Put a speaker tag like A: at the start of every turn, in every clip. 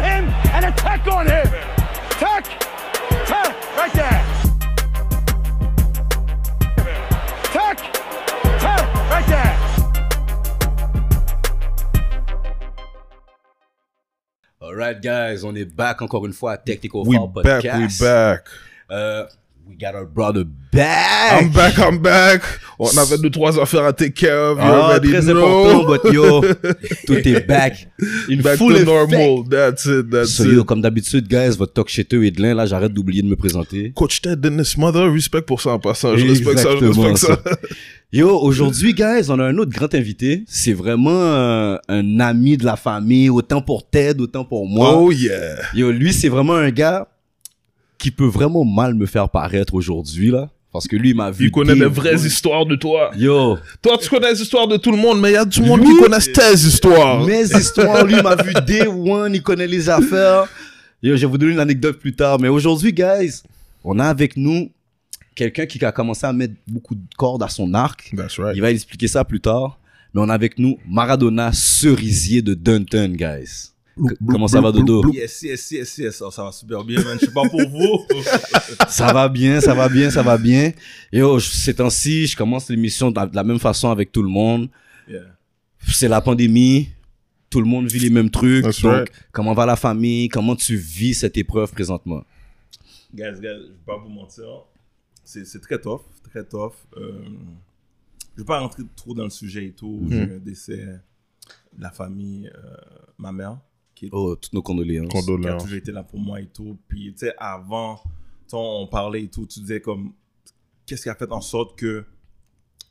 A: a tech on him. Tech. Tech. Right there. Tech. Tech. Right there.
B: Alright, guys, on est back encore une fois à Technical
C: We
B: Foul
C: back, we
B: Podcast.
C: back.
B: Euh, we got our brother back.
C: I'm back, I'm back. On avait deux, trois affaires à take care of. You
B: Ah,
C: already
B: très
C: know.
B: important, but yo, tout est back. In
C: Back
B: full
C: to
B: effect.
C: normal. That's it, that's
B: So
C: it.
B: yo, comme d'habitude, guys, votre talk chez eux est de l'un. Là, j'arrête d'oublier de me présenter.
C: Coach Ted Dennis Mother, respect pour ça en passant. Je respecte ça, je respecte ça.
B: ça. Yo, aujourd'hui, guys, on a un autre grand invité. C'est vraiment euh, un ami de la famille, autant pour Ted, autant pour moi.
C: Oh yeah.
B: Yo, lui, c'est vraiment un gars qui peut vraiment mal me faire paraître aujourd'hui, là. Parce que lui, il m'a vu.
C: Il connaît
B: des-
C: les vraies histoires de toi.
B: Yo,
C: Toi, tu connais les histoires de tout le monde, mais il y a du monde
B: Lui-
C: qui connaissent tes histoires.
B: mes histoires, lui, il m'a vu day one, il connaît les affaires. Yo, je vais vous donner une anecdote plus tard. Mais aujourd'hui, guys, on a avec nous quelqu'un qui a commencé à mettre beaucoup de cordes à son arc.
C: That's right.
B: Il va expliquer ça plus tard. Mais on a avec nous Maradona Cerisier de Dunton, guys. C- Comment ça va, Dodo
D: Yes, yes, yes, yes. Oh, ça va super bien, man. Je suis pas pour vous.
B: Ça va bien, ça va bien, ça va bien. Et oh, je- ces temps-ci, je commence l'émission de la- de la même façon avec tout le monde.
D: Yeah.
B: C'est la pandémie. Tout le monde vit les mêmes trucs.
C: That's
B: Donc,
C: right.
B: comment va la famille Comment tu vis cette épreuve présentement
D: Guys, guys, je vais pas vous mentir. C'est c'est très tough, très tough. Euh, je vais pas rentrer trop dans le sujet et tout. J'ai eu un décès de la famille, euh, ma mère, qui est
B: Oh, toutes nos condoléances.
D: qui a
C: Condoléances.
D: toujours été là pour moi et tout. Puis, tu sais, avant, tu sais, on parlait et tout, tu disais comme, qu'est-ce qui a fait en sorte que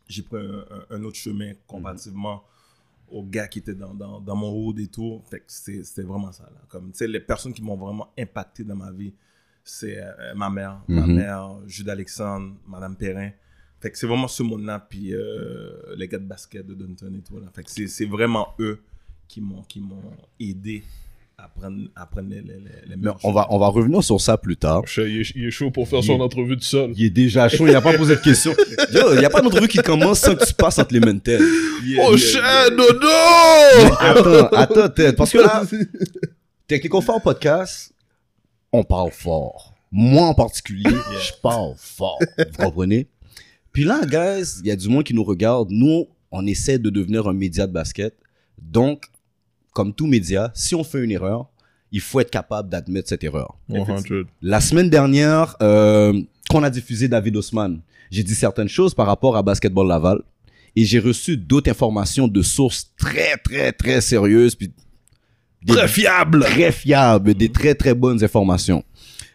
D: j'ai pris un, un- un autre chemin comparativement aux gars qui étaient dans, dans, dans mon road et tout. Fait que c'est- c'était vraiment ça, là. Comme, tu sais, les personnes qui m'ont vraiment impacté dans ma vie, c'est euh, ma mère, ma
B: Mhm.
D: mère, Jude Alexandre, Madame Perrin. Fait que c'est vraiment ce monde-là, puis euh, les gars de basket de Dunton et tout. Là. Fait que c'est- c'est vraiment eux qui m'ont qui m'ont aidé à prendre, à prendre les, les, les, les
B: Mais oh,
D: meilleurs
B: on va, on va revenir sur ça plus tard.
C: Je sais, Il est, il est chaud pour faire son
B: Il-
C: entrevue tout seul.
B: Il est déjà chaud, il n'a pas posé de questions. Yo, Il n'y a pas d'entrevue qui commence sans que tu passes entre les mains de Ted.
D: choix. Yeah,
C: Oh
D: yeah,
C: shit,
D: yeah.
C: Dodo!
B: Attends, attends, Ted. Parce que là, Technical Fort Podcast, on parle fort. Moi en particulier, je parle fort. Vous comprenez? Puis là, guys, il y a du monde qui nous regarde. Nous, on essaie de devenir un média de basket. Donc, comme tout média, si on fait une erreur, il faut être capable d'admettre cette erreur.
C: 100.
B: La semaine dernière, euh, qu'on a diffusé David Haussmann, j'ai dit certaines choses par rapport à Basketball Laval et j'ai reçu d'autres informations de sources très, très, très sérieuses. Puis des-
C: Très fiable.
B: très fiables, des très, très bonnes informations.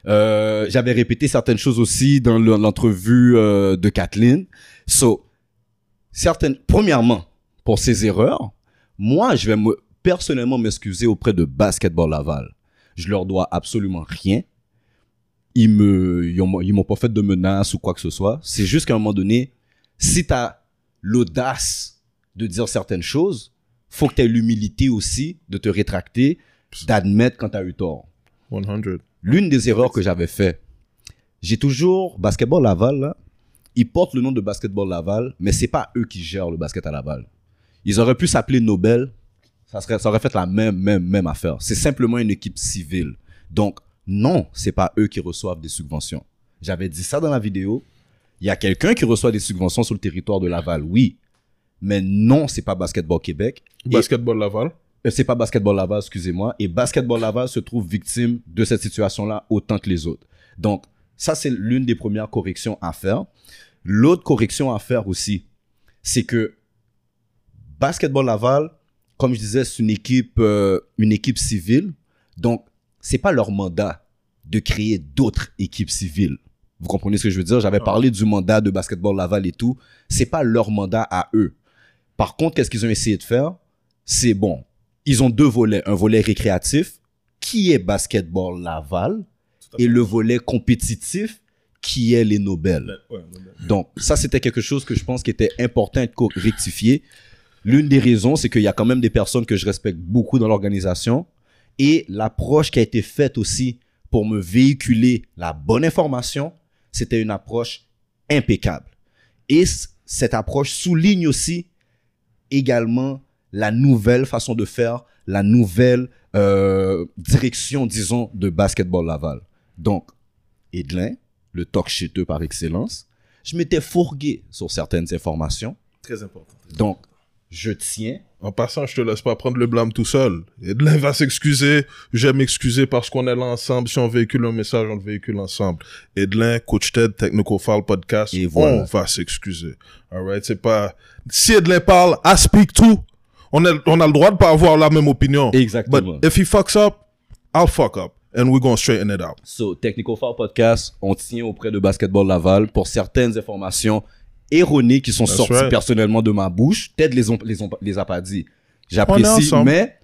B: Euh, J'avais répété certaines choses aussi dans le- l'entrevue euh, de Kathleen. So, certaines, premièrement, pour ces erreurs, moi, je vais me, personnellement m'excuser auprès de Basketball Laval. Je leur dois absolument rien. Ils me, ils ont- ils m'ont pas fait de menaces ou quoi que ce soit. C'est juste qu'à un moment donné, si tu as l'audace de dire certaines choses, faut que tu aies l'humilité aussi de te rétracter, d'admettre quand tu as eu tort.
C: 100.
B: L'une des erreurs que j'avais fait, j'ai toujours Basketball Laval, là, ils portent le nom de Basketball Laval, mais c'est pas eux qui gèrent le basket à Laval. Ils auraient pu s'appeler Nobel, ça, serait, ça aurait fait la même, même, même affaire. C'est simplement une équipe civile. Donc, non, c'est pas eux qui reçoivent des subventions. J'avais dit ça dans la vidéo. Il y a quelqu'un qui reçoit des subventions sur le territoire de Laval, oui. Mais non, c'est pas Basketball Québec. Et-
C: Basketball Laval.
B: euh, c'est pas Basketball Laval, excusez-moi, et Basketball Laval se trouve victime de cette situation-là autant que les autres. Donc, ça, c'est l'une des premières corrections à faire. L'autre correction à faire aussi, c'est que Basketball Laval, comme je disais, c'est une équipe, euh, une équipe civile. Donc, c'est pas leur mandat de créer d'autres équipes civiles. Vous comprenez ce que je veux dire? J'avais
D: Ah.
B: parlé du mandat de Basketball Laval et tout. C'est pas leur mandat à eux. Par contre, qu'est-ce qu'ils ont essayé de faire? C'est bon. Ils ont deux volets. Un volet récréatif, qui est Basketball Laval,
D: Tout à fait.
B: et le volet compétitif, qui est les Nobel.
D: Ouais, ouais, ouais.
B: Donc, ça, c'était quelque chose que je pense qui était important de co- rectifier. L'une des raisons, c'est qu'il y a quand même des personnes que je respecte beaucoup dans l'organisation et l'approche qui a été faite aussi pour me véhiculer la bonne information, c'était une approche impeccable. Et c- cette approche souligne aussi également la nouvelle façon de faire, la nouvelle euh, direction, disons, de Basketball Laval. Donc, Edlin, le talk shiteux par excellence, je m'étais fourgué sur certaines informations.
D: Très important.
B: Donc, je tiens
C: En passant, je te laisse pas prendre le blâme tout seul. Edlin va s'excuser. Je vais m'excuser parce qu'on est là ensemble. Si on véhicule un message, on le véhicule ensemble. Edlin, Coach Ted, Technocophile Podcast,
B: Et voilà.
C: on va s'excuser. Alright, c'est pas... Si Edlin parle, I speak too. On, est- on a le droit de pas avoir la même opinion.
B: Exactement.
C: But if he fucks up, I'll fuck up. And we're gonna straighten it out.
B: So, Technical Foul Podcast, on tient auprès de Basketball Laval pour certaines informations erronées qui sont
C: That's
B: sorties
C: right.
B: personnellement de ma bouche. Peut-être les ont, les ont- les a pas dit. J'apprécie,
C: ensemble.
B: mais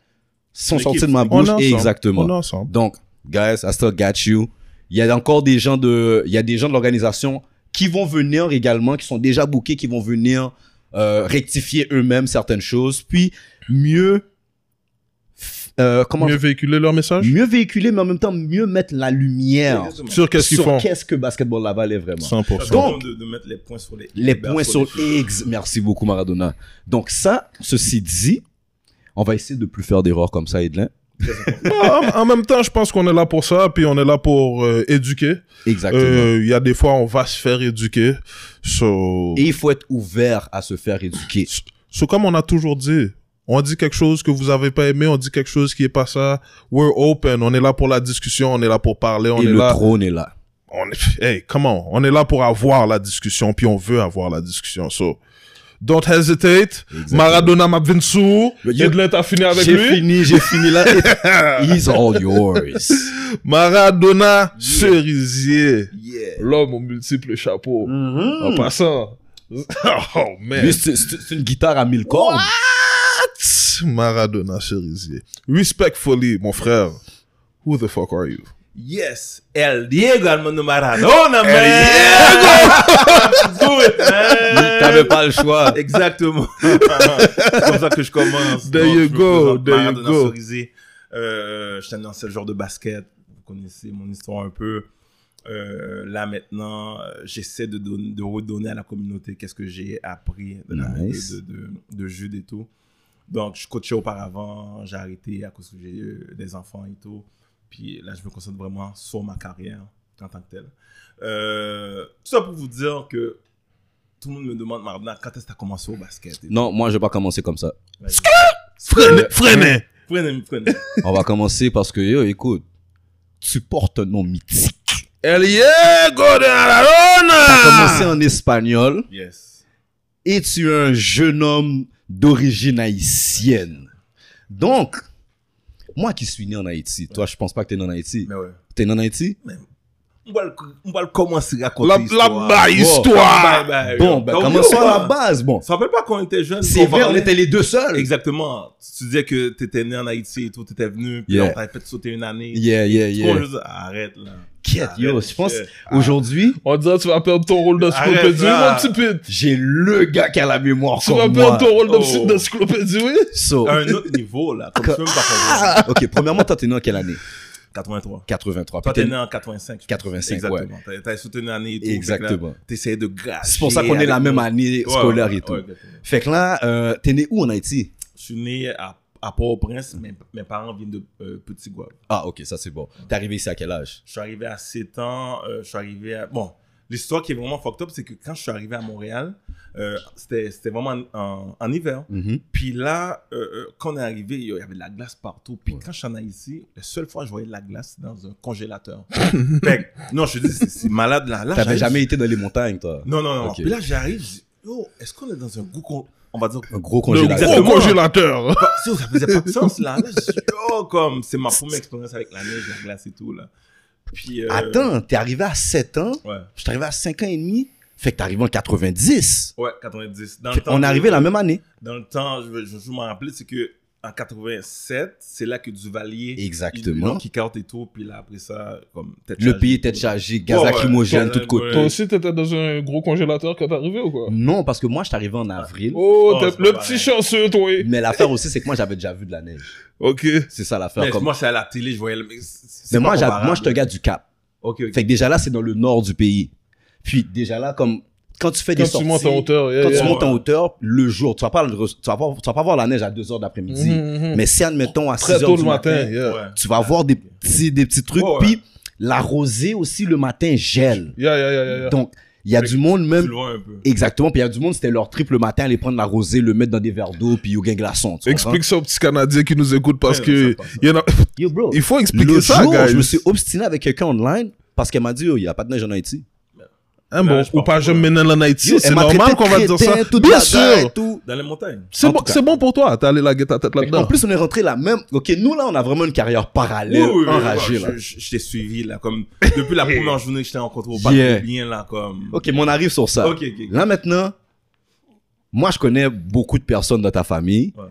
B: sont
C: L'équipe,
B: sorties de ma
C: on est
B: bouche.
C: ensemble. On est
B: Exactement.
C: ensemble.
B: Donc, guys, I still got you. Il y a encore des gens de, il y a des gens de l'organisation qui vont venir également, qui sont déjà bookés, qui vont venir euh, rectifier eux-mêmes certaines choses, puis mieux, euh, comment
C: Mieux véhiculer leur message?
B: mieux véhiculer, mais en même temps mieux mettre la lumière
D: Exactement.
C: Sur qu'est-ce qu'ils
B: sur
C: font?
B: qu'est-ce que Basketball Laval est vraiment.
C: 100%.
B: Donc,
D: de, de mettre les points sur les
B: Les
D: barres
B: points sur
D: les choses.
B: X. Merci beaucoup, Maradona. Donc ça, ceci dit, on va essayer de plus faire d'erreurs comme ça, Edlin.
C: Ah, en, en même temps, je pense qu'on est là pour ça, puis on est là pour euh, éduquer.
B: Exactement.
C: Euh, Il y a des fois, on va se faire éduquer. So,
B: Et il faut être ouvert à se faire éduquer.
C: so, comme on a toujours dit, on dit quelque chose que vous avez pas aimé, on dit quelque chose qui est pas ça. We're open, on est là pour la discussion, on est là pour parler, on
B: Et
C: est
B: le
C: là.
B: trône est là.
C: on est, hey, comment? On est là pour avoir la discussion, puis on veut avoir la discussion. So, don't hesitate.
B: Exactement.
C: Maradona m'a venu sous.
B: You-
C: Edlin, t'as fini avec
B: J'ai
C: lui?
B: fini, j'ai fini là. It is all yours.
C: Maradona Cerisier.
B: Yeah.
C: L'homme aux multiples chapeaux. En passant. Oh man.
B: Lui, c'est- C'est c'est une guitare à mille cordes.
C: Maradona Cerisier. Respectfully, mon frère. Who the fuck are you?
D: Yes, El Diego al mundo Maradona, man. Do it, man.
B: T'avais pas le choix.
D: Exactement. c'est comme ça que je commence.
C: There
D: Donc,
C: you
D: je me
C: go,
D: présente
C: there you
D: Maradona
C: go.
D: Cerisé. Euh, je suis un ancien joueur de basket. Vous connaissez mon histoire un peu. Euh, là maintenant, euh, j'essaie de, don- de redonner à la communauté qu'est-ce que j'ai appris de, la-
B: Nice.
D: de, de, de- de Jude et tout. Donc, je coachais auparavant, j'ai arrêté à cause que j'ai eu des enfants et tout. Puis là, je me concentre vraiment sur ma carrière en tant que telle. Euh, tout ça pour vous dire que tout le monde me demande, Maradona, quand est-ce que tu as commencé au basket et tout.
B: Non, moi, je vais pas commencer comme ça.
D: Vas-y.
C: Freinez, freinez.
D: Prenez, prenez.
B: On va commencer parce que, yo, écoute, tu portes un nom mythique.
C: El Diego de Ah!
B: Commencer
C: Maradona.
B: en espagnol.
D: Yes.
B: et tu es un jeune homme d'origine haïtienne. Donc, moi qui suis né en Haïti, toi, je pense pas que t'es né en Haïti.
D: Mais ouais.
B: T'es né en Haïti?
D: On va le, on va le commencer à raconter
C: La, la
D: l'histoire. Bon.
C: bas histoire.
D: Bye, bye.
B: Bon, ben,
D: Donc,
B: commençons
D: yo, hein.
B: à la base. Bon,
D: Tu te rappelles pas quand on était jeune
B: c'est vrai, on
D: parlait-
B: était les deux seuls.
D: Exactement. Tu disais que t'étais né en Haïti et tout, t'étais venu, puis
B: Yeah.
D: on t'avait fait sauter une année.
B: Yeah, yeah,
D: Tu vois,
B: yeah.
D: je dis, arrête là.
B: Quête, yo,
D: Arrête, Ah.
B: je pense,
D: monsieur.
B: aujourd'hui,
C: On dirait que tu vas perdre ton rôle d'encyclopédie, mon
D: Arrête
C: petit pit.
B: j'ai le gars qui a la mémoire
C: Tu vas
B: comme
C: perdre
B: moi.
C: ton rôle
D: Oh.
C: d'ency- d'encyclopédie, oui?
B: So,
D: À un autre niveau là, comme tu peux même pas comprendre.
B: ok, premièrement, toi, t'es né en quelle année?
D: 83.
B: 83.
D: Toi,
B: Puis
D: t'es
B: t'es-
D: né en 85. je pense.
B: 85,
D: Exactement. T'as- T'avais sauté une année et tout.
B: Exactement.
D: Fait que là, T'essayais de grâce.
B: C'est pour ça qu'on est la même année scolaire et tout. Fait que là, euh, t'es né où en Haïti?
D: Je suis né à, à Port-au-Prince,
B: Mm.
D: mais mes parents viennent de euh, Petit Gouave.
B: Ah, ok, ça c'est bon. T'es arrivé ici à quel âge?
D: Je suis arrivé à 7 ans, euh, je suis arrivé à... Bon, l'histoire qui est vraiment fucked up, c'est que quand je suis arrivé à Montréal, euh, c'était c'était vraiment en, en- en hiver.
B: Mhm.
D: Puis là, euh, euh, quand on est arrivé, il y avait de la glace partout. Puis quand je suis en Haïti, la seule fois que je voyais de la glace dans un congélateur. Fait que, non, je te dis, c'est- c'est malade là. là
B: T'avais
D: j'arrive-
B: jamais été dans les montagnes, toi?
D: Non, non, non.
B: Ok.
D: Puis là, j'arrive, je dis, yo, est-ce qu'on est dans un goût qu'on... On va dire...
B: Un gros
C: Le
B: congélateur.
C: gros
D: Exactement.
C: congélateur.
D: Bah, ça, ça faisait pas de sens là. Là, je dis, yo, comme, c'est ma première expérience avec la neige, la glace et tout là. Puis... euh,
B: Attends, t'es arrivé à 7 ans,
D: Ouais.
B: je suis arrivé à 5 ans et demi, fait que t'es arrivé en 90.
D: Ouais, 90. Dans
B: Fait
D: le temps
B: on est
D: que-
B: arrivé la même année.
D: Dans le temps, je, je, je me rappelais, c'est que en 87, c'est là que Duvalier,
B: Exactement.
D: qui carte et tout, puis là après ça, comme tête
B: Le
D: chargée.
B: pays était chargé, gaz
D: Ouais, ouais.
B: lacrymogène,
D: Ouais,
B: tout de côté.
D: ouais.
C: Toi aussi, t'étais dans un gros congélateur quand t'es arrivé ou quoi?
B: Non, parce que moi, je suis arrivé en avril.
C: Oh,
D: Oh,
C: t'es
D: c'est
C: le
D: pas
C: petit
D: pareil.
C: chanceux, toi.
B: Mais l'affaire aussi, c'est que moi, j'avais déjà vu de la neige.
C: Ok.
B: C'est ça l'affaire.
D: Mais
B: Comme...
D: moi, c'est à la télé, je voyais le. Mais, c'est- c'est
B: Mais moi,
D: pas
B: j'a-
D: comparable.
B: moi, je te gars du Cap.
D: Ok, ok.
B: Fait que déjà là, c'est dans le nord du pays. Puis déjà là, comme quand tu fais des
C: Quand
B: sorties,
C: tu montes en hauteur, yeah,
B: quand
C: yeah.
B: tu montes en hauteur, le jour, tu vas pas, le re- tu vas pas, tu vas pas voir la neige à 2 heures d'après-midi.
C: Mhm, mhm.
B: Mais si, admettons, à 6
C: très
B: heures
C: tôt
B: du
C: le
B: matin,
C: matin, yeah.
D: Ouais.
B: tu vas voir des petits, des petits trucs.
D: Ouais, ouais.
B: Puis la rosée aussi, le matin, gèle.
C: Yeah, yeah, yeah, yeah, yeah.
B: Donc, il y a
D: Fait
B: du monde
D: Plus
B: même.
D: loin un peu.
B: Exactement. Puis il y a du monde, c'était leur trip le matin, aller prendre la rosée, le mettre dans des verres d'eau, puis au gain glaçon. tu comprends?
C: Explique ça aux petits Canadiens qui nous écoutent parce
D: Ouais,
C: que
D: ça passe, ça.
C: il y en a-
B: Yo, bro.
C: il faut expliquer
B: Le
C: ça,
B: jour,
C: guys.
B: je me suis obstiné avec quelqu'un online parce qu'elle m'a dit, oh, il n'y a pas de neige en Haïti.
C: Hein, bon,
D: Là, je
C: ou pas
D: pense que-
C: jamais maintenant en Haïti,
B: Yo,
C: c'est
B: elle m'a
C: normal
B: traité
C: qu'on va
B: de
C: dire ça.
B: crétin, toute
C: Bien
B: la gueule
C: sûr.
B: et tout.
D: Dans les montagnes.
C: C'est
B: En
C: bon,
B: tout cas.
C: c'est bon pour toi. T'as allé la ta tête
B: En
C: là-dedans.
B: plus, on est rentré la même. Ok, nous là, on a vraiment une carrière parallèle, enragée
D: ouais,
B: là.
D: je- Je, je t'ai suivi là, comme depuis la première journée que je t'ai rencontré au parc,
B: Yeah.
D: t'es bien là, comme.
B: Ok, mais on arrive sur ça.
D: Ok, ok, ok.
B: Là maintenant, moi je connais beaucoup de personnes dans ta famille.
D: Ouais.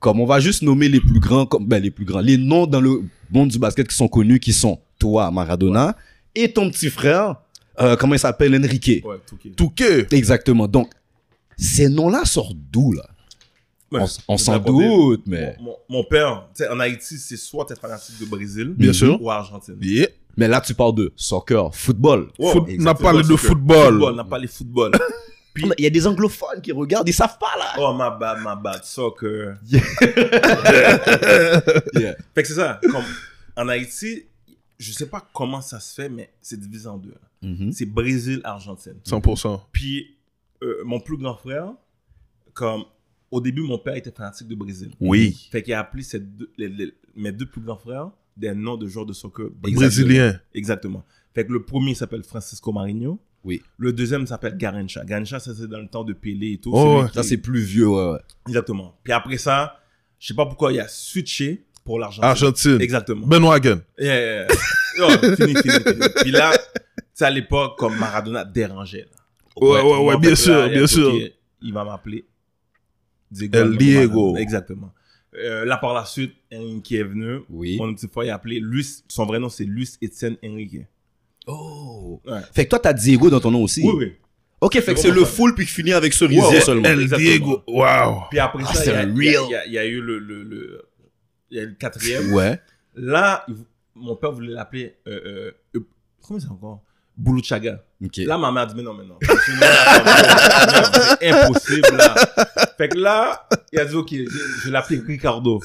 B: Comme on va juste nommer les plus grands, comme ben les plus grands, les noms dans le monde du basket qui sont connus, qui sont toi, Maradona, et ton petit frère, euh, comment il s'appelle, Enrique.
D: Ouais, tout ok.
C: Touquet.
B: Exactement. Donc ces noms-là sortent d'où là
D: Ouais,
B: On, s- on
D: c'est
B: s'en
D: la problème.
B: doute, mais
D: Mon, mon- mon père, tu sais, en Haïti, c'est soit t'es fanatique de Brésil,
C: Bien sûr.
D: ou Argentine.
C: Yeah.
B: mais là tu parles de soccer, football.
D: Ouais,
C: Foot-
D: exactement.
C: on a parlé de football.
D: Football, on a parlé football.
B: Il y a des anglophones qui regardent, ils savent pas là.
D: Oh, ma bad, ma bad, soccer.
B: Yeah.
D: Fait que c'est ça. Comme, en Haïti, je sais pas comment ça se fait, mais c'est divisé en deux. hein.
B: Mhm.
D: C'est Brésil-Argentine.
C: 100%.
D: Puis, euh, mon plus grand frère, comme, au début, mon père était fanatique de Brésil.
B: Oui.
D: Fait qu'il a appelé ses deux- les- les- mes deux plus grands frères des noms de joueurs de soccer
C: Brésilien.
D: Exactement. Fait que le premier s'appelle Francisco Marinho.
B: Oui.
D: Le deuxième s'appelle Garincha. Garincha, ça c'est dans le temps de Pelé et tout.
C: Oh,
D: Celui
C: ouais.
D: qui-
B: Ça c'est plus vieux. ouais, ouais.
D: Exactement. Puis après ça, je sais pas pourquoi il a switché pour l'Argentine.
C: Argentine.
D: Exactement.
C: Ben Wagen.
D: Yeah, yeah, yeah. Oh, fini, fini, fini. Puis là, tu sais, à l'époque, comme Maradona dérangeait. là.
C: Ouais, ouais, ouais,
D: Moi, en
C: bien
D: fait,
C: sûr,
D: là, il a
C: bien
D: dit,
C: sûr.
D: Ok, Il va m'appeler Diego.
C: El Diego.
D: Maradona. Exactement. Euh, là, par la suite, Henrique qui est venu.
B: Oui.
D: Mon petit frère, il a appelé Luis. Son vrai nom, c'est Luis Etienne Henrique.
B: Oh.
D: Ouais.
B: Fait que toi, t'as Diego dans ton nom aussi.
D: Oui, oui.
B: Ok, fait que c'est le full puis finit avec cerisier
D: Ouais, ouais.
B: seulement.
C: El
D: Exactement.
C: Diego. Wow.
D: Puis après
B: Ah,
D: ça,
B: c'est
D: il y a-
B: un
D: il y, a-
B: real.
D: il y a- il y a eu le, le, le- il y a eu le quatrième.
B: Ouais.
D: Là, il- mon père voulait l'appeler. Euh, euh, euh, comment c'est encore Buluchaga.
B: Ok.
D: Là, ma mère dit, mais non, mais non. Parce que nous, là, C'est impossible, là. Fait que là, il a dit, OK, je, je l'appelais Ricardo.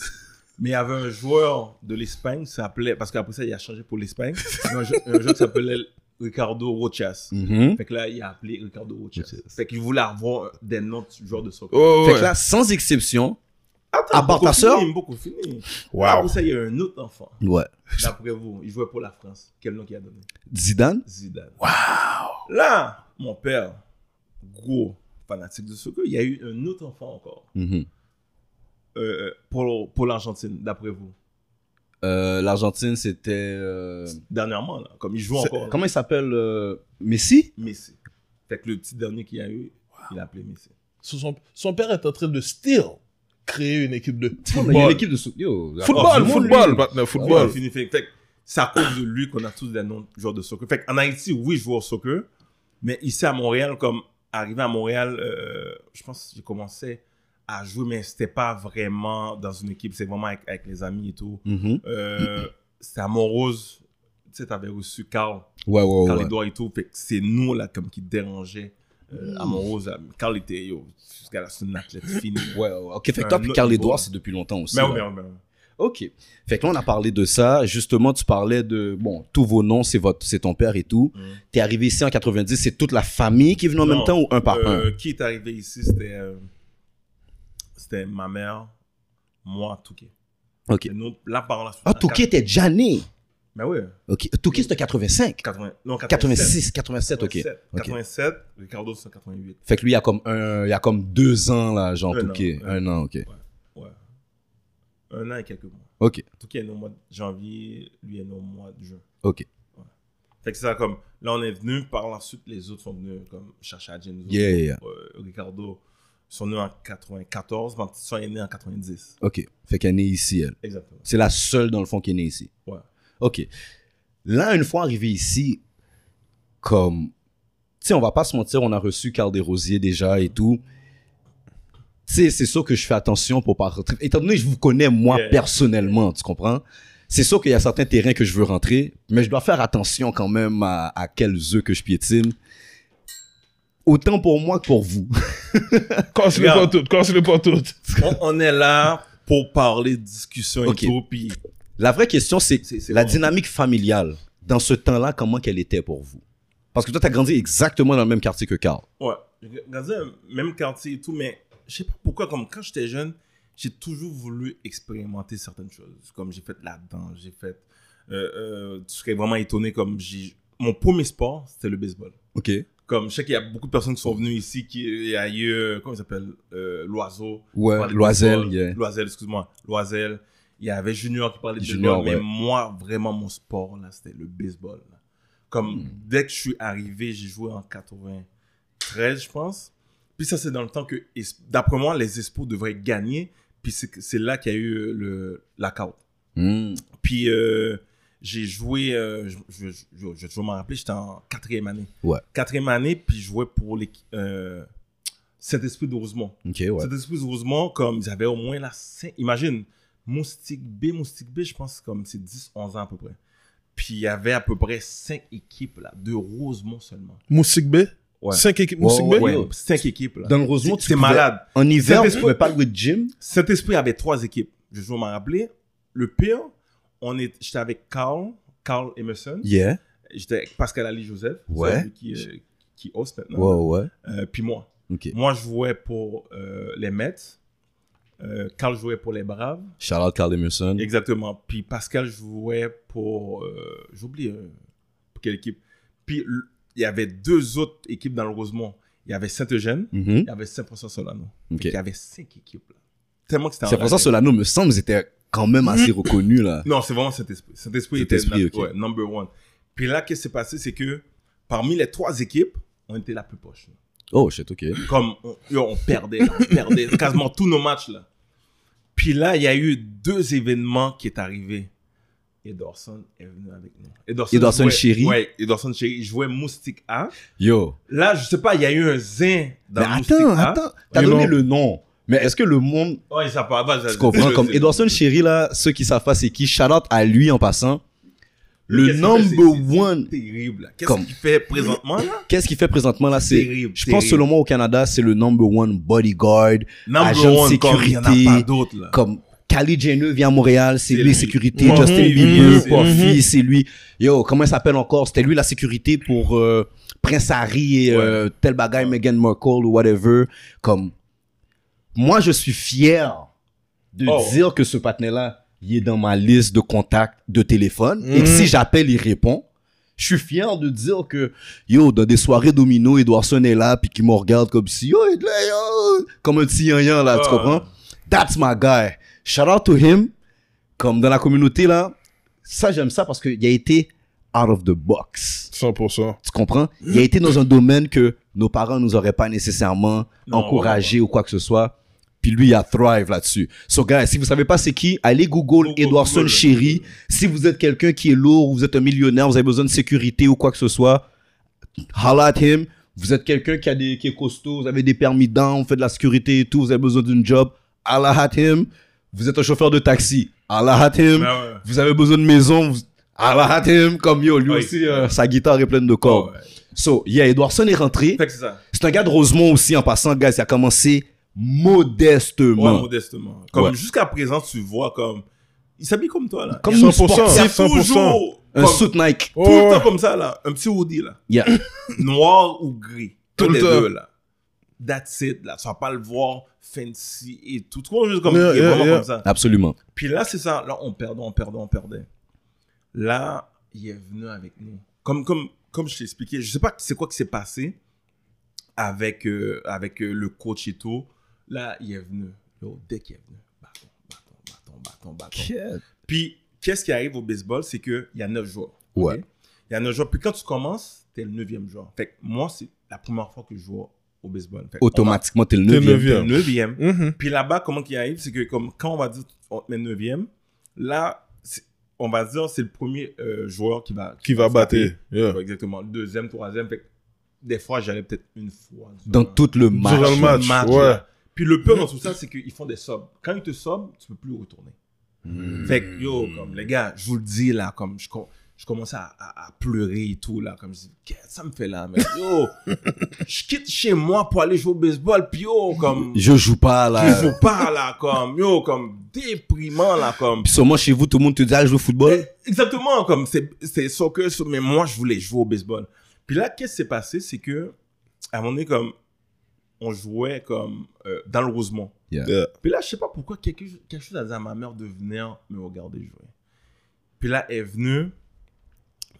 D: Mais il y avait un joueur de l'Espagne qui s'appelait, parce qu'après ça, il a changé pour l'Espagne. Il y a Un, jeu- un joueur qui s'appelait Ricardo Rochas.
B: Mhm.
D: Fait que là, il a appelé Ricardo Rochas. Fait qu'il voulait avoir des noms de joueurs de soccer.
C: Oh,
B: Fait
C: ouais.
B: que là, sans exception.
D: Attends,
B: à part
D: beaucoup
B: ta sœur?
D: fini, beaucoup fini.
C: Wow.
D: Après ça, il y a un autre enfant.
B: Ouais.
D: D'après vous, il jouait pour la France. Quel nom qu'il a donné
B: Zidane.
D: Zidane. Là, mon père, gros fanatique de soccer, il y a eu un autre enfant encore
B: Mhm.
D: euh, pour, pour l'Argentine, d'après vous.
B: Euh, L'Argentine, c'était. euh,
D: Dernièrement, là, comme il joue
B: c'est-
D: encore.
B: Comment il s'appelle euh, Messi
D: Messi. Fait que le petit dernier qu'il y a eu, il a appelé Messi.
C: Son, son père est en train de still créer une équipe de
B: Non, mais il y a une
C: football.
B: équipe de. sou- Yo, la Coupe
C: Football,
B: du Monde,
C: football,
B: lui.
C: partner,
D: Football.
C: football.
D: fini, fait, fait que c'est à cause de lui qu'on a tous des noms de joueurs de soccer. Fait qu'en Haïti, oui, je joue au soccer, mais ici à Montréal, comme arrivé à Montréal, euh, je pense que j'ai commencé à jouer, mais c'était pas vraiment dans une équipe, c'est vraiment avec, avec les amis et tout.
B: Mhm.
D: Euh, c'était à Montrose, tu sais, t'avais reçu Carl,
B: Ouais, ouais,
D: Carl
B: Oh, ouais.
D: Edouard et tout, fait que c'est nous là comme qui dérangeait euh, à Montrose. là. Carl était, yo, ce gars-là, c'est un athlète fini.
B: Ouais, ouais. Ok, fait que
D: Un
B: toi, puis
D: autre
B: Carl
D: niveau.
B: Edouard, c'est depuis longtemps aussi.
D: Mais
B: ouais.
D: oui, mais oui, mais oui.
B: Ok. Fait que là, on a parlé de ça. Justement, tu parlais de, bon, tous vos noms, c'est votre, c'est ton père et tout.
D: Mhm.
B: T'es arrivé ici en 90, c'est toute la famille qui est venue en
D: Non,
B: même temps ou un par
D: Euh, Qui est arrivé ici, c'était euh, c'était ma mère, moi, Touquet.
B: Ok.
D: Et nous, là, par la suite.
B: un Ah, Touquet était déjà né.
D: Mais oui,
B: Ok. Touquet, c'était 85.
D: 80, non,
B: 86,
D: 87.
B: 87, ok.
D: 87,
B: Ok.
D: 87, Ricardo, c'est 88.
B: Fait que lui, il y a comme un, il y a comme deux ans, là, genre,
D: Un
B: Touquet.
D: an,
B: Un an, ok.
D: Ouais. Un an et quelques mois.
B: Ok.
D: Touquet est né au mois de janvier, lui est né au mois de juin.
B: Ok.
D: Fait que c'est ça, comme, là, on est venu, par la suite, les autres sont venus, comme, chercher à James.
B: Yeah, yeah, yeah.
D: Euh, Ricardo, ils sont nés en 94, ma petite soeur est née en 90.
B: Ok. Fait qu'elle est née ici, elle.
D: Exactement.
B: C'est la seule, dans le fond, qui est née ici.
D: Ouais.
B: OK. Là, une fois arrivé ici, comme. Tu sais, on va pas se mentir, on a reçu Carl Desrosiers déjà et tout. Tu sais, c'est sûr que je fais attention pour pas rentrer. Étant donné que je vous connais, moi,
D: Yeah.
B: personnellement, tu comprends? C'est sûr qu'il y a certains terrains que je veux rentrer, mais je dois faire attention quand même à, à quels œufs que je piétine. Autant pour moi que pour vous.
C: Casse le
D: Regarde.
C: pas tout, casse le pas tout.
D: on, on est là pour parler de discussion
B: Ok.
D: et tout, puis
B: La vraie question, c'est
D: C'est- c'est
B: la
D: bon.
B: dynamique familiale dans ce temps-là, comment qu'elle était pour vous Parce que toi, t'as grandi exactement dans le même quartier que Carl.
D: Ouais. Regardez, même quartier et tout, mais je sais pas pourquoi, comme quand j'étais jeune, j'ai toujours voulu expérimenter certaines choses. Comme j'ai fait la danse, j'ai fait. Euh, euh, tu serais vraiment étonné, comme j'ai. Mon premier sport, c'était le baseball.
B: Ok.
D: Comme je sais qu'il y a beaucoup de personnes qui sont venues ici, qui et ailleurs, comment il s'appelle Euh, Loiseau. qui
B: Ouais.
D: parlait de
B: Loisel,
D: baseball.
B: yeah.
D: Loisel, excuse-moi. Loisel. Il y avait Junior qui parlait de
B: Junior,
D: baseball, mais
B: ouais.
D: moi, vraiment, mon sport, là, c'était le baseball. là. Comme
B: Hmm.
D: dès que je suis arrivé, j'ai joué en 93, je pense. Puis ça, c'est dans le temps que, es- d'après moi, les Expos devraient gagner. Puis c'est que- c'est là qu'il y a eu euh, le lockout.
B: Hmm.
D: Puis euh, j'ai joué, euh, je, je, je, je vais toujours m'en rappeler, j'étais en quatrième année.
B: Ouais.
D: Quatrième année, puis je jouais pour l'équi- euh, Saint-Esprit de Rosemont.
B: Ok, ouais.
D: Saint-Esprit de Rosemont, comme ils avaient au moins la cin- Imagine, Moustique B, Moustique B, je pense comme c'est 10-11 ans à peu près. Puis il y avait à peu près 5 équipes là, de Rosemont seulement.
C: Moussik B?
D: Ouais.
C: Cinq équipes
B: Ouais,
C: Moussik B?
B: Oh, ouais.
D: 5 équipes là.
B: Dans le Rosemont, tu
D: C'est
B: pouvais-
D: malade.
B: En hiver, tu
D: Saint-Esprit-
B: pouvais pas louer de gym.
D: Saint-Esprit avait trois équipes. Je vais m'en rappeler. Le pire, on est, j'étais avec Carl, Carl Emerson.
B: Yeah.
D: J'étais avec Pascal Ali Joseph,
B: Ouais.
D: celui qui, euh, qui host maintenant.
B: Ouais, ouais.
D: Euh, puis moi.
B: Ok.
D: Moi, je jouais pour euh, les Mets. Euh, Carl jouait pour les Braves.
B: Shout out Carl Emerson.
D: Exactement. Puis Pascal jouait pour. euh, J'oublie euh, pour quelle équipe. Puis l- il y avait deux autres équipes dans le Rosemont. Il y avait Saint-Eugène,
B: Mhm.
D: il y avait Saint-François-Solano.
B: Ok.
D: Il y avait cinq équipes. Là. Tellement que c'était en
B: C'est pour ça
D: relais.
B: que Solano, me semble, était quand même assez reconnu, là.
D: Non, c'est vraiment cet esprit. Cet esprit
B: Cet
D: était
B: esprit,
D: na-
B: ok.
D: ouais, number one. Puis là, qu'est-ce qui s'est passé, c'est que parmi les trois équipes, on était la plus proche. là.
B: Oh, shit, ok.
D: Comme on, yo, on perdait, là, on perdait quasiment tous nos matchs là. Puis là, il y a eu deux événements qui est arrivé. Ederson est venu avec nous. Ederson,
B: Ederson
D: jouait-
B: Chéri.
D: Ouais, Ederson Chéri il jouait Moustique A.
B: Yo.
D: Là, je sais pas, il y a eu un zin dans
B: Mais
D: Moustique
B: attends,
D: A.
B: attends. T'as
C: Mais
B: donné
C: non.
B: le nom. Mais est-ce que le monde
D: Ouais, ça part. vas-y,
B: Tu
D: vas-y.
B: comprends?
D: Je-
B: Comme
D: je-
B: Edouardson Chéri, là, ceux qui savent pas c'est qui, shout out à lui en passant. Le
D: Qu'est-ce qu'il fait, c'est-
B: number
D: c'est-
B: one,
D: c'est Terrible. là.
B: Comme-
D: Qu'est-ce qu'il fait présentement là?
B: qu'est-ce qu'il fait présentement là? C'est,
D: Terrible,
B: je pense
D: terrible.
B: seulement au Canada, c'est le number one bodyguard. Agent de
D: Number one, comme il n'y en
B: sécurité.
D: a pas d'autres là.
B: Comme Kylie Jenner vient à Montréal, c'est
D: C'est
B: lui
D: lui.
B: sécurité.
C: Mhm,
B: Justin
C: mhm,
B: Bieber,
D: c'est-
B: Coffee, c'est lui. Yo, comment il s'appelle encore? C'était lui la sécurité pour euh, Prince Harry et
D: Ouais.
B: euh, tel bagaille, Meghan Markle ou whatever. Comme, moi, je suis fier de
D: Oh.
B: dire que ce patinet-là, il est dans ma liste de contacts de téléphone. Et que
C: Mhm.
B: si j'appelle, il répond. Je suis fier de dire que, yo, dans des soirées domino, Edouardson est là, puis qu'il me regarde comme si, yo, Edley, yo, comme un petit yan là, tu
D: Ah.
B: comprends? That's my guy. Shout out to him. Comme dans la communauté, là, ça, j'aime ça parce qu'il a été out of the box.
C: 100%.
B: Tu comprends? Il a été dans un domaine que nos parents nous auraient pas nécessairement
D: Non,
B: encouragé ou quoi que ce soit. Puis lui, il a thrive là-dessus. So, guys, si vous savez pas c'est qui, allez Google,
D: Google,
B: Edwardson
D: Google.
B: Chéri. Si vous êtes quelqu'un qui est lourd, ou vous êtes un millionnaire, vous avez besoin de sécurité ou quoi que ce soit, holla at him. Vous êtes quelqu'un qui, a des- qui est costaud, vous avez des permis d'en, vous faites de la sécurité et tout, vous avez besoin d'une job, holla at him. Vous êtes un chauffeur de taxi, holla at him.
D: Ben ouais.
B: Vous avez besoin de maison, vous... Ah, holla at him. Comme yo, lui
D: Oui.
B: aussi, euh, sa guitare est pleine de cordes.
D: Ouais.
B: So, yeah, Edwardson est rentré.
D: Fait que c'est ça.
B: C'est un gars de Rosemont aussi, en passant, guys. Il a commencé
D: Ouais,
B: modestement.
D: modestement. Comme
B: Ouais.
D: jusqu'à présent, tu vois comme. Il s'habille comme toi, là.
B: Comme
D: Il-
B: une
C: 100%.
D: il y a
B: sportive.
C: 100%.
D: toujours.
B: Un
D: comme-
B: suit Nike.
D: Tout le
C: Ouais.
D: temps comme ça, là. Un petit hoodie, là.
B: Yeah.
D: Noir ou gris.
C: Tout
D: Tout
C: le
D: les
C: temps.
D: deux, là. That's it, là. Tu vas pas le voir fancy et tout. Tu vois, juste comme.
C: Yeah,
D: il est
C: yeah,
D: vraiment
C: yeah.
D: comme ça.
B: Absolument.
D: Puis là, c'est ça. Là, on perdait, on perdait, on perdait. Là, il est venu avec nous. Comme, comme, comme je t'ai expliqué, je sais pas c'est quoi qui s'est passé avec, euh, avec euh, le coach et tout. Là, il est venu. Yo, dès qu'il est venu, bâton, bâton, bâton, bâton, bâton. Puis, qu'est-ce qui arrive au baseball, c'est qu'il y a neuf joueurs.
B: Ouais.
D: Ok? Il y a neuf joueurs. Puis quand tu commences, t'es le neuvième joueur. Fait que moi, c'est la première fois que je joue au baseball. Fait que
B: Automatiquement, t'es le
C: T'es
B: neuvième.
D: on va- t'es le
C: neuvième.
D: neuvième.
C: Mhm.
D: Puis là-bas, comment qu'il arrive, c'est que comme quand on va dire on te met neuvième, là, c'est- on va dire c'est le premier euh, joueur qui va
C: Qui va battre. Yeah.
D: Ouais, Exactement, le deuxième, troisième. Fait que des fois, j'allais peut-être une fois.
B: Dans tout le match.
C: Durant le match.
D: Match, match,
C: ouais.
D: là. Puis le pire dans tout ça, c'est qu'ils font des subs. Quand ils te subs, tu peux plus retourner. Fait que yo, comme les gars, je vous le dis là, comme je, com- je commençais à, à- à pleurer et tout, là, comme je dis, Qu'est-ce que ça me fait là, mec, yo, je quitte chez moi pour aller jouer au baseball, puis yo, comme,
B: Je joue pas,
D: qui
B: là.
D: joue pas, là, comme, yo, comme, déprimant, là, comme,
B: Puis sûrement chez vous, tout le monde te dit, ah, je joue au football.
D: Eh, Exactement, comme c'est c'est soccer, so- mais moi je voulais jouer au baseball. Puis là, qu'est-ce qui s'est passé, c'est que à un moment donné, comme on jouait comme euh, dans le Rosemont.
B: Yeah.
C: Yeah.
D: Puis là, je sais pas pourquoi quelque, quelque chose a dit à ma mère de venir me regarder jouer. Puis là, elle est venue.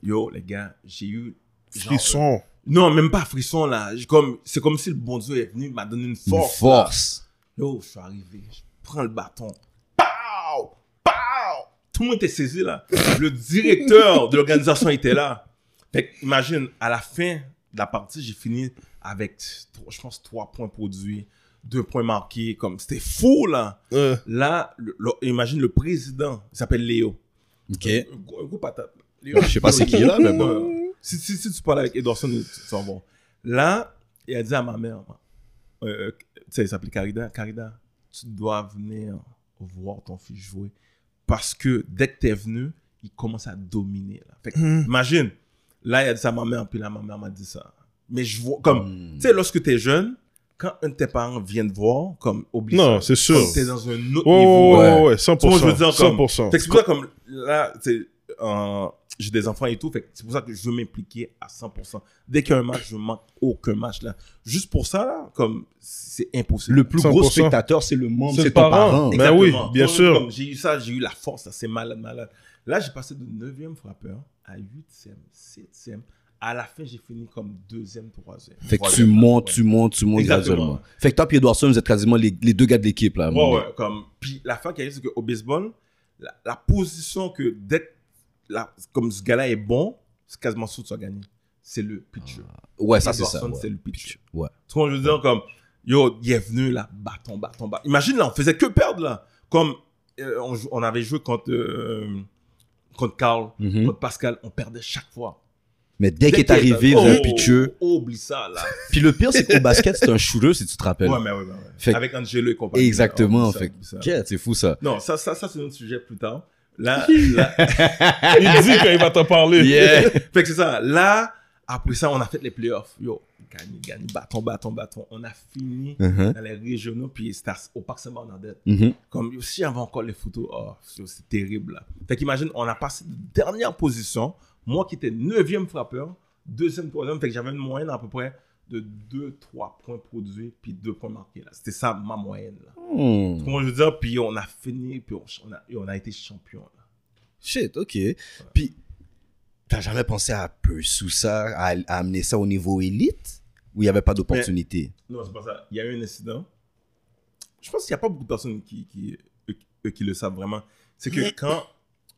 D: Yo, les gars, j'ai eu genre, euh,
C: Frisson.
D: non, même pas frisson là. J'ai Comme c'est comme si le bon Dieu est venu m'a donné une force.
B: Force.
D: là.
B: Force.
D: Yo, je suis arrivé, je prends le bâton. Pow! Pow! Tout le monde était saisi là. Le directeur de l'organisation était là. Fait que, imagine, à la fin de la partie, j'ai fini avec, trois- je pense, trois points produits, deux points marqués. Comme c'était fou là.
C: Euh,
D: Là, le- le- imagine le président, il s'appelle Léo.
B: OK.
D: Un gros, un gros patate. Léo.
B: Je sais pas c'est qui, là, mais bon.
D: Euh, si, si, si tu parles avec Edorson, tu tu vas voir. Là, il a dit à ma mère, euh, euh, tu sais, il s'appelait Carida, Carida, tu dois venir voir ton fils jouer. Parce que dès que tu es venu, il commence à dominer. Là. Fait que, Imagine, là, il a dit ça à ma mère, puis là, ma mère m'a dit ça. Mais je vois, comme,
B: Mm.
D: tu sais, lorsque tu es jeune, quand un de tes parents vient te voir, comme, obligé.
C: Non, c'est sûr.
D: Tu es dans un autre
C: Ouais, ouais,
D: niveau.
C: ouais,
B: ouais.
C: ouais,
D: Tu
C: 100%.
D: vois, je veux dire, comme,
B: Oh.
C: 100%.
D: fait que c'est pour ça, comme là, tu sais, euh, j'ai des enfants et tout, fait que c'est pour ça que je veux m'impliquer à 100%. Dès qu'il y a un match, je manque aucun match là. Juste pour ça, là, comme c'est impossible.
B: Le plus gros
C: 100%.
B: spectateur, c'est le membre,
C: C'est
B: c'est
C: le
B: ton
C: parent.
B: parent.
C: Ben oui, bien
D: Comme-
C: sûr.
D: comme J'ai eu ça, j'ai eu la force, là, c'est malade, malade. Là, j'ai passé de 9e frappeur à 8e, 7e. À la fin, j'ai fini comme 2e, 3e.
B: Fait que tu montes, tu montes, tu montes
D: Exactement.
B: graduellement. Fait que toi et Edwardson, vous êtes quasiment les, les deux gars de l'équipe, là. à un
D: Ouais,
B: moment
D: ouais, comme. Puis la fin qui arrive, c'est qu'au baseball, la, la position que dès que la- comme ce gars-là est bon, c'est quasiment sûr que tu vas gagner. C'est le pitcher.
B: donné. Ah, Ouais, ça, c'est ça.
D: Edwardson,
B: ouais.
D: c'est le pitcher.
B: Ouais.
D: Tu vois, je veux dire, comme, yo, il est venu là, bâton, bâton, bâton. Imagine là, on faisait que perdre là. Comme, euh, on, jou- on avait joué contre, euh, contre Carl,
B: Mhm.
D: contre Pascal, on perdait chaque fois.
B: Mais dès qu'il est
D: qu'il
B: arrivé, il y a un
D: oh,
B: pitcher.
D: Oublie ça là.
B: Puis le pire, c'est qu'au basket, c'est un shooter, si tu te rappelles.
D: ouais, mais ouais, ouais, ouais.
B: Fait que-
D: Avec Angelo et compagnie.
B: Exactement.
D: Oublie ça,
B: Fait que,
D: oublie ça.
B: Ok, c'est fou, ça.
D: Non, ça, ça, ça c'est notre sujet plus tard. Là, là-
C: Il dit quand il va t'en parler.
B: Yeah.
D: fait que c'est ça. Là, après ça, on a fait les playoffs. Yo, gagne, gagne, bâton, bâton, bâton. On a fini
B: Mhm.
D: dans les régionaux, puis c'était à- au Parc Saint-Bernardette.
B: Mhm.
D: Comme yo, si j'avais encore les photos, oh, yo, c'est terrible. Là. Fait qu'imagine, on a passé de dernière position. Moi qui étais 9e frappeur, deuxième, troisième, fait que j'avais une moyenne à peu près de 2-3 points produits, puis 2 points marqués. là. C'était ça ma moyenne. Là.
B: Hmm.
D: Comment je veux dire, puis on a fini, puis on, on a, on a été champion. là.
B: Shit, ok. Puis, t'as jamais pensé à sous ça, à, à amener ça au niveau élite, où il n'y avait pas d'opportunité?
D: Non, c'est pas ça. Il y a eu un incident. Je pense qu'il n'y a pas beaucoup de personnes qui, qui, eux- eux qui le savent vraiment. C'est que quand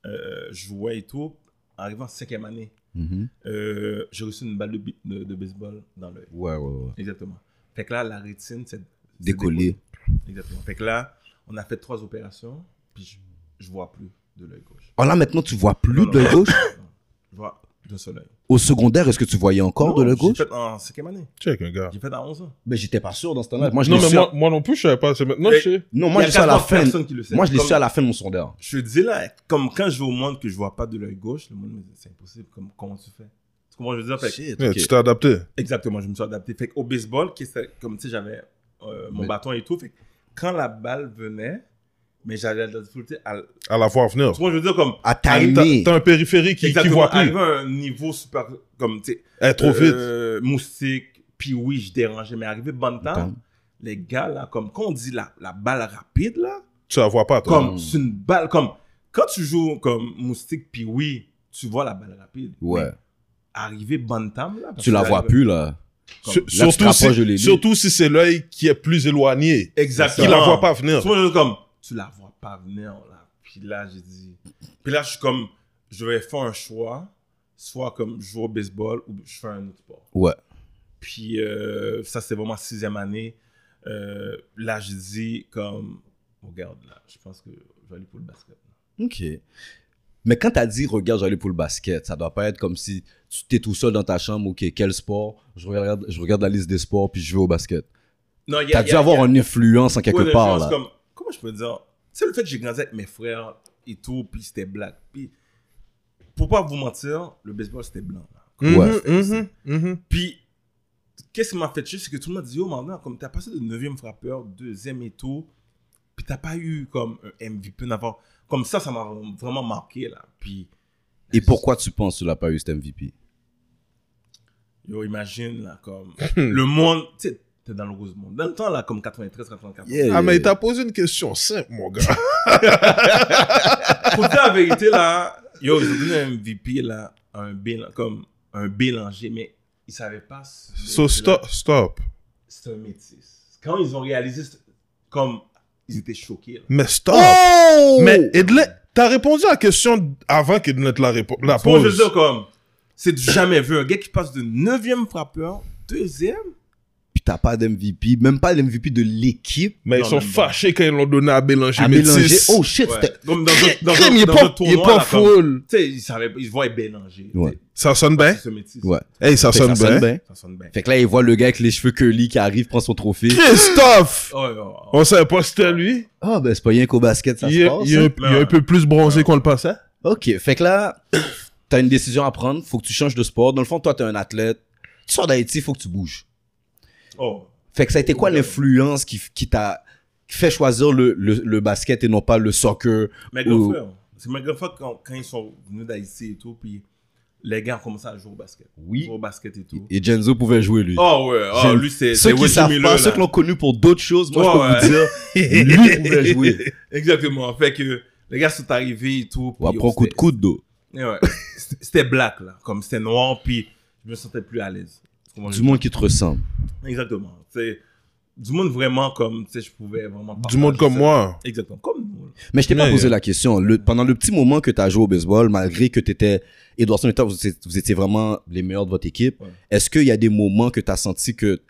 D: euh, je jouais et tout, arrivé en cinquième année,
B: Mhm.
D: euh, j'ai reçu une balle de, bi- de- de baseball dans l'œil.
B: Ouais, ouais, ouais.
D: Exactement. Fait que là, la rétine, c'est. c'est
B: Décoller.
D: décollé. Exactement. Fait que là, on a fait trois opérations, puis je, je vois plus de l'œil gauche.
B: Oh là, maintenant, tu vois plus
D: Non,
B: de
D: non.
B: gauche.
D: Non, je vois d'un seul œil.
B: Au secondaire, est-ce que tu voyais encore de
D: Non,
B: la gauche
D: J'ai fait en cinquième année.
C: Check, un gars.
D: J'ai fait à 11 ans.
B: Mais j'étais pas sûr dans ce temps-là. Moi, je
C: non,
B: l'ai
C: mais
B: su
C: moi,
B: à-
C: moi non plus, je savais pas. C'est maintenant,
D: Mais-
C: je sais.
B: Non,
D: Il
B: moi,
D: y a
B: je l'ai su à la
D: quasiment
B: fin.
D: personne qui le sait.
B: Moi, je l'ai
D: Comme-
B: su à la fin de mon secondaire.
D: Je dis là, comme quand je vais au monde que je vois pas de l'œil gauche, le monde me dit c'est impossible, comme, comment tu fais Tu comprends, je veux dire, fait que-
B: Shit,
C: Ouais,
B: ok.
C: Tu t'es adapté.
D: exactement, je me suis adapté. Fait au baseball, qui c'est- comme tu sais, j'avais euh, mon
B: Mais-
D: bâton et tout, fait que quand la balle venait, mais j'avais la difficulté à. Tu
C: À la voir venir.
D: comprends, je veux dire, comme.
B: À
C: T'as
B: timer.
C: t'as un périphérique qui, qui
D: exactement,
C: voit plus.
D: arrivé à un niveau super. Comme, tu sais.
C: Elle est trop vite.
D: euh, Moustique, puis oui, je dérangeais, mais arrivé Bantam,
B: Bantam.
D: les gars, là, comme, quand on dit la, la balle rapide, là.
C: Tu la vois pas, toi.
B: Mm.
D: comme c'est une balle comme quand tu joues comme moustique puis oui tu vois la balle rapide
B: Ouais.
D: arriver bantam là parce
B: Tu
D: que
B: la vois
D: arrive-
B: plus, là.
C: Sur-
B: Là, tu te
C: surtout,
B: rapproches de
C: si,
B: l'ailier.
C: surtout si c'est l'œil qui est plus éloigné.
D: exactement
C: Qui la voit pas venir.
D: Tu vois, comme tu la vois pas venir là puis là j'ai dit puis là je suis comme je vais faire un choix soit comme je joue au baseball ou je fais un autre sport
B: Ouais.
D: puis euh, ça c'est vraiment sixième année Euh, là j'ai dit comme regarde là je pense que je vais aller pour le basket
B: OK. Mais quand t'as dit, regarde, j'allais pour le basket, ça doit pas être comme si tu t'es tout seul dans ta chambre, OK, quel sport? Je regarde, je regarde la liste des sports, puis je vais au basket.
D: non il y a-
B: T'as
D: il y
B: dû
D: a- il y
B: avoir
D: a-
B: une influence en quelque
D: Ouais,
B: part,
D: l'influence,
B: là.
D: Comme, comment je peux dire Tu sais, le fait que j'ai grandi avec mes frères et tout, puis c'était black, puis pour pas vous mentir, le baseball c'était blanc. là.
C: Mhm,
B: Ouais.
C: mhm, mhm.
D: Puis, qu'est-ce qui m'a fait chier, c'est que tout le monde dit, yo, maintenant, comme t'as passé de 9e frappeur, 2e et tout, puis t'as pas eu comme un MVP n'avoir. Comme ça, ça m'a vraiment marqué, là. Puis,
B: Et pourquoi tu penses que tu l'as pas eu cet MVP
D: yo, imagine, là, comme. le monde, tu sais, t'es dans le rose monde. Dans le temps, là, comme 93, 94.
B: Yeah.
C: Ah, mais il t'a posé une question simple, mon gars.
D: Pour dire la vérité, là, yo, ils ont donné un MVP, là, à un Bél- comme un Bélanger, mais ils savaient pas. ce-
C: so, stop, stop.
D: C'est un métis. Quand ils ont réalisé, ce- comme, ils étaient choqués, là.
C: Mais stop.
B: Oh
C: Mais Edlin, t'as répondu à la question avant qu'Edlin te la, répo- la
D: Moi, je veux
C: pose.
D: dire, comme, c'est du jamais vu. Un gars qui passe de 9e frappeur, 2e.
B: Puis t'as pas d'MVP, même pas l'MVP de l'équipe.
C: Mais ils
D: Non,
C: sont
D: même
C: fâchés quand ils l'ont donné à Bélanger.
B: À
C: Métis.
B: mélanger. Oh shit,
D: Ouais.
B: c'était.
D: Comme dans un, dans
C: Crème,
D: un,
C: il est
D: dans
C: pas,
D: un tournoi.
C: il est pas
D: là, comme-
C: full.
D: Tu sais, ils savaient, ils voient Bélanger. tu sais.
B: Ouais.
C: Ça sonne bien.
D: C'est ce métis.
B: Ouais.
C: Hey, ça
B: Fait que
C: sonne bien.
D: Ça sonne bien.
B: Fait que là, il voit le gars avec les cheveux curly qui arrive, prend son trophée.
C: Christophe!
D: Oh, oh, oh.
C: On savait pas que c'était lui.
B: Ah, ben c'est pas rien qu'au basket, ça
C: Il
B: se
C: est,
B: passe.
C: il est
B: hein.
C: un, il est un peu plus bronzé qu'on le pensait.
B: Ok, fait que là, t'as une décision à prendre, faut que tu changes de sport. Dans le fond, toi, t'es un athlète. Tu sors d'Haïti, faut que tu bouges.
D: Oh.
B: Fait que ça a été quoi l'influence qui, qui t'a fait choisir le, le, le basket et non pas le soccer
D: Mais
B: Ou-
D: grand frère, c'est ma grand frère quand, quand ils sont venus d'Haïti et tout, puis les gars ont commencé à jouer au basket.
B: Oui.
D: Jouer au basket et tout.
B: Et Genzo pouvait jouer, lui.
D: Oh ouais, oh,
B: J'aime-
D: lui c'est c'est
B: ceux qui
D: Reggie
B: savent
D: Miller,
B: pas,
D: là.
B: ceux qui l'ont connu pour d'autres choses, moi,
D: Ouais,
B: je peux vous dire, lui pouvait jouer.
D: Exactement. Fait que les gars sont arrivés et tout.
B: On va
D: puis
B: prendre coup de
D: c'était-
B: coude, d'eau.
D: Et ouais, c'était c'était black, là. Comme c'était noir, puis je me sentais plus à l'aise. Comment
B: Du
D: je-
B: monde qui te ressemble.
D: Exactement. C'est du monde vraiment comme, tu sais, je pouvais vraiment...
C: Du monde
D: partager
C: comme
D: ça.
C: moi.
D: Exactement, comme nous. là.
B: Mais je t'ai pas
C: Mais-
B: posé la question. Le- pendant le petit moment que tu as joué au baseball, malgré que tu étais Edwardson et toi, vous, étiez- vous étiez vraiment les meilleurs de votre équipe,
D: Ouais.
B: est-ce qu'il y a des moments que tu as senti que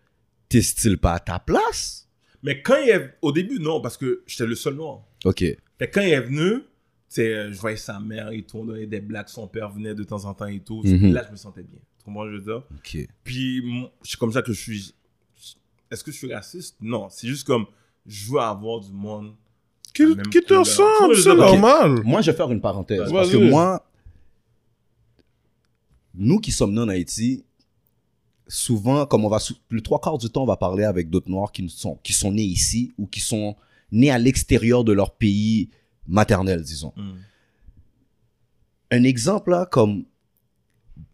B: t'es style pas à ta place?
D: Mais quand il est... Au début, non, parce que j'étais le seul noir.
B: Ok.
D: Fait que quand il est venu, tu sais, euh, je voyais sa mère et tout, on donnait des blagues, son père venait de temps en temps et tout.
B: Mhm.
D: Là, je me sentais bien. Tu comprends ce que je veux dire?
B: Ok.
D: Puis, mon- c'est comme ça que je suis... Est-ce que je suis raciste? Non, c'est juste comme, je veux avoir du monde.
C: Qui,
D: Même
C: qui te
D: couleur.
C: ressemble,
D: Ok.
C: c'est normal.
B: Moi, je vais faire une parenthèse.
C: Vas-y.
B: Parce que moi, nous qui sommes nés en Haïti, souvent, comme on va, sou- le trois quarts du temps, on va parler avec d'autres Noirs qui ne sont, qui sont nés ici ou qui sont nés à l'extérieur de leur pays maternel, disons.
D: Mhm.
B: un exemple là, comme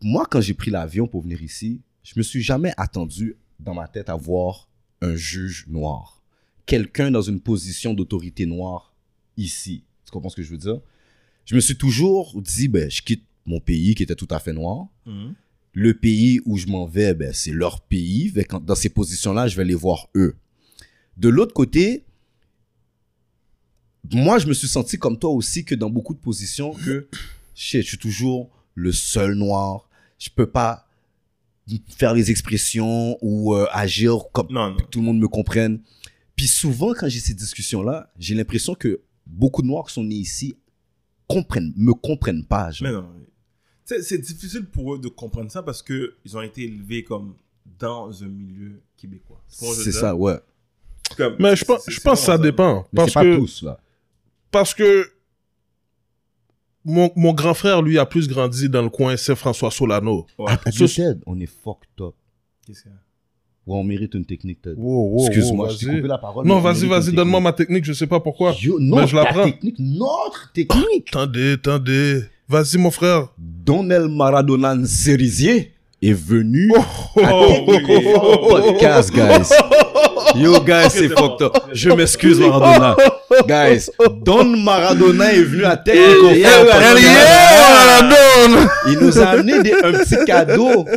B: moi, quand j'ai pris l'avion pour venir ici, je me suis jamais attendu dans ma tête à voir un juge noir, quelqu'un dans une position d'autorité noire ici. Tu comprends ce que je veux dire? Je me suis toujours dit, ben, je quitte mon pays qui était tout à fait noir.
D: Mhm.
B: Le pays où je m'en vais, ben, c'est leur pays. Fait que Dans ces positions-là, je vais les voir eux. De l'autre côté, moi, je me suis senti comme toi aussi que dans beaucoup de positions, que shit, je suis toujours le seul noir. Je peux pas faire les expressions ou euh, agir comme
D: Non, non.
B: que tout le monde me comprenne. Puis souvent, quand j'ai ces discussions-là, j'ai l'impression que beaucoup de noirs qui sont nés ici comprennent, me comprennent pas. genre.
D: Mais non. Tu sais, C'est difficile pour eux de comprendre ça parce que ils ont été élevés comme dans un milieu québécois. Tu vois, je veux
B: C'est
D: dire,
B: ça, ouais.
D: comme-
C: Mais je pense,
D: c'est-
C: je
D: c'est
C: pense que ça
D: vraiment
C: dépend.
B: Mais
C: Parce
B: c'est pas
C: que,
B: tous, là.
C: parce que mon, mon grand frère, lui, a plus grandi dans le coin Saint-François Solano.
D: Ouais.
B: Adieu,
C: Ce-
B: Ted, on est fucked up.
D: Qu'est-ce qu'il y a?
B: Ouais, on mérite une technique, Ted.
C: Wow, wow,
B: Excuse-moi,
C: wow,
B: je t'ai
C: vas-y.
B: coupé la parole.
C: Non,
B: mais on
C: vas-y,
B: mérite
C: vas-y,
B: une
C: donne-moi
B: technique.
C: ma technique, je sais pas pourquoi.
B: Yo, non,
C: Mais je la
B: ta
C: prends.
B: technique, notre technique.
C: Attendez, attendez. Vas-y, mon frère.
B: Donel Maradonan Cerisier est venu
D: Oh, oui.
B: au podcast, guys. Yo, guys, c'est fucked up. Je m'excuse, Maradona. Guys, Don Maradona est venu à Technico.
C: Oh
B: Il nous a amené des- un petit cadeau.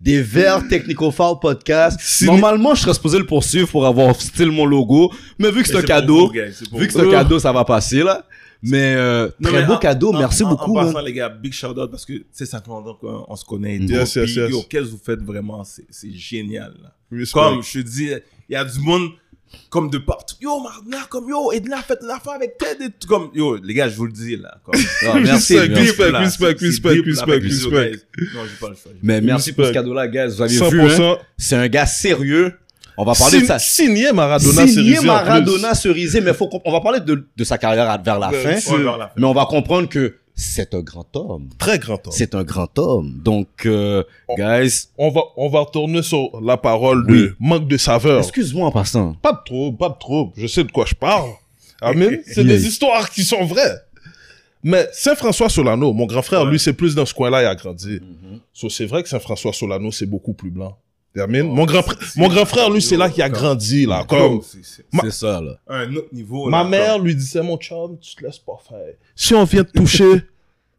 B: Des verres Technicophile Podcast.
C: Si-
B: Normalement, je serais supposé le poursuivre pour avoir style mon logo. Mais vu que c'est
D: Mais
B: un
D: pour
B: cadeau,
D: vous, guys, c'est pour
B: vu que
D: vous.
B: c'est un cadeau, ça va passer, là. Mais, euh,
D: Non,
B: très
D: mais ah,
B: beau
D: en-
B: cadeau.
D: en-
B: Merci
D: en-
B: beaucoup.
D: En
B: hein. Mm.
D: passant, les gars, big shout out parce que tu sais, ça fait longtemps qu'on se connaît. Et tout,
C: Yes, yes,
D: puis,
C: yes.
D: yo, qu'est-ce que vous faites vraiment C'est c'est génial. là.
C: Respect.
D: Comme je te dis, il y a du monde comme de partout. Yo, Marna, comme yo, Edna, faites une affaire avec Ted et tout. Comme, yo, les gars, je vous le dis là. Comme,
B: Ah, merci,
C: Respect,
B: merci.
C: respect,
D: Là,
C: respect,
D: c'est- c'est
C: respect,
D: deep, là,
C: respect,
D: avec les
C: respect.
D: yeux, guys. Non, j'ai pas le choix. j'ai
B: Mais merci
C: Respect.
B: pour ce cadeau-là, guys. Vous avez vu, hein.
C: 100%.
B: C'est un gars sérieux. On va parler de sa
C: Signé Maradona,
B: signé
C: Cerisier en plus.
B: Maradona Cerisé, mais faut qu'on- on va parler de, de sa carrière à- vers la
C: Ben,
B: fin.
D: pas le choix. Ouais, vers la fin.
B: Mais on va comprendre que c'est un grand homme.
C: Très grand homme.
B: C'est un grand homme. Donc, euh,
C: On-
D: Oh.
B: guys,
C: On va, on va retourner sur la parole
B: Oui.
C: de manque de saveur.
B: excuse-moi en passant.
C: Pas de trouble, pas de trouble. Je sais de quoi je parle. Amen. C'est
B: Yeah.
C: des histoires qui sont vraies. Mais Saint-François Solano, mon grand frère,
D: Ouais. Mhm.
C: lui, c'est plus dans ce coin-là, il a grandi. So, c'est vrai que Saint-François Solano, c'est beaucoup plus blanc. Amen.
D: Oh,
C: mon, grand fr-
D: c'est-
C: mon grand frère, lui, c'est là
D: Yo,
C: qu'il a
D: comme-
C: grandi, là. Comme,
D: Yo, c'est- c'est
B: C'est ça, là.
D: un autre niveau.
C: ma
D: là,
C: mère lui disait, mon chum, tu te laisses pas faire. Si on vient te toucher,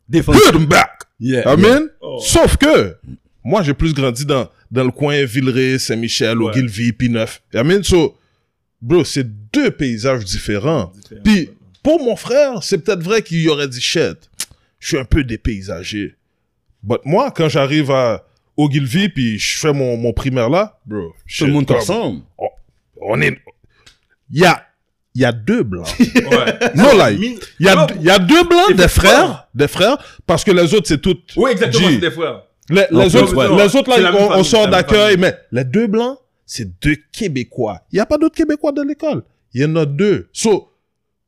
B: Défense.
C: put him back.
B: Yeah. yeah.
C: Amen.
D: Oh.
C: Sauf que, moi, j'ai plus grandi dans, dans le coin Villeray, Saint-Michel,
D: Ouais.
C: Ogilvy, P9. Amen. So, bro, c'est deux paysages différents.
D: comme- différent,
C: Puis,
D: vraiment.
C: pour mon frère, c'est peut-être vrai qu'il aurait dit shit. Je suis un peu dépaysagé. But moi, quand j'arrive à Ogilvy, puis je fais mon, mon primaire là, bro,
B: Tout
C: shit,
B: le monde
C: comme,
B: ensemble.
C: On est. Il y a, il y a deux blancs.
D: Ouais.
C: non, là, il
D: Mine-
C: y, a-
D: Non.
C: il y a deux blancs, des
D: Effectivement.
C: frères, des frères, parce que les autres, c'est toutes.
D: Oui, exactement,
C: G.
D: c'est des frères.
C: Les,
B: En
C: les
B: plus,
C: autres,
D: ouais.
C: les autres,
D: C'est
C: là,
D: la
C: on,
D: même
C: on sort
D: famille, c'est la même
C: d'accueil, mais les deux blancs, c'est deux Québécois. Il n'y a pas d'autres Québécois dans l'école. Il y en a deux. So,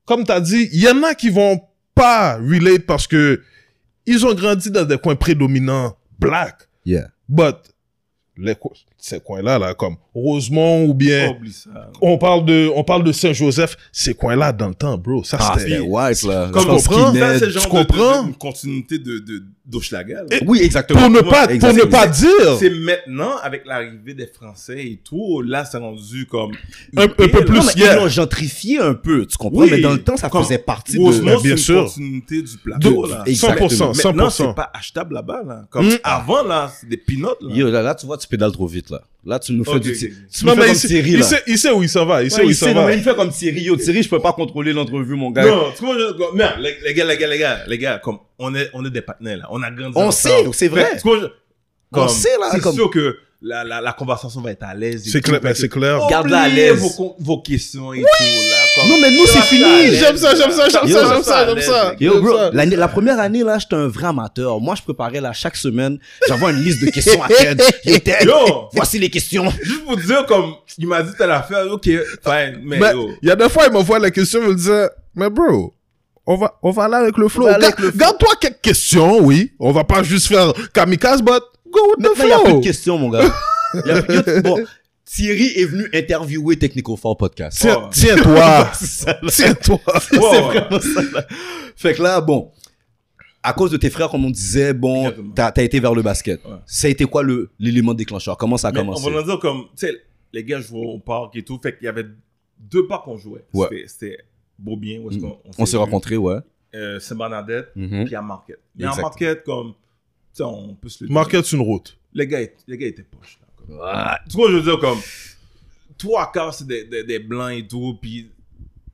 C: comme tu as dit, il y en a qui vont pas relate parce que ils ont grandi dans des coins prédominants black.
B: Yeah.
C: But, les, co- ces coins-là, là, comme Rosemont ou bien,
D: Oublie ça.
C: on parle de, on parle de Saint-Joseph, ces coins-là dans le temps, bro. Ça,
B: Ah,
C: c'était...
B: c'était white, là.
C: Comme
B: Comme
C: on prend-
B: skinhead.
D: Ça, Ben, c'est le
C: tu
D: genre de-
C: comprends?
D: de- de- une continuité de, de, d'Hochelaga, là.
B: Oui, exactement.
C: Pour ne pas, pour ne
B: Exactement.
C: pas dire
D: C'est maintenant, avec l'arrivée des Français et tout, là, c'est rendu comme.
C: un, un peu
B: Non,
C: plus
B: mais
C: hier.
B: ils l'ont gentrifié un peu, tu comprends?
D: Oui.
B: mais dans le temps, ça
D: Comme-
B: faisait partie de...
D: Heureusement,
C: Ben, bien
D: c'est une
C: sûr.
D: continuité du plateau, là.
C: De- 100%,
D: Mais Maintenant,
C: 100%.
D: c'est pas achetable là-bas, là. Comme
C: Mm.
D: avant, là, c'est des pinottes, là.
B: Yo, là, là, tu vois, tu pédales trop vite, là. Là, tu nous fais
D: Ok,
B: du...
D: ok.
B: ti- Tu me
C: Non,
B: fais
C: mais
B: comme
C: il sait,
B: Thierry,
C: il
B: là.
C: sait- il sait où il s'en va. Il sait
B: Ouais,
C: où il
B: il
C: s'en
B: sait, non,
C: va.
B: mais il me fait comme Thierry. Yo, Thierry, je peux pas contrôler l'entrevue, mon gars.
D: Non, tu vois, je- merde, les, les gars, les gars, les gars, les gars, comme, on est, on est des partenaires, là. On a grandi.
B: On
D: ensemble.
B: sait, c'est
D: Fait,
B: vrai.
D: tu vois, je- comme,
B: sait, là,
D: C'est
B: comme-
D: sûr que la, la, la conversation va être à l'aise. et
C: C'est
D: tout.
C: clair,
D: Fait
C: ben,
D: que-
C: c'est clair.
B: Garde-la à
D: Oubliez
B: l'aise.
D: Vos, con- vos questions et tout, là. comme-
B: Non, mais nous, c'est fini.
D: Garde-la à l'aise,
C: J'aime ça, j'aime ça, j'aime
D: Yo,
C: ça, j'aime ça,
D: à
C: j'aime
D: l'aise,
C: ça.
D: les
B: Yo,
D: gars.
C: Comme
B: bro,
C: ça.
B: l'année- la première année, là, j'étais un vrai amateur. Moi, je préparais, là, chaque semaine, j'avais une liste de questions à Ted. Yo, Ted,
D: Yo.
B: voici les questions.
D: Juste pour dire, comme, il m'a dit telle affaire, ok, fine, mais
C: Mais
D: yo.
C: il y a des fois, il m'envoie la question, il me disait, mais bro, on va, on va aller avec le flow.
B: va aller
C: Ga- Garde-toi quelques questions, oui. On va pas juste faire kamikaze, but go with the
B: Maintenant, il n'y a plus
C: flow.
B: de questions, mon gars. Y a- yo, bon, Thierry est venu interviewer Technicophore Podcast.
C: Tiens-
D: Oh.
C: Tiens-toi.
B: C'est ça, là.
C: Tiens-toi.
D: Wow.
B: C'est vraiment ça. là. Fait que là, bon, à cause de tes frères, comme on disait, bon,
D: Exactement.
B: t'as as été vers le basket.
D: Ouais.
B: Ça a été quoi le- l'élément déclencheur Comment ça a
D: Mais
B: commencé
D: On va leur dire comme, tu sais, les gars jouaient au parc et tout. Fait qu'il y avait deux parcs qu'on jouait.
B: Ouais.
D: C'était- C'était Beaubien, où est-ce
B: Mm.
D: qu'on
B: On s'est
D: vu.
B: rencontrés, ouais.
D: Euh, Saint-Bernadette,
B: Mhm.
D: puis à Market. Mais à
B: Exact.
D: Market, comme, tu sais, on peut se le dire.
C: Marquez une route.
D: Les gars, étaient- les gars étaient poches. là, comme.
B: Ah,
D: Tu vois, je veux dire, comme, trois quarts, c'est des, des, des blancs et tout. Puis,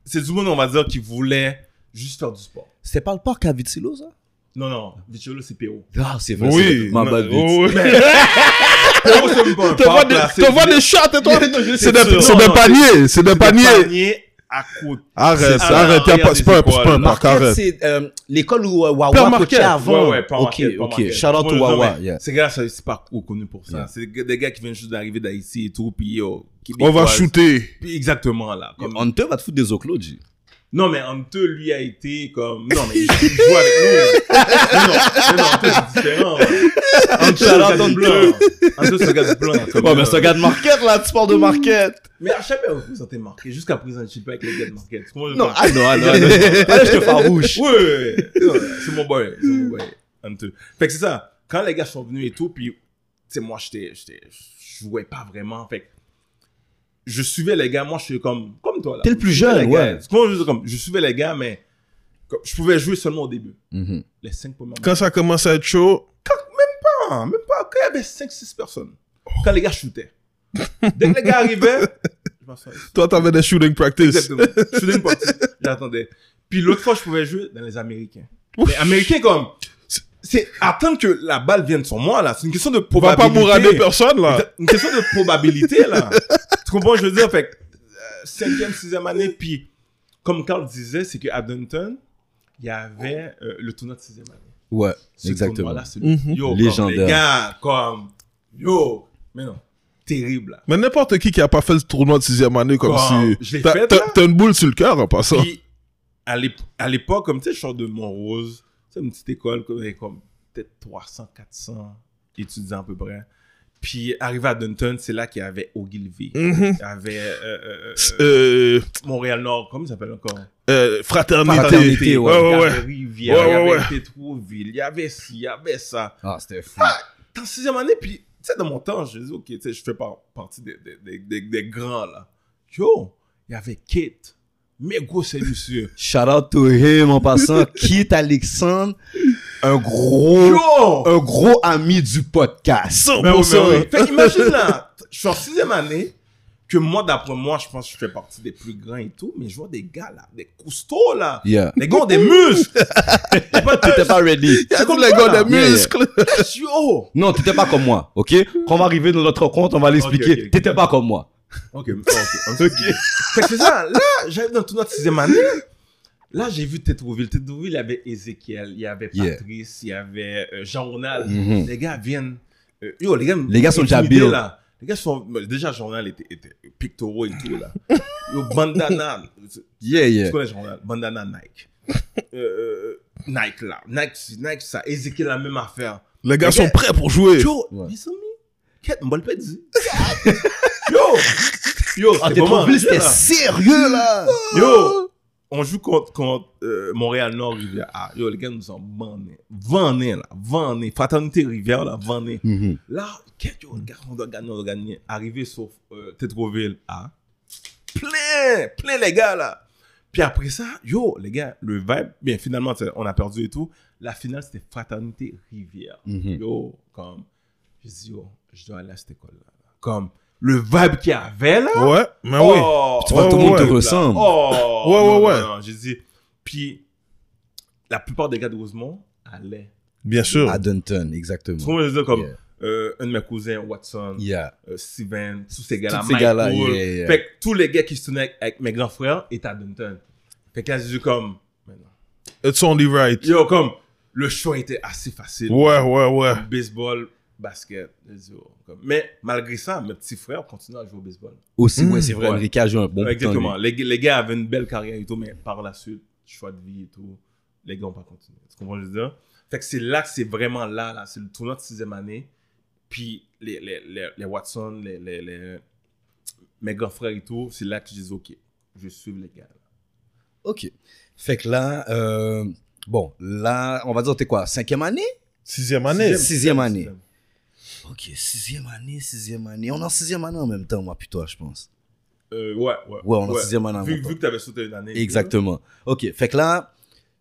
D: c'est du monde, on va dire, qui voulait juste faire du sport.
B: C'était pas le parc à Vitsilo, ça
D: Non, non, Vicholo, c'est PO.
B: Ah, c'est vrai.
C: Oui.
B: c'est vrai. Ma bad, Vits.
C: Oui, oui.
D: PO, c'est pas un
C: Te vois
D: parc,
C: des-
D: là,
C: te
D: c'est-
C: vois des shots et toi. C'est des
D: sûr.
C: c'est
D: Non,
C: des
D: non,
C: paniers. C'est des
D: c'est des
C: paniers.
D: paniers à côté.
C: Arrête,
D: C'est à
C: arrête. y a
D: l'arrière
C: pas- C'est pas un- c'est
D: des
C: pas un
D: écoles.
C: parc,
B: Marquette,
C: arrête.
B: c'est euh, l'école où euh,
C: Père
B: Wawa
C: Marquette.
B: coachait avant.
D: Ouais, ouais, pas
B: ok,
D: Marquette, pas
B: ok.
D: Marquette.
B: Shout out
D: Moi,
B: to
D: je veux dire,
B: Wawa.
D: mais
B: yeah.
D: Ces gars, ça, c'est pas connu pour ça.
B: Yeah.
D: C'est des des gars qui viennent juste d'arriver d'Haïti et tout, puis yo,
C: On va
D: Québécois.
C: shooter.
D: Puis Exactement, là. comme-
B: On te va te foutre des oclos, G.
D: Non, mais Hunter, lui, a été comme... Non, mais il il joue avec nous. Non, non, mais non, Hunter, c'est différent. Hunter, c'est un gars de blanc. Hunter, c'est un gars de blanc.
C: Oh,
D: comme, euh,
B: de Marquette, là, tu pars de Marquette.
D: Mais à chaque fois, vous sentez marqué. Jusqu'à présent, je suis pas avec les gars de Marquette. Comment je
B: Non,
D: parle?
B: ah non, ah non, ah non. Ah, là, je te farouche.
D: Ouais, ouais, ouais. Non, c'est mon boy, c'est mon boy, Hunter. Fait que c'est ça, quand les gars sont venus et tout, puis, tu sais, moi, j'étais, j'étais, je jouais pas vraiment, fait que je suivais les gars, moi, je suis comme, comme toi, là.
B: T'es le plus
D: Je suivais
B: jeune,
D: les gars.
B: ouais.
D: C'est Comment je dis, comme, je suivais les gars, mais comme, je pouvais jouer seulement au début,
B: Mhm.
D: les cinq premières
C: Mm-hmm. Quand ça commence à être chaud,
D: minutes. Même pas, quand il y avait cinq, six personnes, quand les gars shootaient. Dès que les gars arrivaient, je m'assois.
C: toi, t'avais des shooting practice.
D: Exactement. Je faisais une partie. J'attendais. Puis l'autre fois, je pouvais jouer dans les Américains. Les Américains, comme, c'est attendre que la balle vienne sur moi, là. C'est une question de
C: On va pas
D: probabilité.
C: mourader personne,
B: Ah.
C: là.
D: Exa- Une question de probabilité, là. tu comprends, je veux dire, fait que, euh, cinquième, sixième année, puis, comme Carl disait, c'est qu'à Dunton, il y avait euh, le tournoi de sixième année.
B: Ouais,
D: Ce
B: exactement.
D: tournoi-là, c'est le-
C: Mhm.
D: Yo, comme,
B: Légendaire.
D: les gars, comme, yo, mais non, terrible, là.
C: Mais n'importe qui qui a pas fait le tournoi de sixième année comme
D: Wow, je
C: si...
D: l'ai
C: T'as-
D: fait,
C: T'as
D: là.
C: t'as une boule sur le cœur en passant.
D: Puis, à l'ép- à l'époque, comme tu sais, je sors de Montrose, c'est une petite école, comme, comme peut-être 300, 400 étudiants à peu près. Puis, arrivé à Dunton, c'est là qu'il y avait Ogilvy,
C: Mhm.
D: il y avait euh, euh,
C: S-
D: euh,
C: euh,
D: Montréal-Nord, comment il s'appelle encore?
C: euh, fraternité.
B: Fraternité, ouais.
C: Ah, ouais, ouais.
D: Il y avait Rivière,
C: Ouais, ouais,
D: il y avait
C: ouais.
D: Tétrouville, il y avait ci, il y avait ça.
B: Ah, c'était fou.
D: T'es en sixième année, puis, tu sais, dans mon temps, je dis, ok, tu sais, je fais par- partie des, des, des, des- des grands, là. Yo, il y avait Kate, mégo séducteur.
B: Shout out to him en passant. Kit Alexandre, un gros,
D: Yo!
B: un gros ami du podcast.
C: 100%.
D: Mais oui, mais
C: ben
D: oui. Fait imagine là, je suis en sixième année, que moi, d'après moi, je pense que je fais partie des plus grands et tout, mais je vois des gars là, des costauds là.
B: Yeah.
D: Les gars ont des muscles! J'ai pas de
B: T'étais pas ready.
C: Il y a
D: C'est
C: comme
D: comme
C: les
D: ça,
C: gars
D: là.
C: des
B: Yeah, yeah.
C: muscles.
D: muscles, yo!
B: Non, t'étais pas comme moi, ok? Quand on va arriver dans notre compte, on va l'expliquer.
D: ok, ok.
B: T'étais pas comme moi.
D: Ok, ok, ok. Fait que c'est ça, là, j'arrive dans toute notre sixième année. Là, j'ai vu Tétrouville. Tétrouville, il y avait Ézéchiel, il y avait
B: Yeah.
D: Patrice, il y avait euh, Jean-Ronald.
B: Mhm.
D: Les gars viennent. euh, yo, les gars.
B: Les gars sont déjà
D: intimidés,
B: build.
D: là. Les gars sont. mais Déjà, Jean-Ronald était, était pictoraux et tout, là. Yo, bandana.
B: Yeah,
D: Tu
B: yeah.
D: connais Jean-Ronald Bandana Nike. Euh, euh, Nike, là. Nike, ci, Nike, ça. Ézéchiel, la même affaire.
C: Les gars
D: Les
C: sont
D: gars-
C: prêts pour jouer.
D: Yo,
B: Ouais.
D: ils sont mis. Quête, m'en pas dit. Yo! Yo,
B: Ah,
D: c'était vraiment-
B: Tétrouville, c'était
D: là.
B: sérieux, là!
D: Yo, on joue contre, contre euh, Montréal-Nord, Rivière. Ah, yo, les gars nous ont vanné. Vanné, là. Vanné. Fraternité Rivière, là. Vanné.
B: Mhm.
D: Là, qu'est-ce que, yo, les gars, on doit gagner, on doit gagner. Arrivé sur euh, Tétroville, ah. Plein, plein, les gars, là. Puis après ça, yo, les gars, le vibe, bien, finalement, tu sais, on a perdu et tout. La finale, c'était Fraternité Rivière.
B: Mhm.
D: Yo, comme, je dis, yo, je dois aller à cette école-là. Comme, le vibe qu'il y avait, là.
C: Ouais, mais oui.
D: Oh,
B: Tu vois,
C: tout le monde te
B: ressemble.
D: Oh,
C: Ouais, ouais,
D: non, non,
C: ouais.
D: non, J'ai dit. Puis, la plupart des gars de Rosemont allaient.
C: Bien sûr.
B: À Dunton,
D: Tu
B: exactement.
D: comprends ce que je veux dire? Comme
B: Yeah.
D: euh, un de mes cousins, Watson,
B: Yeah.
D: euh, Steven, tous ces gars-là.
B: Tous ces
D: Mike
B: gars-là,
D: Wool.
B: yeah, yeah.
D: Fait que tous les gars qui se tenaient avec, avec mes grands frères étaient à Dunton. Fait que là, j'ai dit comme. mais non.
B: Oh.
C: It's only right.
D: Yo, comme, le choix était assez facile.
C: Ouais, ouais, ouais.
D: Baseball, basket. j'ai dit, oh, comme. Mais malgré ça, mes petits frères continuent à jouer au baseball.
B: Aussi,
C: Mm.
B: Mhm. ouais, c'est vrai,
D: Ouais.
B: Enrique a joué un bon
D: Ouais,
B: bout de temps, lui.
D: Exactement. Les, les gars avaient une belle carrière et tout, mais par la suite, choix de vie et tout, les gars n'ont pas continué. Tu comprends ce que je veux dire? Fait que c'est là que c'est vraiment là, là. C'est le tournoi de sixième année. Puis les, les, les, les Watson, les, les, les- mes grands frères et tout, c'est là que je dis, OK, je suis les gars.
B: Ok. Fait que là, euh, bon, là, on va dire, t'es quoi, cinquième année?
C: Sixième année.
B: Sixième. année. Ok, sixième année, sixième année. On est en sixième année en même temps, moi, puis toi, je pense.
D: Euh, ouais, ouais.
B: Ouais, on est en sixième année en
D: Vu,
B: même temps.
D: vu que tu avais sauté une année. et tout,
B: Exactement. Ok, fait que là,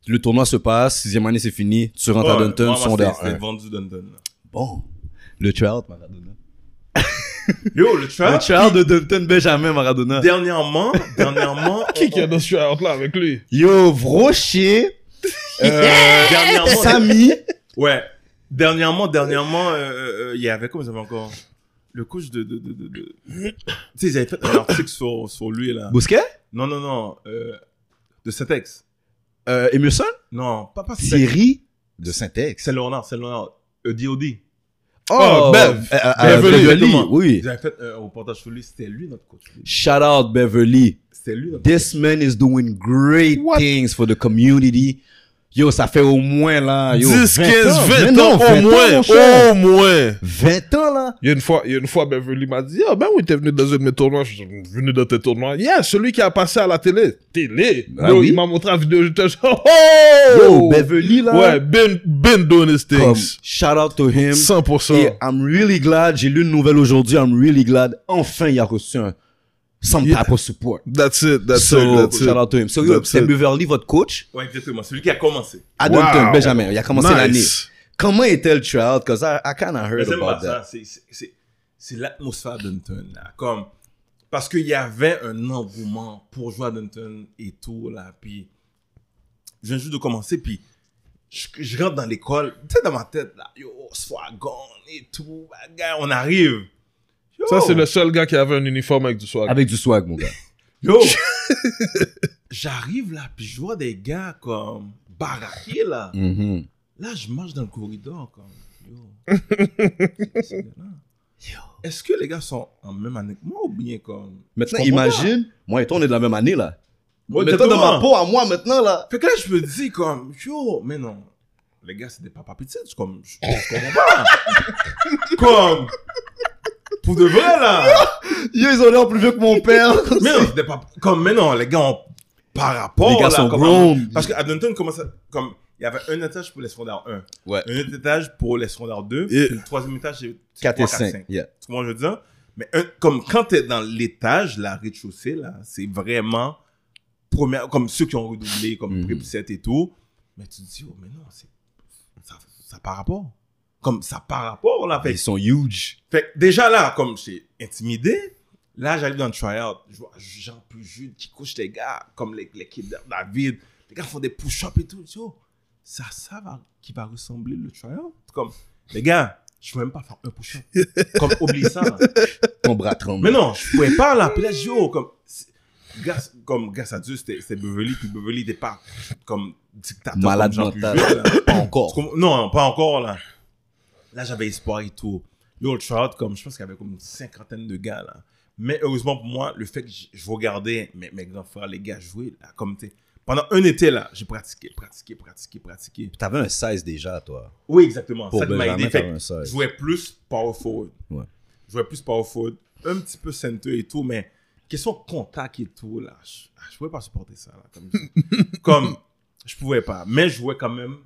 B: le tournoi se passe, sixième année, c'est fini. Tu
D: là.
B: rentres à
D: Ouais,
B: Dunton,
D: moi, moi,
B: sondage.
D: c'était- c'était vendu Dunton. là.
B: Bon, le tryout, Maradona.
D: Yo, le
B: Le
D: trap.
B: tryout de Dunton Benjamin, Maradona.
D: Dernièrement, dernièrement.
C: Qui qui
D: on-
C: a dans ce out là avec lui?
B: Yo, Vrocher,
D: Euh, dernièrement,
B: Samy.
D: Ouais. Dernièrement, dernièrement, euh, euh, euh, il y avait comment ça s'appelle encore Le coach de. de, de, de, de- Tu sais, ils avaient fait un article sur, sur lui là.
B: Bousquet
D: Non, non, non. Euh, de Saint-Ex.
B: euh, Emerson
D: Non, pas pas Saint-Ex.
B: Thierry de Syntex.
D: Saint-Laurent, Saint-Laurent. Euh, DOD.
C: Oh, Bev.
B: euh, euh,
C: Beverly,
B: Beverly,
D: exactement.
B: oui.
D: Ils avaient fait euh, un reportage sur lui. C'était lui notre coach.
B: Shout out Beverly.
D: C'était lui notre
B: This man is doing great
C: What?
B: things for the community. Yo, ça fait au moins là, yo,
C: 10, 15, 20
B: mais
C: ans,
B: non, 20
C: au moins.
B: mon
D: Oh,
B: cher.
C: au moins.
B: 20 ans là.
C: Il y a une fois, il y a une fois, Beverly m'a dit, ah ben oui, t'es venu dans un de mes tournois, je suis venu dans tes tournois. Yeah, celui qui a passé à la télé. Télé.
B: Ah
C: Yo,
B: oui.
C: Il m'a montré la vidéo, j'étais genre,
B: Yo,
C: oh!
B: Beverly là.
C: Ouais, Ben, Ben doing his
B: Comme,
C: things.
B: shout out to him.
C: 100%.
B: Et I'm really glad, j'ai lu une nouvelle aujourd'hui, I'm really glad. Enfin, il a reçu un some
C: Yeah.
B: type of support.
C: That's it, that's
B: so,
C: it, that's
B: shout
C: it.
B: out to him. So, yo,
C: That's
B: c'est
C: it.
B: Beverly, votre coach,
D: Ouais, exactement. C'est lui qui a commencé.
B: à
C: Wow.
B: Dunton, Benjamin. Il a commencé
C: Nice.
B: l'année. Comment était le tryout? Cause I, I kinda
D: Mais
B: heard
D: c'est pas
B: about that.
D: ça. c'est- c'est- c'est- C'est l'atmosphère d'Unton, là. Comme, parce qu'il y avait un engouement pour jouer à Dunton et tout, là. Puis, je viens juste de commencer, puis je, je rentre dans l'école. Tu sais, dans ma tête, là, yo, soir gone et tout, bagarre, on arrive. Yo,
C: Ça, c'est le seul gars qui avait un uniforme avec du swag.
B: Oh. Avec du swag, mon gars.
D: Yo! J'arrive, là, puis je vois des gars, comme, baraqués, là.
B: Mhm.
D: Là, je marche dans le corridor comme. Yo. C'est là. Est-ce que les gars sont en même année que moi ou bien comme.
B: Maintenant,
D: Je comprends
B: imagine, moi et toi, on est de la même année, là.
D: Ouais,
B: Mets-toi dans
D: exactement.
B: ma peau à moi, maintenant, là.
D: pas. Fait que là, je me dis comme. Yo, mais non. les gars, c'est des papas petites. Comme, je, je comprends pas. comme, pour de vrai, là.
B: Yo, ils ont l'air plus vieux que mon père.
D: Mais non, c'est des papas. Comme, mais non, les gars, ont- par rapport.
B: Les gars
D: là,
B: sont
D: comme-
B: grown.
D: Parce qu'à Dunton, comment ça- comme, il y avait un étage pour les secondaires 1.
B: Ouais.
D: Un autre étage pour les secondaires 2.
B: Et-
D: puis le troisième étage, c'est
B: 4
D: trois,
B: et
D: quatre,
B: 5.
D: cinq. Tu comprends ce que je veux dire? Mais un- comme quand t'es dans l'étage, la rez-de-chaussée, là, c'est vraiment première, comme ceux qui ont redoublé, comme
B: Mhm.
D: pré 7 et tout. Mais tu te dis, oh, mais non, c'est, ça, ça par rapport. Comme ça par rapport, là. Fait,
B: Ils sont huge.
D: fait que déjà là, comme j'étais intimidé, là, j'arrive dans le try-out, je vois Jean Pujude qui couche les gars, comme les, les kids de David. Les gars font des push-ups et tout. Je dis, oh, ça, ça va, qui va ressembler le try-out. Comme, les gars, je peux même pas faire un push-up. Comme, oublie ça, là.
B: Ton bras tremble.
D: Mm. Mais non, je pouvais pas là. Puis là, je dis, oh, comme, c'est- grâce, comme, grâce à Dieu, c'était c'était Beverly. Puis Beverly n'était pas comme dictateur.
B: Malade
D: comme Jean
B: mental.
D: Puget, là.
B: Pas
D: Tu
B: encore.
D: comprends- Non, pas encore là. Là, j'avais espoir et tout. Yo, le tryout, comme, je pense qu'il y avait comme une cinquantaine de gars là. Mais heureusement pour moi, le fait que j- je regardais mes, mes grands frères, les gars jouer là, comme tu sais, Pendant un été là, j'ai pratiqué, pratiqué, pratiqué, pratiqué.
B: T'avais un 16 déjà, toi.
D: Oui, exactement.
B: Pour
D: ça qui m'a
B: Benjamin,
D: aidé.
B: t'avais
D: Fait que
B: un size.
D: je jouais plus power forward.
B: Ouais.
D: Je jouais plus power forward, un petit peu center et tout, mais question contact et tout, là, je, ah, je pouvais pas supporter ça. Là, comme, comme, je pouvais pas. Mais je jouais quand même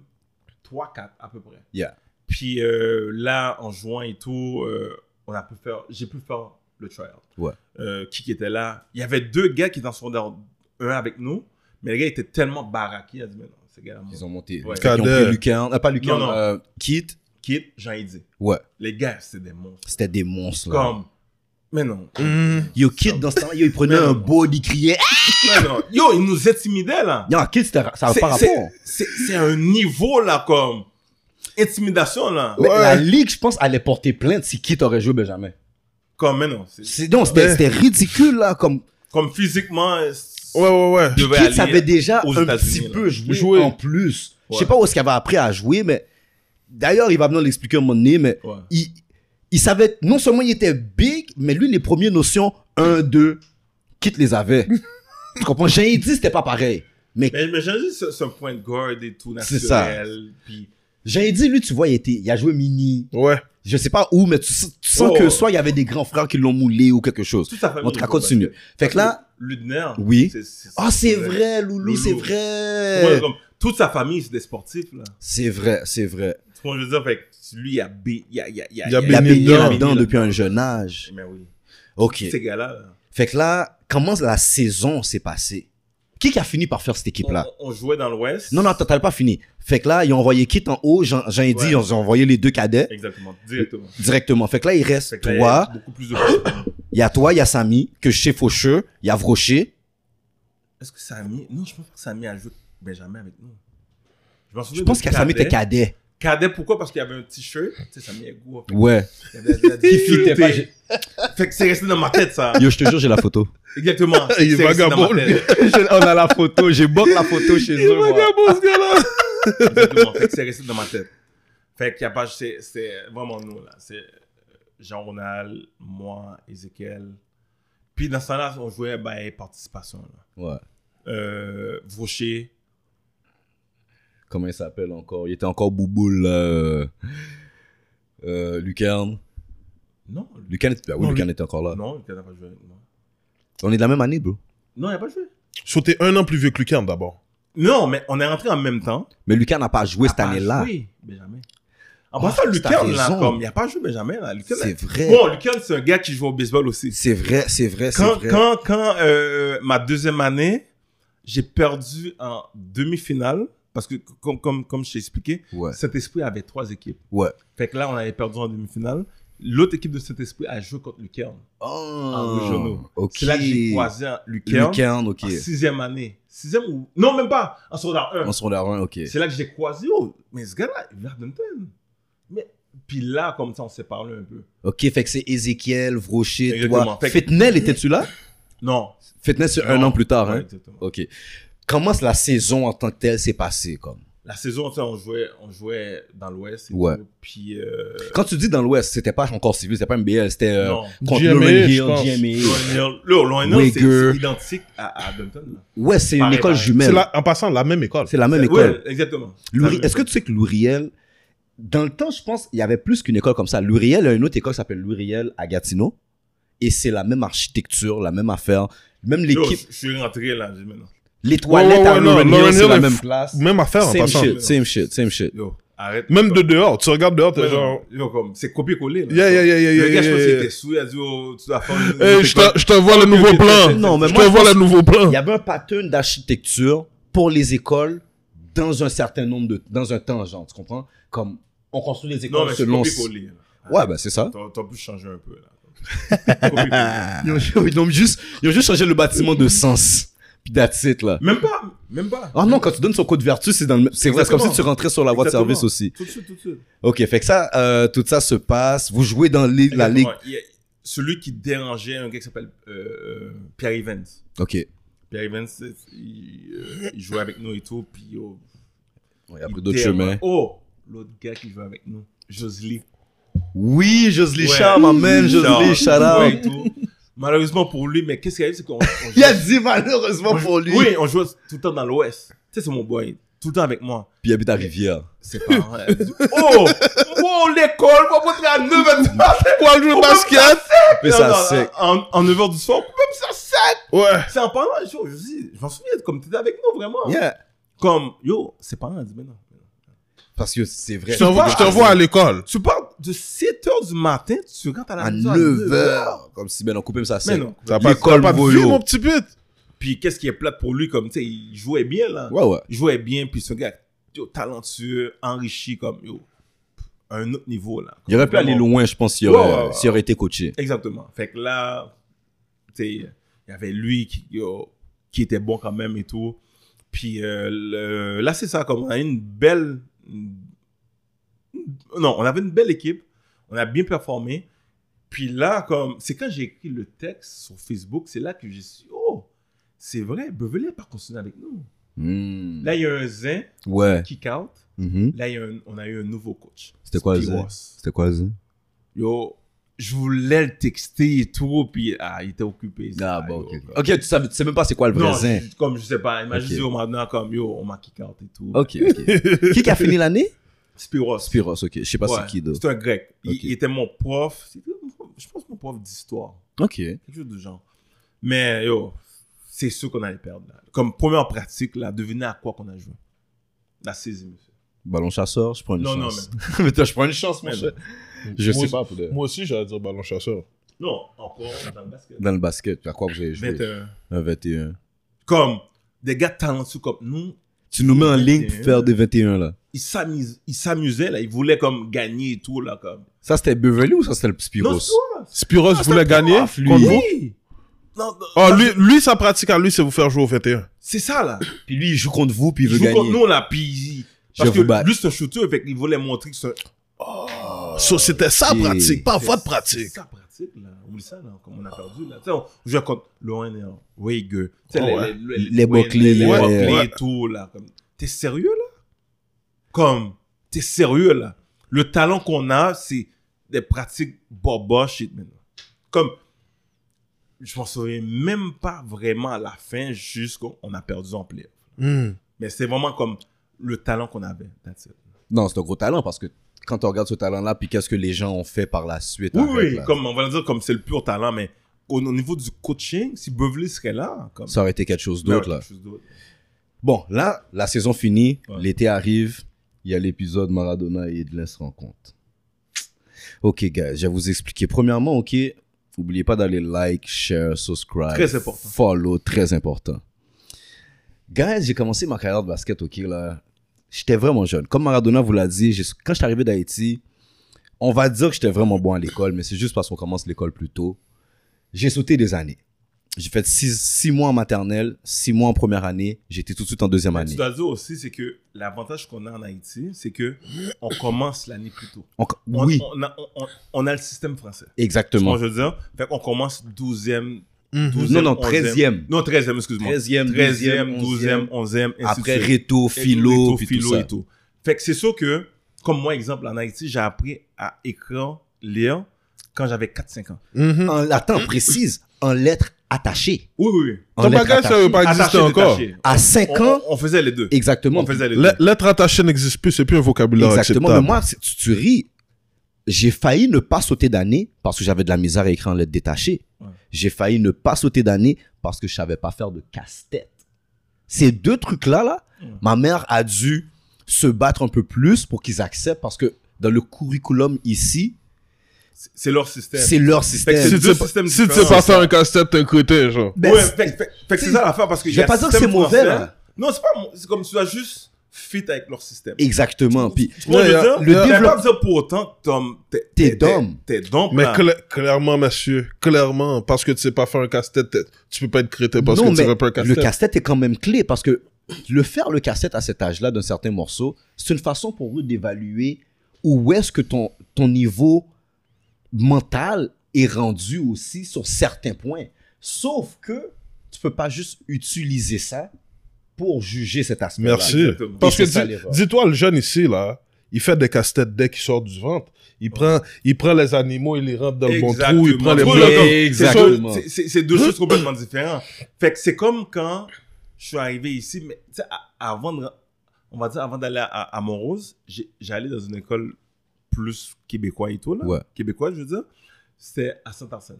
D: 3-4 à peu près.
B: Yeah.
D: Puis euh, là, en juin et tout, euh, on a pu faire, j'ai pu faire le tryout.
B: Ouais.
D: Euh, qui qui était là? Il y avait deux gars qui étaient en secondaire 1 avec nous, mais les gars étaient tellement baraqués, ils ont dit, mais non, ces gars-là,
B: Ils ont monté.
D: Ouais.
B: Ils ont
C: Kader.
B: pris Lucan. Ah, pas Lucan.
D: Non, non.
B: euh, Kit.
D: Kit, Jean-Eddy.
B: Ouais.
D: Les gars, c'est des monstres.
B: C'était des monstres, là.
D: Comme. Mais non.
C: Mhm.
B: Yo, Kid, dans ce temps-là, yo, il prenait un body, il criait. Ah!
D: Mais non. Yo, ils nous intimidaient là.
B: Non, Kid, c'était ra- ça n'a
D: C'est-
B: pas
D: c'est-
B: rapport.
D: C'est c'est un niveau là comme. Intimidation là.
B: Mais
C: Ouais.
B: La ligue, je pense, allait porter plainte si Kid aurait joué Benjamin.
D: Comme, mais non. c'est-
B: C'est, non, c'était,
C: Ouais.
B: c'était ridicule, là. Comme
D: Comme physiquement. euh, c'est-
C: Ouais, ouais, ouais.
D: je devais
B: Kid
D: aller
B: savait déjà
D: aux
B: un
D: États-Unis,
B: petit
D: là.
B: peu jouer,
C: Jouer.
B: en plus. Je sais
D: Ouais.
B: pas où est-ce qu'il avait appris à jouer, mais d'ailleurs, il va venir l'expliquer à un moment donné, mais
D: Ouais.
B: il, il savait, non seulement il était big, mais lui, les premières notions, 1, 2, Kit les avait. tu comprends? J'ai dit, c'était pas pareil. Mais
D: Mais, mais j'ai dit, c'est c'est un point de garde et tout
B: C'est
D: naturel.
B: ça.
D: Puis,
B: j'ai dit, lui, tu vois, il, était, il a joué mini.
C: Ouais.
B: Je sais pas où, mais tu, s- tu sens
D: Oh.
B: que soit il y avait des grands frères qui l'ont moulé ou quelque chose.
D: toute sa famille.
B: En tout cas, continue. Fait que là,
D: Ludner.
B: Oui.
D: c'est- c'est-
B: ah, c'est vrai, Loulou,
D: Loulou.
B: c'est
D: Ouais,
B: vrai.
D: comme, toute sa famille, c'est des sportifs là.
B: C'est vrai, c'est vrai.
D: Tu vois, je veux dire, fait que lui, il a bé- il a- il a- il a-
C: Il a
B: Il a
C: Baigné
B: baigné
C: dedans.
B: là-dedans depuis un jeune âge.
D: Mais oui.
B: Ok.
D: Ces gars-là. là.
B: Fait que là, comment la saison s'est passée? Qui qui a fini par faire cette équipe-là?
D: On, on- on jouait dans l'Ouest.
B: Non, non, attends, t'as pas fini. Fait que là, ils ont envoyé Kit en haut, Jean, Jean dit,
D: Ouais.
B: ils ont envoyé les deux cadets
D: Exactement, directement.
B: directement. Fait que là, il reste
D: Fait que là, il y a
B: toi,
D: beaucoup plus de...
B: il y a toi, il y a Samy, que je sais Faucheux, il y a Vrocher.
D: Est-ce que Samy... Non, je pense pas que Samy a joué Benjamin avec nous. Je, m'en souviens
B: Je pense
D: de
B: qu'à Samy, t'es cadet.
D: Cadet, pourquoi Parce qu'il y avait un t-shirt. Tu sais, Samy est gros.
B: Ouais.
D: Il y avait un t-shirt.
B: pas,
D: Fait que c'est resté dans ma tête, ça.
B: Yo, je te jure, j'ai la photo.
D: Exactement.
C: Il est
D: C'est resté dans ma
C: vagabond, lui.
D: tête.
B: Je- On a la photo, j'ai boqué la photo chez eux. moi.
C: ce gars-là.
D: Exactement. Fait que c'est resté dans ma tête. Fait qu'il y a pas... C'est c'est vraiment nous, là. C'est Jean-Ronald, moi, Ezekiel. Puis dans ce temps-là, on jouait by participation, là.
B: Ouais.
D: Euh, Vaucher.
B: Comment il s'appelle encore? Il était encore bouboule, euh, euh, Lucarne.
D: Non,
B: Lucarne, était- ah oui,
C: Non,
B: Lucarne était encore là.
D: non, il n'a pas joué. Non,
B: On est de la même année, bro.
D: non il n'a pas joué.
C: So, t'es un an plus vieux que Lucan d'abord.
D: Non, mais on est rentré en même temps.
B: Mais Lucarne n'a pas joué Ah, cette
D: Il a Ah, pas
B: année-là.
D: joué, Benjamin. En
B: Oh,
D: passant,
B: t'as
D: Lucan, là,
B: raison.
D: comme, il n'a pas joué Benjamin, là. Lucan,
B: C'est vrai.
D: Bon, Lucan, c'est un gars qui joue au baseball aussi.
B: C'est vrai, c'est vrai, c'est
D: Quand,
B: vrai.
D: quand, quand euh, ma deuxième année, j'ai perdu en demi-finale, parce que, comme, comme, comme je t'ai expliqué,
B: Ouais.
D: Saint-Esprit avait trois équipes.
B: Ouais.
D: Fait que là, on avait perdu en demi-finale. L'autre équipe de Saint-Esprit a joué contre Lucan.
B: Oh,
D: régionaux.
B: ok.
D: Ah, C'est là que j'ai croisé Ah, Lucan.
B: Lucarne, ok.
D: en sixième année. Sixième ou... Non, même pas. En secondaire 1.
B: En secondaire 1, ok.
D: C'est là que j'ai croisé. Oh, mais ce gars-là, il vient d'Arlington. Mais... Puis là, comme ça, on s'est parlé un peu.
B: Ok, fait que c'est Ézéchiel, Vrocher, toi.
D: Exactement. Fait que-
B: Fitnel, étais-tu là?
D: Non.
B: Fitnel, c'est un
D: Non.
B: an plus tard,
D: Ouais,
B: hein?
D: exactement.
B: Ok. Comment la saison en tant que telle s'est passée, comme?
D: La saison, tu sais, on jouait, on jouait dans l'Ouest. et
B: Ouais.
D: tout, Puis. euh,
B: Quand tu dis dans l'Ouest, c'était pas encore civil, c'était pas MBL, c'était euh,
D: non.
B: contre
C: GMA,
B: Lauren Hill,
C: je pense.
B: GMA.
D: Lionel- Le Lionel, c'est-
B: Wager.
D: c'est identique à, à Dunton. là.
B: Ouais, c'est une
D: Pareil,
B: école
D: pareil.
C: C'est
B: jumelle.
C: la- en passant, la même école.
B: C'est la même
D: Ouais,
B: école.
D: exactement.
B: Louri- Est-ce que tu sais que Louriel, dans le temps, je pense, il y avait plus qu'une école comme ça. Louriel, il y a une autre école qui s'appelle Louriel à Gatineau. Et c'est la même architecture, la même affaire. Même
D: L'équipe.
B: l'équipe,
D: Je suis rentré là, j'ai dit, mais non.
B: les toilettes
C: Ouais, ouais,
B: à
C: ouais, non,
B: Louriel,
C: Lauren
B: c'est
C: Hill
B: la
C: est
B: même
C: f-
B: place.
C: Même affaire en
B: Same
C: passant.
B: shit, same shit, same shit.
D: Yo, arrête.
C: Même de dehors, tu regardes dehors, t'es
D: Ouais,
C: genre.
D: Yo, comme, c'est copier-coller. là.
C: Yeah, yeah, yeah, yeah,
D: Le
C: yeah,
D: gars, je pense
C: yeah,
D: qu'il
C: yeah.
D: était sous, il a dit, oh, tu dois faire
B: Eh,
D: une-
C: Hey,
D: une
C: Eh, je
D: école.
C: te- je t'envoie le nouveau
D: Ok,
C: plan.
D: ok,
B: Non, mais
C: Je
B: moi, je
C: t'envoie
B: pense-
C: le nouveau plan.
B: Il y avait un pattern d'architecture pour les écoles dans un certain nombre de, dans un temps, genre, tu comprends? Comme, on construit les
D: Non,
B: écoles
D: mais c'est
B: selon.
D: copier-coller. là.
B: Ouais, ben, c'est ça. Ah.
D: T'as t'as pu changer un peu, là. Copier-coller.
B: Ils ont, ils ont juste, ils ont juste changé le bâtiment de sens. Puis that's it, là.
D: Même pas, même pas.
B: Ah non, quand tu donnes son code vertu, c'est dans le... C'est vrai, c'est comme si
D: Exactement.
B: tu rentrais sur la voie de
D: Exactement.
B: service aussi.
D: Tout de suite, tout de suite.
B: Ok, fait que ça, euh, tout ça se passe. Vous jouez dans les- la ligue.
D: Exactement. Il y a- Celui qui dérangeait un gars qui s'appelle euh, euh, Pierre Evans.
B: Ok.
D: Pierre Evans, c'est- il, euh, il jouait avec nous et tout, puis oh,
B: Ouais, après
D: il
B: d'autres
D: dérange-
B: chemins.
D: Oh, l'autre gars qui jouait avec nous, Josely.
B: Oui, Josely
D: Ouais.
B: Charles, ma man, Josely,
D: Genre,
B: shout
D: ouais,
B: out.
D: et tout. Malheureusement pour lui, mais qu'est-ce qui arrive, c'est qu'on. on
B: Il a
D: jouait-
B: dit malheureusement
D: on-
B: pour lui.
D: Oui, on jouait tout le temps dans l'Ouest. Tu sais, c'est mon boy, tout le temps avec moi.
B: Puis il habite à Rivière.
D: Ses parents, elle dit, Oh, oh l'école, on va rentrer à 9h
C: Pourquoi jouer au basket?
B: Mais ça, c'est.
D: En, en 9h du soir, même ça sec.
C: Ouais.
D: C'est en parlant, je, je, dis, je m'en souviens, comme t'étais avec nous, vraiment.
B: Yeah.
D: Comme, yo, ses parents, disent, mais non.
B: Parce que c'est vrai.
C: Je t'envoie- je t'envoie à l'école.
D: Tu parles de 7h du matin, tu rentres à la
B: À
D: maison
B: 9
D: 9 heures.
B: heures. Comme si, ben, on coupait ça,
D: Mais
B: c'est.
D: non.
C: T'as pas,
B: L'école
C: t'as pas de vie,
B: Boyo.
C: mon petit pute.
D: Puis qu'est-ce qui est plate pour lui, comme, tu sais, il jouait bien, là.
B: Ouais, ouais.
D: Il jouait bien, puis ce gars, yo, talentueux, enrichi, comme, yo, un autre niveau, là.
B: Il aurait pu aller
D: Vraiment.
B: loin, je pense, s'il
D: Ouais,
B: aurait,
D: ouais, ouais.
B: s'il aurait été coaché.
D: Exactement. Fait que là, tu sais, il y avait lui qui, yo, qui était bon quand même et tout. Puis euh, le- là, c'est ça, comme on a une belle. Non, on avait une belle équipe. On a bien performé. Puis là, comme c'est quand j'ai écrit le texte sur Facebook, c'est là que j'ai su, oh, c'est vrai, Beverly n'a pas continué avec nous.
B: Hmm.
D: Là, il y a un Zin,
B: Ouais.
D: kick out.
B: Mhm.
D: Là, il y a un- on a eu un nouveau coach.
B: C'était quoi,
D: Steve
B: Zin?
D: Ross
B: C'était quoi, ça?
D: yo, je voulais le texter et tout, puis ah, il était occupé.
B: Ah, bon,
D: yo.
B: ok. Ok, tu savais- tu sais même pas c'est quoi le vrai
D: Non,
B: Zin.
D: je- comme je sais pas, imagine
B: Ok.
D: yo, maintenant comme yo, on m'a kick out et tout.
B: Ok, ok. qui qui a fini l'année
D: Spiros.
B: Spiros, ok. Je sais pas
D: Ouais,
B: c'est qui, though.
D: C'est un grec. Il,
B: Ok.
D: il était mon prof. C'était mon- Je pense mon prof d'histoire.
B: Ok.
D: Quelque chose de genre. Mais yo, c'est sûr qu'on allait perdre. Là. Comme première pratique, là, devinez à quoi qu'on a joué. La saisie, monsieur.
B: Ballon chasseur, je prends une
D: Non, non,
B: chance. Non, mais. toi, je prends une chance, mon
D: Mais
B: cher. Je
C: Moi
B: sais
C: aussi-
B: pas, pour de-
C: Moi aussi, j'allais dire ballon chasseur.
D: Non, encore dans le basket.
B: Dans le basket, à quoi vous avez joué
D: 21.
B: Un 21.
D: Comme des gars talentueux comme nous,
B: Tu nous mets en ligne pour
D: 21.
B: faire des 21, là.
D: il s'amuse- il s'amusait là, il voulait comme gagner et tout là comme.
B: Ça, c'était Beverly ou ça, c'était le
D: Non,
B: Spiros
D: c'est toi.
C: Spiros
D: Ah,
C: voulait
D: c'est
C: gagner
D: toi,
B: lui.
C: contre vous.
D: Oui. Non, non,
C: Oh,
D: non,
C: lui, lui, sa pratique à lui, c'est vous faire jouer au 21.
D: c'est ça là.
B: Puis lui, il joue contre vous, puis il
D: Il
B: veut
D: joue
B: gagner.
D: contre nous là, puis il-
B: Je
D: parce
B: vais vous
D: que
B: battre.
D: lui c'est un shooter, fait qu'il voulait montrer que c'est un-
B: Oh,
C: So, c'était sa
B: ok.
C: pratique, pas votre
D: c'est-
C: pratique.
D: C'est ça pratique là. Oublie ça là, comme on a perdu là. Tu sais, on joue contre Lauren et Wager. Tu sais,
C: Oh,
D: les-
C: ouais.
D: les-
B: Les Buckley,
D: les
B: ouais,
D: Buckley
C: ouais.
D: et tout là. Comme t'es sérieux là Comme t'es sérieux là. Le talent qu'on a, c'est des pratiques bobo shit maintenant. Comme je m'en souviens même pas vraiment à la fin jusqu'on on a perdu en playoff.
C: Hmm.
D: Mais c'est vraiment comme le talent qu'on avait. That's it.
B: Non, c'est un gros talent parce que quand on regarde ce talent-là, puis qu'est-ce que les gens ont fait par la suite.
D: Oui,
B: avec,
D: oui,
B: là,
D: comme on va le dire comme c'est le pur talent, mais au, au niveau du coaching, si Beverly serait là, comme
B: Ça aurait été quelque chose
D: Mais ouais,
B: d'autre, là.
D: quelque chose d'autre.
B: Bon, là, la saison finie,
D: Ouais.
B: l'été arrive, il y a l'épisode Maradona et Edlin se rencontrent. Ok, gars, je vais vous expliquer. Premièrement, ok, n'oubliez pas d'aller like, share, subscribe.
D: Très important.
B: Follow, très important. Guys, j'ai commencé ma carrière de basket, ok, là. J'étais vraiment jeune. Comme Maradona vous l'a dit, j'ai- quand je suis arrivé d'Haïti, on va dire que j'étais vraiment bon à l'école, mais c'est juste parce qu'on commence l'école plus tôt. J'ai sauté des années. J'ai fait six, six mois en maternelle, six mois en première année. J'étais tout de suite en deuxième
D: Tu
B: année.
D: dois dire aussi, c'est que l'avantage qu'on a en Haïti, c'est que on commence l'année plus tôt.
B: On-
D: On,
B: oui,
D: on a, on- on- on a le système français. Tu
B: exactement.
D: comprends ce que je veux dire, fait qu'on commence 12e.
C: Mm-hmm.
D: 12e,
B: Non, non,
D: 11e.
B: 13e.
D: Non, 13e, excuse-moi.
B: 13e,
D: 13e,
B: 12e,
D: 12e, 11e, ainsi de
B: Après
D: suite.
B: Réto,
D: Et
B: Philo,
D: Rito,
B: puis
D: philo
B: tout ça.
D: et tout. Fait que c'est sûr que, comme moi, exemple, en Haïti, j'ai appris à écrire, lire quand j'avais 4-5 ans.
C: Mhm.
B: En latin précise, en lettres attachées.
D: Oui, oui, oui.
B: En
C: Ton
B: lettres
C: bagage, ça
B: attachées.
C: veut pas exister
D: Attaché,
C: encore.
D: détaché.
B: À 5 ans,
D: On, on faisait les deux.
B: exactement.
D: On faisait les deux.
C: Le- L'être attaché n'existe plus, c'est plus un vocabulaire
B: Exactement. Mais
C: acceptable.
B: moi, c'est- tu, tu ris. J'ai failli ne pas sauter d'année parce que j'avais de la misère à écrire en lettres détachées.
D: Ouais.
B: J'ai failli ne pas sauter d'année parce que je savais pas faire de casse-tête. Ces deux trucs-là, là,
D: Ouais.
B: ma mère a dû se battre un peu plus pour qu'ils acceptent parce que dans le curriculum ici,
D: C'est- C'est leur système.
B: c'est leur
D: Fait
B: système.
D: que
C: Si
D: c'est
C: tu
D: deux
C: sais pas-
D: systèmes
C: si tu sais
D: différents.
C: pas faire un casse-tête, t'es un crétin, genre.
B: Ben,
D: ouais, fait, fait- fait que c'est ça l'affaire parce que
B: Je
D: il y
B: vais
D: a
B: pas
D: le
B: dire que
D: système
B: c'est mauvais,
D: français.
B: là.
D: Non, c'est pas. mo- C'est comme tu dois juste fit avec leur système.
B: Exactement. Puis,
D: Tu vois,
C: Ouais,
D: je veux
C: y a-
D: dire,
B: le
D: je vais
B: développe-
D: pas dire pour autant que Tom, t'es-
B: T'es
D: t'es-
B: d'homme.
D: T'es d'homme.
C: Mais
D: là.
C: cla- clairement, monsieur, clairement, parce que tu sais pas faire un casse-tête, t'es- tu peux pas être crétin parce
B: non,
C: que tu
B: mais
C: sais pas un
B: le
C: casse-tête.
B: casse-tête est quand même clé parce que le faire le casse-tête à cet âge-là d'un certain morceau, c'est une façon pour eux d'évaluer où est-ce que ton, ton niveau mental est rendu aussi sur certains points. Sauf que tu peux pas juste utiliser ça pour juger cet aspect.
C: Merci.
D: Exactement.
C: Parce
B: Et
C: que
B: c'est ça,
C: dis-
B: l'erreur.
C: dis-toi, le jeune ici, là, il fait des casse-têtes dès qu'il sort du ventre. Il prend, il prend les animaux, il les rentre dans le bon trou, il prend les
D: Exactement.
C: blocs.
B: Exactement.
D: C'est- C'est c'est deux choses complètement différentes. Fait que c'est comme quand je suis arrivé ici, mais tu sais, à- avant de, on va dire avant d'aller à, à Montrose, j'ai- j'allais dans une école plus québécois et tout là,
B: Ouais.
D: québécois je veux dire, c'était à Saint-Arsène.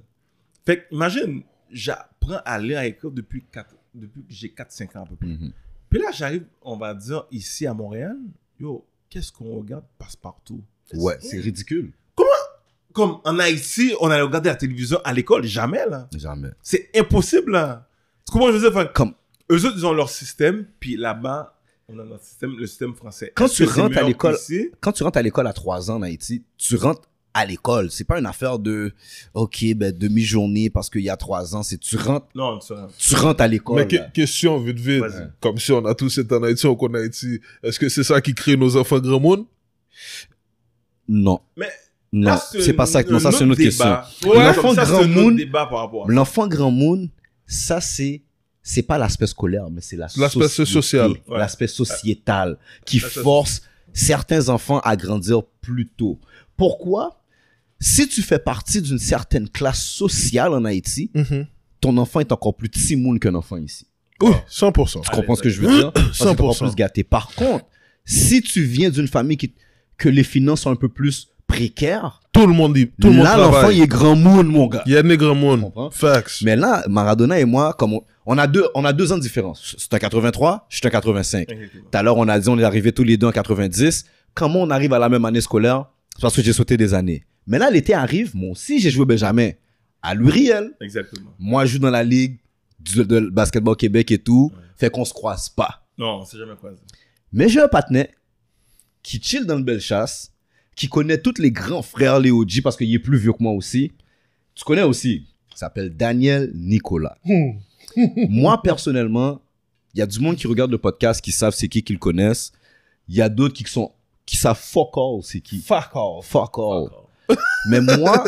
D: Fait que imagine, j'apprends à lire à l'école depuis quatre- depuis que j'ai 4-5 ans à peu près.
B: Mhm.
D: Puis là j'arrive, on va dire ici à Montréal, yo, qu'est-ce qu'on regarde passe partout.
B: Mm-hmm. Ouais, c'est ridicule.
D: Comme en Haïti, on allait regarder la télévision à l'école, jamais là.
B: Jamais.
D: C'est impossible, là. Tu comprends, je veux dire, enfin,
B: Comme-
D: Eux autres, ils ont leur système, puis là-bas, on a notre système, le système français.
B: Quand
D: Est-ce
B: tu
D: que c'est
B: rentres à
D: meilleur
B: l'école-
D: qu'ici
B: quand tu rentres à l'école à 3 ans en Haïti, tu rentres à l'école. C'est pas une affaire de, OK, ben, demi-journée parce qu'il y a 3 ans. C'est tu rentres,
D: Non, tu rentres.
B: tu rentres à l'école.
C: Mais que-
B: là.
C: question vite vite,
D: Vas-y.
C: comme si on a tous été en Haïti, on connaît Haïti. Est-ce que c'est ça qui crée nos enfants grand monde?
B: Non.
D: Mais-
B: non,
D: Là,
B: c'est pas ça.
D: un
B: Non, ça, c'est une autre question.
D: débat. Ouais,
B: L'enfant
D: comme ça, c'est
B: grand
D: un autre
B: monde-
D: débat par rapport à ça.
B: L'enfant grand monde, ça, c'est, c'est pas l'aspect scolaire, mais c'est la
C: L'aspect
B: société,
C: social.
D: Ouais.
B: L'aspect sociétal qui
D: ça, ça,
B: force certains enfants à grandir plus tôt. Pourquoi? Si tu fais partie d'une certaine classe sociale en Haïti, ton enfant est encore plus timoun qu'un enfant ici.
C: Oui, 100%.
B: Tu comprends ce que je veux dire? Parce que t'es encore
C: 100%.
B: plus gâté. Par contre, si tu viens d'une famille qui, que les finances sont un peu plus précaires,
C: Tout le monde dit, tout le monde
B: là, l'enfant,
C: travaille.
B: il est grand monde, mon gars.
C: Il y a des grands
B: Tu
C: monde.
B: comprends?
C: Facts.
B: Mais là, Maradona et moi, comme on, on a deux, on a deux ans de différence. C'est un 83, je suis un 85.
D: Exactement.
B: Tout à l'heure, on a dit, on est arrivés tous les deux en 90. Comment on arrive à la même année scolaire? C'est parce que j'ai sauté des années. Mais là, l'été arrive, moi aussi, j'ai joué Benjamin. À Luriel.
D: Exactement.
B: Moi, je joue dans la ligue du- de basketball Québec et tout. Fait qu'on se croise pas.
D: Non, c'est jamais croisé.
B: Mais j'ai un patinet qui chill dans le Bellechasse, qui connaît tous les grands frères Léo G parce qu'il est plus vieux que moi aussi. Tu connais aussi. Il s'appelle Daniel Nicolas. moi, personnellement, il y a du monde qui regarde le podcast qui savent c'est qui qu'ils connaissent. Il y a d'autres qui sont qui savent fuck all c'est qui.
C: Fuck off.
B: Fuck all.
D: D'accord.
B: Mais moi,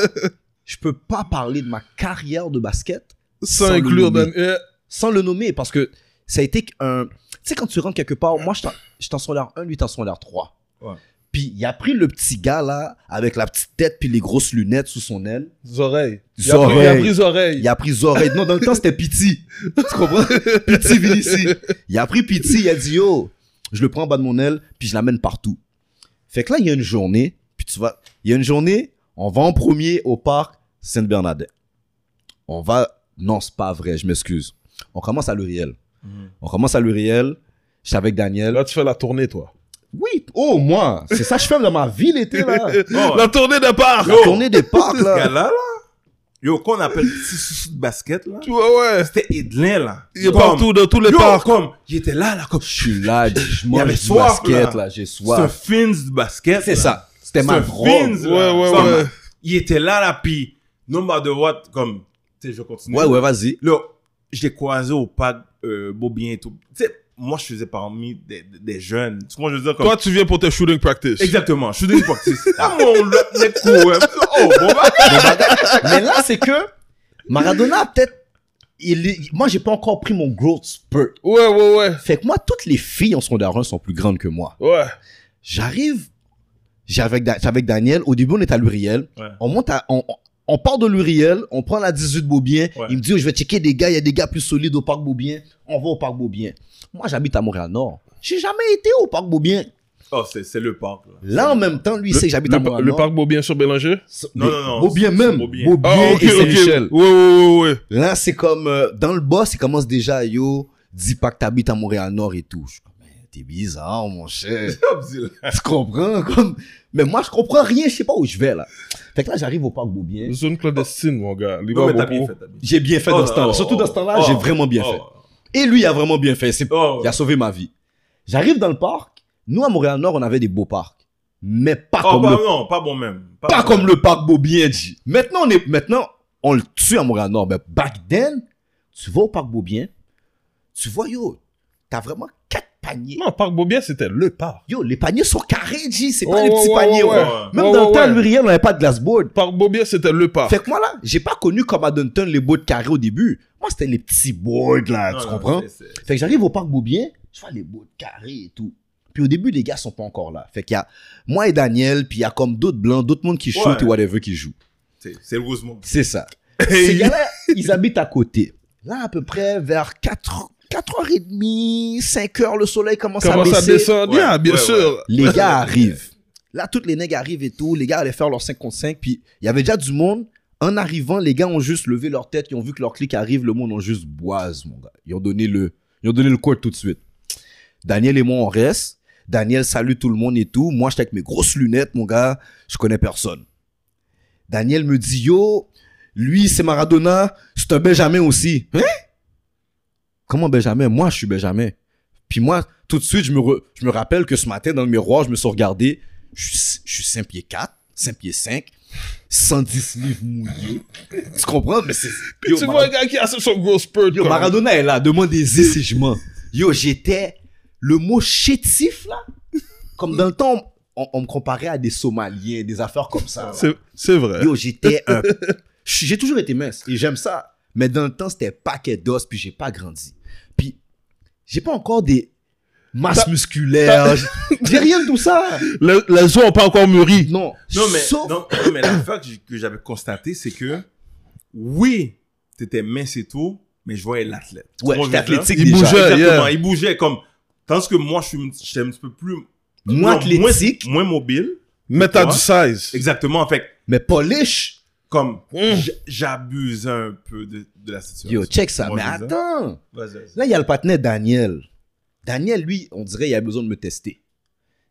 B: je peux pas parler de ma carrière de basket
C: Sans
B: Sans le
C: inclure Dan.
B: nommer. sans le nommer parce que ça a été un. Tu sais, quand tu rentres quelque part, moi, je t'en- je t'en son l'air 1, lui, t'en son l'air 3.
D: Ouais.
B: Puis il a pris le petit gars là, avec la petite tête puis les grosses lunettes sous son aile.
C: Les Eh, oreilles. Il a pris-
B: Zoreille.
C: il a pris les oreilles.
B: Il a pris Zoré. Non, dans le temps, c'était Pity. Tu comprends? Pity Vinici. Il a pris Pity, il a dit yo, je le prends en bas de mon aile puis je l'amène partout. Fait que là, il y a une journée, puis tu vas. Il y a une journée, on va en premier au parc Sainte-Bernadette. On va. Non, c'est pas vrai, je m'excuse. On commence à Luriel.
D: Mhm.
B: On commence à Luriel. Je suis avec Daniel.
C: Là, tu fais la tournée, toi.
B: Oui, oh, moi, c'est ça que je fais dans ma vie l'été, là.
D: Bon,
C: La tournée de part.
B: La tournée des parcs,
D: ce
B: là.
D: gars-là, là, yo, qu'on appelle petit souci de basket, là,
C: Tu vois, ouais.
D: c'était Edlin, là.
C: Il est
D: Comme-
C: partout, dans tous les
D: Yo,
C: parcs.
D: comme, il était là, là, comme,
B: Je suis là, je mange
D: avait
B: du
D: soif,
B: basket,
D: là.
B: là, j'ai
D: c'est un
B: soif.
D: fins de basket.
B: C'est
D: là.
B: ça. C'était
D: C'est
B: ma
D: un
B: drogue.
C: Ouais,
D: Fins, là.
C: ouais,
D: Ça,
C: ouais.
D: Il était là, là, puis, no matter what, comme, tu sais, je continue.
B: Ouais, ouais, vas-y.
D: Là, je l'ai croisé au pad, euh, Bobien et tout. Tu sais, moi, je faisais parmi des, des- des jeunes. Tu comprends, je veux dire, comme...
C: Toi, tu viens pour tes shooting practice.
D: Exactement, je suis des practice. Ah, mon, le mec courait. Oh, bon, bah,
B: Mais là, c'est que Maradona a peut-être il est- moi, j'ai pas encore pris mon growth spurt.
C: Ouais, ouais, ouais.
B: Fait que moi, toutes les filles en secondaire 1 sont plus grandes que moi.
C: Ouais.
B: J'arrive, j'ai avec, Da- j'étais avec Daniel. Au début, on est à Luriel.
D: Ouais.
B: On monte à, on, on- on part de Luriel, on prend la 18 Beaubien.
D: Ouais.
B: Il me dit, oh, je vais checker des gars, il y a des gars plus solides au parc Beaubien. On va au parc Beaubien. Moi, j'habite à Montréal-Nord. J'ai jamais été au parc Beaubien.
D: Oh, c'est c'est le parc. Là.
B: Là, en même temps, lui, il sait que j'habite
C: le,
B: à
C: par- le
B: Montréal-Nord.
C: parc Beaubien sur Bélanger.
D: Non, non, non,
B: Beaubien
D: c'est-
B: même.
D: c'est
B: Beaubien,
D: Beaubien.
C: Ah, ok,
B: et
C: ok.
B: Saint-Michel.
C: Ouais, ouais, ouais, ouais.
B: Là, c'est comme euh, dans le boss, il commence déjà à yo, dis pas que t'habites à Montréal-Nord et tout. Je suis comme, Mais t'es bizarre, mon cher. tu comprends? Comme... Mais moi, je comprends rien, je sais pas où je vais là. Fait que là, j'arrive au parc Beaubien.
C: Zone clandestine, mon gars. Les
D: Non, mais
C: bars
D: t'as
C: beaucoup.
D: bien fait, t'as bien fait.
B: J'ai bien fait
D: Oh,
B: dans ce temps-là.
D: oh,
B: Surtout
D: oh,
B: dans ce temps-là,
D: oh,
B: j'ai vraiment bien
D: oh,
B: fait. Et lui, il a vraiment bien fait. C'est-
D: oh,
B: Il a sauvé ma vie. J'arrive dans le parc. Nous, à Montréal-Nord, on avait des beaux parcs. Mais pas,
D: oh,
B: comme,
D: pas,
B: le...
D: non, pas bon même.
B: pas
D: bon
B: comme
D: même.
B: le parc Beaubien dit. Maintenant, on, est... Maintenant, on le tue à Montréal-Nord. Mais back then, tu vas au parc Beaubien, tu vois, yo, t'as vraiment quatre paniers.
C: Non, parc Beaubien, c'était le parc.
B: Yo, les paniers sont carrés, G. C'est pas
C: Ouais,
B: les petits
C: ouais,
B: paniers.
C: ouais,
B: ouais.
D: ouais.
B: Même
C: Ouais,
B: dans
C: ouais,
B: le temps, à
C: ouais.
B: Luriel, on n'avait pas de glassboard.
C: Parc Beaubien, c'était le parc.
B: Fait que moi là, j'ai pas connu comme à Dunton les boards carrés au début. Moi, c'était les petits boards là,
D: Non,
B: tu
D: non,
B: comprends?
D: c'est- c'est-
B: Fait que j'arrive au parc Beaubien, je vois les boards carrés et tout. Puis au début, les gars sont pas encore là. Fait qu'il y a moi et Daniel, puis il y a comme d'autres blancs, d'autres mondes qui shootent
D: Ouais.
B: et whatever qui jouent.
D: c'est- C'est Rosemont.
B: C'est ça. Ces gars-là, ils habitent à côté. Là, à peu près vers 4, 4h30, 5h, le soleil commence à
C: Comment ça
B: baisser.
C: descend?
D: Ouais,
C: Bien, bien
D: ouais,
C: sûr.
B: Les gars arrivent. Là, toutes les nègres arrivent et tout. Les gars allaient faire leur 5 contre 5. Puis, il y avait déjà du monde. En arrivant, les gars ont juste levé leur tête. Ils ont vu que leur clic arrive. Le monde ont juste boise, mon gars. Ils ont donné le, ils ont donné le court tout de suite. Daniel et moi, on reste. Daniel salue tout le monde et tout. Moi, j'étais avec mes grosses lunettes, mon gars. Je connais personne. Daniel me dit, yo, lui, c'est Maradona. C'est un Benjamin aussi. Hein? Comment Benjamin? Moi, je suis Benjamin. Puis moi, tout de suite, je me, re- je me rappelle que ce matin, dans le miroir, je me suis regardé. Je suis, je suis 5 pieds 4, 5 pieds 5, 110 livres mouillés. Tu comprends? Mais c'est.
C: Puis
B: Yo,
C: tu
B: Mar-
C: vois un gars qui a son gros spurt.
B: Yo,
C: comme-
B: Maradona est là, demandez-y si je mens. Yo, j'étais le mot chétif là. Comme dans le temps, on, on me comparait à des Somaliens, des affaires comme ça. là.
C: C'est- C'est vrai.
B: Yo, j'étais un. J'ai toujours été mince et j'aime ça. Mais dans le temps, c'était paquet d'os, puis j'ai pas grandi. Puis, j'ai pas encore des masses musculaires. J'ai rien de tout ça.
C: Les, les os ont pas encore mûri.
B: Non.
D: Non, mais,
B: Sauf-
D: non, non, mais l'affaire que j'ai- que j'avais constaté, c'est que, oui, t'étais mince et tout, mais je voyais l'athlète. Tu
B: Ouais,
D: comprends
B: j'étais
D: ce que je veux
B: athlétique
C: Il
D: dire?
B: déjà.
C: bougeait. Yeah,
D: Exactement,
C: yeah.
D: il bougeait comme... Tandis que moi, je suis un petit- j'étais un petit peu plus...
B: Moins
D: non, moins-
B: athlétique,
D: Moins mobile.
C: Mais t'as
D: Toi.
C: du size.
D: Exactement. Fait que,
B: mais pas lèche.
D: comme,
C: Mm.
D: j- j'abuse un peu de, de la situation.
B: Yo, check ça.
D: Moi,
B: Mais
D: je dis ça.
B: attends.
D: Vas-y, vas-y.
B: Là, il y a le partenaire Daniel. Daniel, lui, on dirait il a besoin de me tester.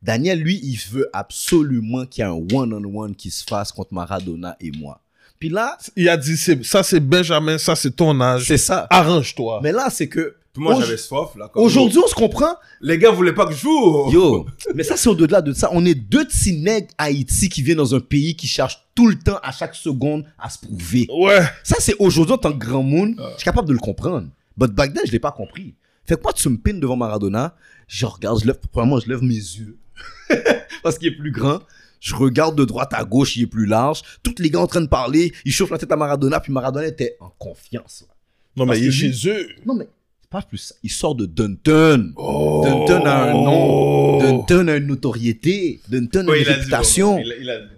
B: Daniel, lui, il veut absolument qu'il y ait un one-on-one qui se fasse contre Maradona et moi. Puis là,
C: Il a dit, c'est- ça c'est Benjamin, ça c'est ton âge.
B: c'est ça.
C: Arrange-toi.
B: Mais là, c'est que
D: Puis moi,
B: Au-
D: j'avais soif, là. comme-
B: aujourd'hui, on se comprend.
D: Les gars voulaient pas que je joue.
B: Yo, mais ça, c'est au-delà de ça. On est deux petits nègres Haïti qui viennent dans un pays qui cherche tout le temps, à chaque seconde, à se prouver.
C: Ouais.
B: Ça, c'est aujourd'hui, en tant que grand monde, je suis capable de le comprendre. But back then, je l'ai pas compris. Fait que moi, tu me pines devant Maradona, je regarde, je lève, premièrement, je lève mes yeux. Parce qu'il est plus grand. Je regarde de droite à gauche, il est plus large. Toutes les gars en train de parler, ils chauffent la tête à Maradona, puis Maradona était en confiance.
C: Non, mais
B: Parce
C: il est
B: que lui-
C: chez eux.
B: Non, mais c'est pas plus ça. Il sort de Dunton.
C: Oh.
B: Dunton a un nom. Dunton a une notoriété. Dunton a
D: Ouais,
B: une
D: il a dit,
B: réputation.
D: bon, il a- il a dit.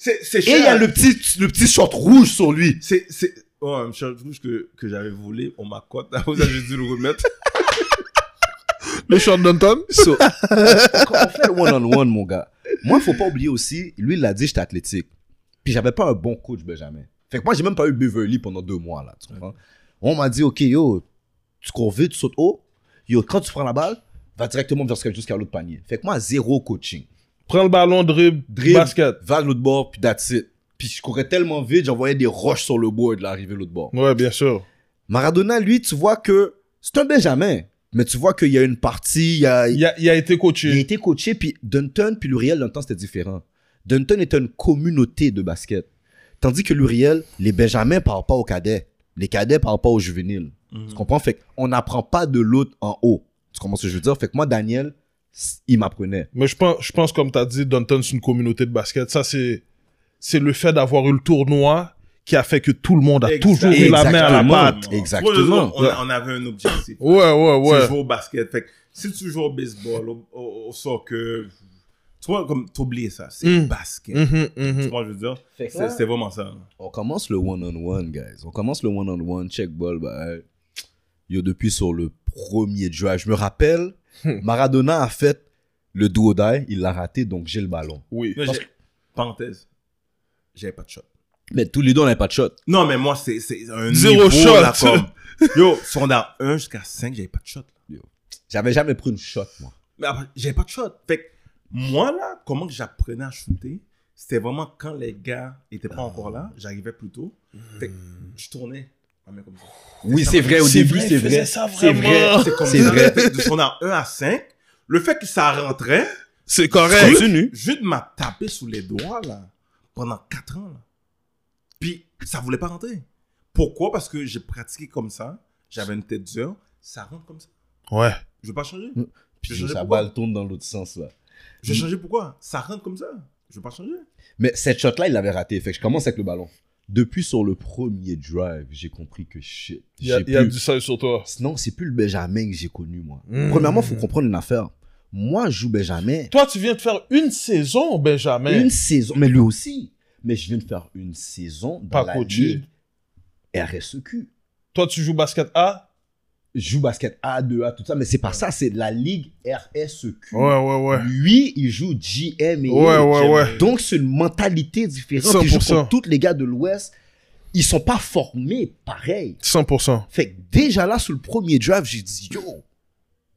D: C'est c'est
B: Et il y a
D: cher.
B: le petit, le petit short rouge sur lui.
D: C'est, c'est, oh, un shirt rouge que, que j'avais volé, on m'a cote, après ça, j'ai dû le remettre.
C: Le short Dunton.
B: So, quand on fait le one-on-one, mon gars, moi, faut pas oublier aussi, lui, il l'a dit, j'étais athlétique. Puis j'avais pas un bon coach, Benjamin. Fait que moi, j'ai même pas eu Beverly pendant deux mois, là. Tu comprends? On m'a dit, OK, yo, tu cours vite, tu sautes haut. Yo, quand tu prends la balle, va directement vers jusqu'à l'autre panier. Fait que moi, zéro coaching.
C: Prends le ballon, dribble,
B: Dribble.
C: basket.
B: Va de l'autre bord, puis that's it. Puis je courais tellement vite, j'envoyais des roches sur le board, là, arrivé de l'autre bord.
C: Ouais, bien sûr.
B: Maradona, lui, tu vois que c'est un Benjamin, mais tu vois qu'il y a une partie, il y a,
C: Il a, il a été
B: il a
C: coaché.
B: été coaché, puis Dunton, puis Luriel, dans le temps, c'était différent. Dunton était une communauté de basket. Tandis que Luriel, les Benjamins parlent pas aux cadets. Les cadets parlent pas aux juvéniles. Tu comprends? Fait qu'on n'apprend pas de l'autre en haut. Tu comprends ce que je veux dire? Fait que moi, Daniel, s- il m'apprenait.
C: Mais je pense, je pense comme tu as dit, Dunton, c'est une communauté de basket. Ça, c'est, c'est le fait d'avoir eu le tournoi qui a fait que tout le monde a
D: Exactement.
C: toujours mis la main à la
B: Exactement.
C: patte.
B: Exactement.
D: Tu vois, On, on avait un objectif.
C: Ouais, ouais, ouais.
D: Tu joues au basket. Fait que si tu joues au baseball, au, au- au soccer, tu vois, comme t'oublies ça. C'est
C: Mm.
D: basket.
C: Mhm,
D: Tu
C: mhm.
D: vois, je veux dire,
B: Fait que
D: c'est
B: là,
D: c'est vraiment ça.
B: on commence le one-on-one, guys. On commence le one-on-one, check ball. Bah, euh, yo, depuis sur le premier drive, je me rappelle, Maradona a fait le duo die, il l'a raté, donc j'ai le ballon.
C: Oui.
D: Mais
C: Parce-
D: j'ai- Parenthèse, j'avais pas de shot.
B: Mais tous les deux, on n'avait pas de shot.
D: Non, mais moi, c'est c'est un
C: Zéro
D: niveau,
C: shot.
D: là, comme- Yo, sondage 1 jusqu'à 5, j'avais pas de shot.
B: J'avais jamais pris une shot, moi.
D: Mais après, j'avais pas de shot. Fait que moi, là, comment que j'apprenais à shooter, c'était vraiment quand les gars étaient pas encore là, j'arrivais plus tôt. Fait que je tournais la main comme ça.
B: Oui, c'est vrai, au début, c'est vrai.
C: C'est vrai.
D: C'est comme
B: C'est
D: ça.
B: vrai.
D: Fait que de son 1 à 5, le fait que ça rentrait,
C: C'est correct.
B: Continue.
D: Jude m'a tapé sous les doigts, là, pendant 4 ans, là. Puis, ça voulait pas rentrer. Pourquoi? Parce que j'ai pratiqué comme ça, j'avais une tête dure, ça rentre comme ça.
C: Ouais.
D: Je veux pas changer.
B: Puis
D: Je sais
B: sa
D: pourquoi.
B: balle tourne dans l'autre sens, là.
D: Je
B: Hmm.
D: vais changer pourquoi? Ça rentre comme ça. Je veux pas changer.
B: Mais cette shot-là, il l'avait raté. Fait que je commence avec le ballon. Depuis sur le premier drive, j'ai compris que shit.
C: Il y a,
B: j'ai
C: il y a
B: plus-
C: du sel sur toi.
B: Non, c'est plus le Benjamin que j'ai connu, moi.
C: Mm.
B: Premièrement, faut comprendre une affaire. Moi, je joue Benjamin
C: Toi, tu viens de faire une saison, Benjamin.
B: une saison, mais lui aussi. Mais je viens de faire une saison dans
C: Pas
B: la
C: coaché.
B: ligue RSEQ.
C: Toi, tu joues basket A?
B: Je joue basket A, 2A, tout ça, mais c'est pas ça, c'est de la ligue RSEQ.
C: ouais, ouais.
B: Lui, il joue GM et
C: Ouais, ouais, ouais.
B: Donc, c'est une mentalité différente. Puis je
C: 100%.
B: trouve que tous les gars de l'Ouest, ils sont pas formés pareil.
C: 100%.
B: Fait que déjà là, sur le premier draft, j'ai dit yo,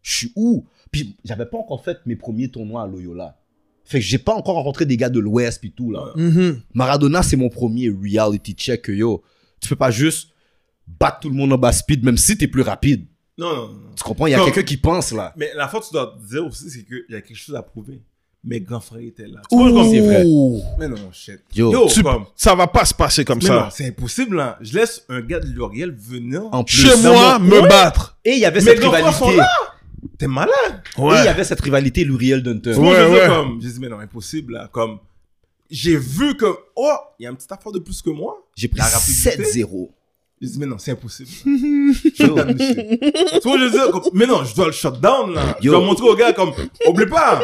B: je suis où Puis j'avais pas encore fait mes premiers tournois à Loyola. Fait que j'ai pas encore rencontré des gars de l'Ouest puis tout là.
C: Mm-hmm.
B: Maradona, c'est mon premier reality check que yo. Tu peux pas juste battre tout le monde en bas speed, même si t'es plus rapide.
D: Non, non, non.
B: Tu comprends? Il y a
D: Non.
B: quelqu'un qui pense là.
D: Mais la fois, tu dois te dire aussi, c'est qu'il y a quelque chose à prouver. Mes grands frères étaient là. Tu vois,
B: Ouh,
D: comme-
B: c'est vrai.
D: Mais non, shit.
B: Yo,
C: tu-
D: comme-
C: Ça va pas se passer comme
D: Mais non,
C: ça.
D: c'est impossible, là. Je laisse un gars de L'Oréal venir.
B: En plus.
C: Chez moi,
B: Non,
C: me
B: ouais.
C: battre.
B: Et il y avait
D: Mes
B: cette
D: grands frères sont
B: rivalité.
D: là. T'es malade.
B: Et il y avait cette rivalité, Luriel Dunton.
D: Moi, je
C: Ouais,
D: veux dire,
C: ouais.
D: comme, j'ai dit, mais non, impossible, là. Comme, j'ai vu que, oh, il y a une petite affaire de plus que moi.
B: J'ai pris
D: La rapidité.
B: 7-0.
D: J'ai dit, mais non, c'est impossible.
B: Yo,
D: tu vois, je veux dire, comme, mais non, je dois le shutdown, là. Je
B: Yo.
D: dois montrer aux gars, comme, oublie pas.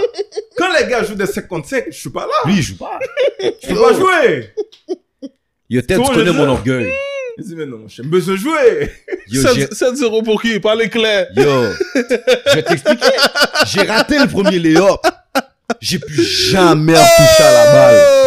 D: Quand les gars jouent des 55, je suis pas là.
B: Lui, il joue pas.
D: Je peux pas jouer.
B: Yo, Ted,
D: Toi,
B: tu
D: je
B: connais
D: dis-
B: mon orgueil.
D: J'ai dit, mais non, j'ai besoin de jouer.
B: Yo, j'ai-
C: 7-0 pour qui? Pas l'éclair.
B: Yo, je vais t'expliquer. J'ai raté le premier lay-up. J'ai plus jamais touché à la balle.
C: Oh,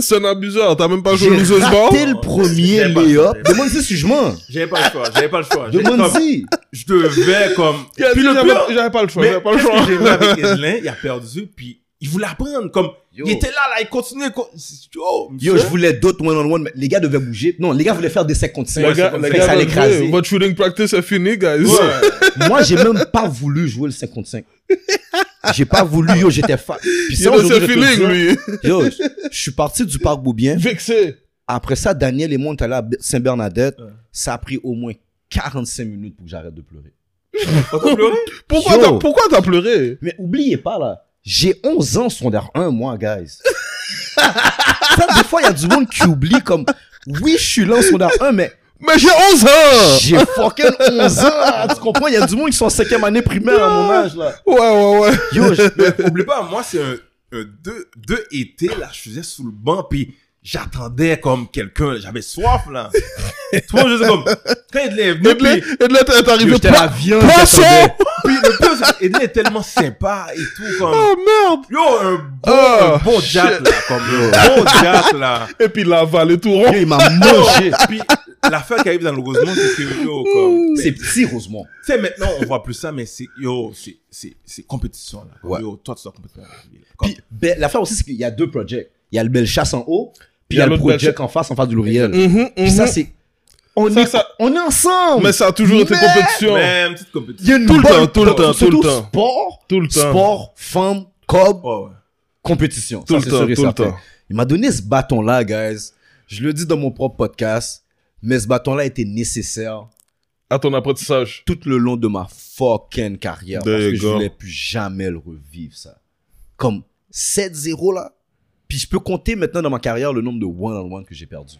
C: C'est un abuseur. T'as même pas joué au
B: J'ai
C: loser's ball?
B: raté le premier
D: J'aime pas.
B: layup. Demande-y si je mens.
D: J'avais pas le choix, j'avais pas le choix. J'ai- comme,
B: Demande-y.
D: je devais comme.
C: Il a
D: Puis
C: dit,
D: le
C: j'avais-
D: pire,
C: J'avais pas le choix.
D: mais
C: J'avais pas le
D: qu'est-ce que
C: choix.
D: j'ai vu avec Edlin, il a perdu, puis il voulait apprendre. Comme,
B: Yo.
D: il était là, là, il continuait. il co- Yo,
B: Yo,
D: monsieur.
B: je voulais d'autres one-on-one, mais les gars devaient bouger. Non, les gars voulaient faire des 55.
C: Les gars,
D: c'est
C: les
D: comme
B: ça, ça
C: gars,
B: l'écrasait.
C: votre shooting practice est fini, guys.
D: Ouais.
B: Moi, j'ai même pas voulu jouer le 55. J'ai pas voulu, yo, j'étais fa... Puis
C: Il
B: ça,
C: a ses
B: aujourd'hui, je te
C: feelings,
B: dis,
C: lui.
B: Yo, je suis parti du parc Boubien.
C: Vexé.
B: Après ça, Daniel et moi, on est allés à Saint-Bernadette.
D: Ouais.
B: Ça a pris au moins 45 minutes pour que j'arrête de pleurer.
D: Quand on pleurait,
C: Pourquoi
B: Yo.
C: t'as, pourquoi t'as pleuré?
B: Mais oubliez pas, là, j'ai 11 ans secondaire 1, moi, guys. ça, des fois, il y a du monde qui oublie comme, oui, je suis là en secondaire 1, mais
C: Mais j'ai 11 ans!
B: j'ai fucking 11 ans, là, tu comprends? Il y a du monde qui sont en cinquième année primaire à mon âge, là.
C: Ouais, ouais, ouais.
B: Yo, je-
D: mais oublie pas, moi, c'est un, un deux, deux étés, là, je faisais sous le banc, puis j'attendais comme quelqu'un, là, j'avais soif, là. tu vois, je sais comme, quand Edlin est venu,
C: Edley,
D: puis,
C: Edley, t'es t'es
B: yo,
C: arrivé
B: j'étais à la viande,
C: Poisson!
B: j'attendais.
D: puis le plus, c'est que Edlin est tellement sympa et tout, comme,
C: Oh merde!
D: yo, un bon,
C: Oh,
D: un bon
C: shit.
D: jack, là, comme, un bon jack, là.
C: Et puis il l'a avalé tout rond.
B: Yo, il m'a mangé.
D: Puis, l'affaire qui arrive dans le Rosemont, c'est que, yo, comme,
B: C'est petit, Rosemont.
D: Tu sais, maintenant, on voit plus ça, mais c'est, yo, c'est, c'est, c'est compétition, là.
B: Ouais.
D: Yo, toi, tu dois compétition avec lui, là. Comme-
B: Puis, ben, l'affaire aussi, c'est qu'il y a deux projects. Il y a le Bellechasse en haut, puis il y a, le
C: l'autre
B: project
C: Bellechasse.
B: en face, en face du Louriel.
C: Mhm,
B: Puis ça,
C: mhm.
B: c'est. On,
C: Ça,
B: est...
C: ça-
B: on est ensemble!
C: Mais ça a toujours été
B: Mais-
C: compétition.
D: mais, une petite compétition.
B: Il y a une
C: Tout le
B: bonne
C: temps, tout le
B: pro-
C: temps, tout le
B: surtout
C: temps.
B: Sport,
C: Tout le temps.
B: sport, femme, cob,
D: Ouais, ouais.
B: compétition.
C: Tout
B: Ça,
C: le
B: c'est
C: temps,
B: sûr et
C: tout le
B: certain.
C: temps.
B: Il m'a donné ce bâton-là, guys. Je le dis dans mon propre podcast, mais ce bâton-là était nécessaire
C: À ton apprentissage.
B: tout le long de ma fucking carrière
C: There
B: parce
C: you
B: que je
C: go.
B: voulais plus jamais le revivre, ça. Comme 7-0 là. Puis je peux compter maintenant dans ma carrière le nombre de one-on-one que j'ai perdu.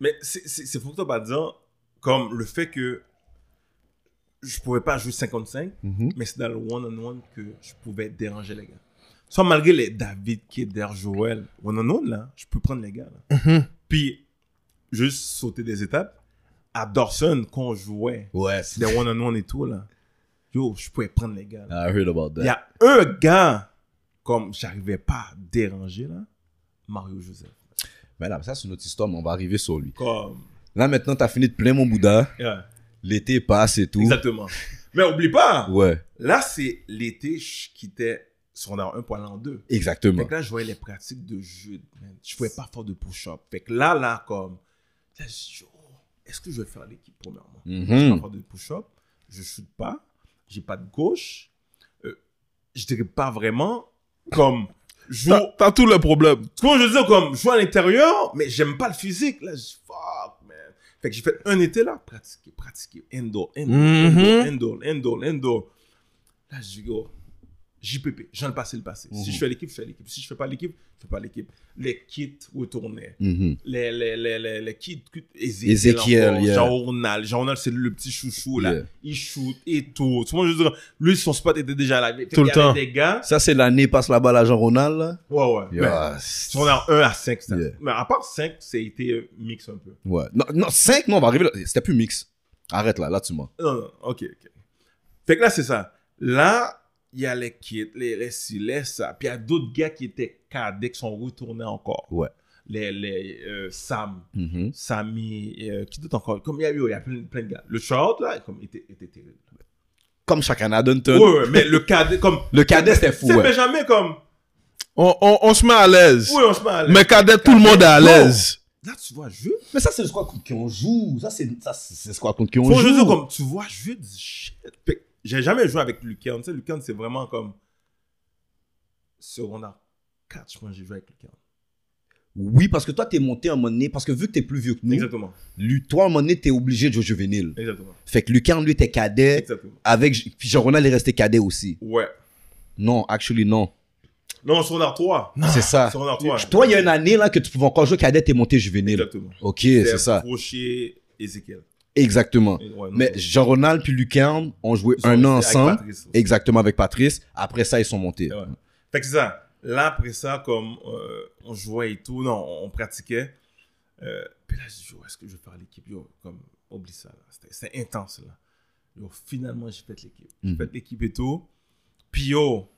D: Mais c'est- c'est c'est pour pas dire, comme le fait que je pouvais pas jouer 55,
B: Mhm.
D: mais c'est dans le one-on-one que je pouvais déranger les gars. Soit malgré les David Keder, Joel, one-on-one, là, je peux prendre les gars. là.
C: Mhm.
D: Puis, juste sauter des étapes. À Dawson, quand on jouait
B: Ouais.
D: des one-on-one et tout, là, yo, je pouvais prendre les gars. là.
B: I heard about
D: Il y a un gars, comme j'arrivais pas à déranger, là, Mario Joseph.
B: Mais là, ça, c'est une autre histoire, mais on va arriver sur lui.
D: Comme,
B: Là, maintenant, t'as fini de plein mon Bouddha.
D: ouais.
B: L'été passe et tout.
D: Exactement. Mais oublie pas,
B: Ouais,
D: là, c'est l'été, je quittais secondaire 1 pour aller en 2. Fait
B: exactement.
D: que là, je voyais les pratiques de jeu. man. Je pouvais pas faire de push-up. Fait que là, là, comme, là, je dis, yo, est-ce que je vais faire l'équipe, premièrement? Je peux
B: Mhm.
D: pas faire de push-up. Je shoot pas. J'ai pas de gauche. Euh, je dirais pas vraiment. Comme, joue.
C: T'as- T'as tout le problème.
D: Tu vois, je veux dire, comme, je joue à l'intérieur, mais j'aime pas le physique. Là, je dis, fuck, man. Fait que j'ai fait un été là, pratiquer, pratiquer, indoor, indoor,
C: Mhm.
D: indoor, indoor, indoor. Là, je dis, yo, JPP, j'en ai passé le passé. Si
B: Mhm.
D: je fais l'équipe, je fais l'équipe. Si je fais pas l'équipe, je fais pas l'équipe. Les kits retournaient.
B: Mhm.
D: Les, les, les, les, les kits,
B: Ezekiel, yeah.
D: Jean-Ronald. Jean-Ronald, c'est le petit chouchou, là.
B: Yeah.
D: Il shoot et tout. Tout le monde, je veux dire, lui, son spot était déjà là. Fait
C: Tout
D: qu'il
C: le
D: y avait
C: temps.
D: des gars.
B: Ça, c'est l'année passe la balle à Jean-Ronald. là.
D: Ouais, ouais.
B: Yo,
D: Ben,
B: ah,
D: si on est en 1 à 5, c'est ça.
B: Yeah.
D: Mais à part 5, c'est été euh, mix un peu.
B: Ouais. Non, non, 5, non, on va arriver là. C'était plus mix. Arrête là, là, tu mens.
D: Non, non, ok, ok. Fait que là, c'est ça. Là, il y a les kids, les les ci, les ça. Puis il y a d'autres gars qui étaient cadets, qui sont retournés encore.
B: Ouais.
D: Les, les euh, Sam,
B: Mhm.
D: Sammy, euh, qui d'autre encore Comme il y a eu, il y a plein, plein de gars. Le short, là, comme, était, était terrible.
B: Comme chaque année à Dunton.
D: Ouais, ouais, mais le cadet, comme.
B: Le Euh, cadet, c'était fou,
D: C'est
B: ouais.
D: mais jamais comme.
C: On, on, on se met à l'aise.
D: Oui, on se met à l'aise.
C: Mais cadet, tout le monde est à l'aise.
D: Là, tu vois, je.
B: Mais ça, c'est le squad contre qui on joue. Ça, c'est ça, c'est le squad contre qui on
D: Faut
B: joue.
D: juste dire comme tu vois, je veux dis shit. Fait que J'ai jamais joué avec Lucan. Tu sais, Lucan, c'est vraiment comme secondaire 4, je pense que j'ai joué avec Lucan.
B: Oui, parce que toi, t'es monté à un moment donné. Parce que vu que t'es plus vieux que nous,
D: Exactement.
B: lui, toi, à un moment donné, t'es obligé de jouer juvénile.
D: Exactement.
B: Fait que Lucan, lui, était cadet.
D: Exactement.
B: Avec, puis Jean-Ronald est resté cadet aussi.
D: Ouais.
B: Non, actually, non.
D: Non, secondaire 3.
B: C'est ça.
D: Secondaire 3.
B: Toi, il y a une année là que tu pouvais encore jouer cadet, t'es monté juvénile.
D: Exactement.
B: Ok, c'est ça.
D: Crochet, Ezekiel.
B: Exactement.
D: Et ouais, non,
B: Mais
D: non.
B: Jean-Ronald puis Lucarne ont joué
D: Ils sont
B: un an
D: restés avec
B: ensemble.
D: Patrice.
B: Exactement, avec Patrice. Après ça, ils sont montés.
D: Ouais. Fait que c'est ça. Là, après ça, comme euh, on jouait et tout, non, on, on pratiquait. Euh, puis là, je dis, Yo, est-ce que je vais faire l'équipe? Yo, comme, oublie ça, là. C'était- C'était intense, là. Yo, finalement, j'ai fait l'équipe. J'ai
B: Mhm.
D: fait l'équipe et tout. Puis yo,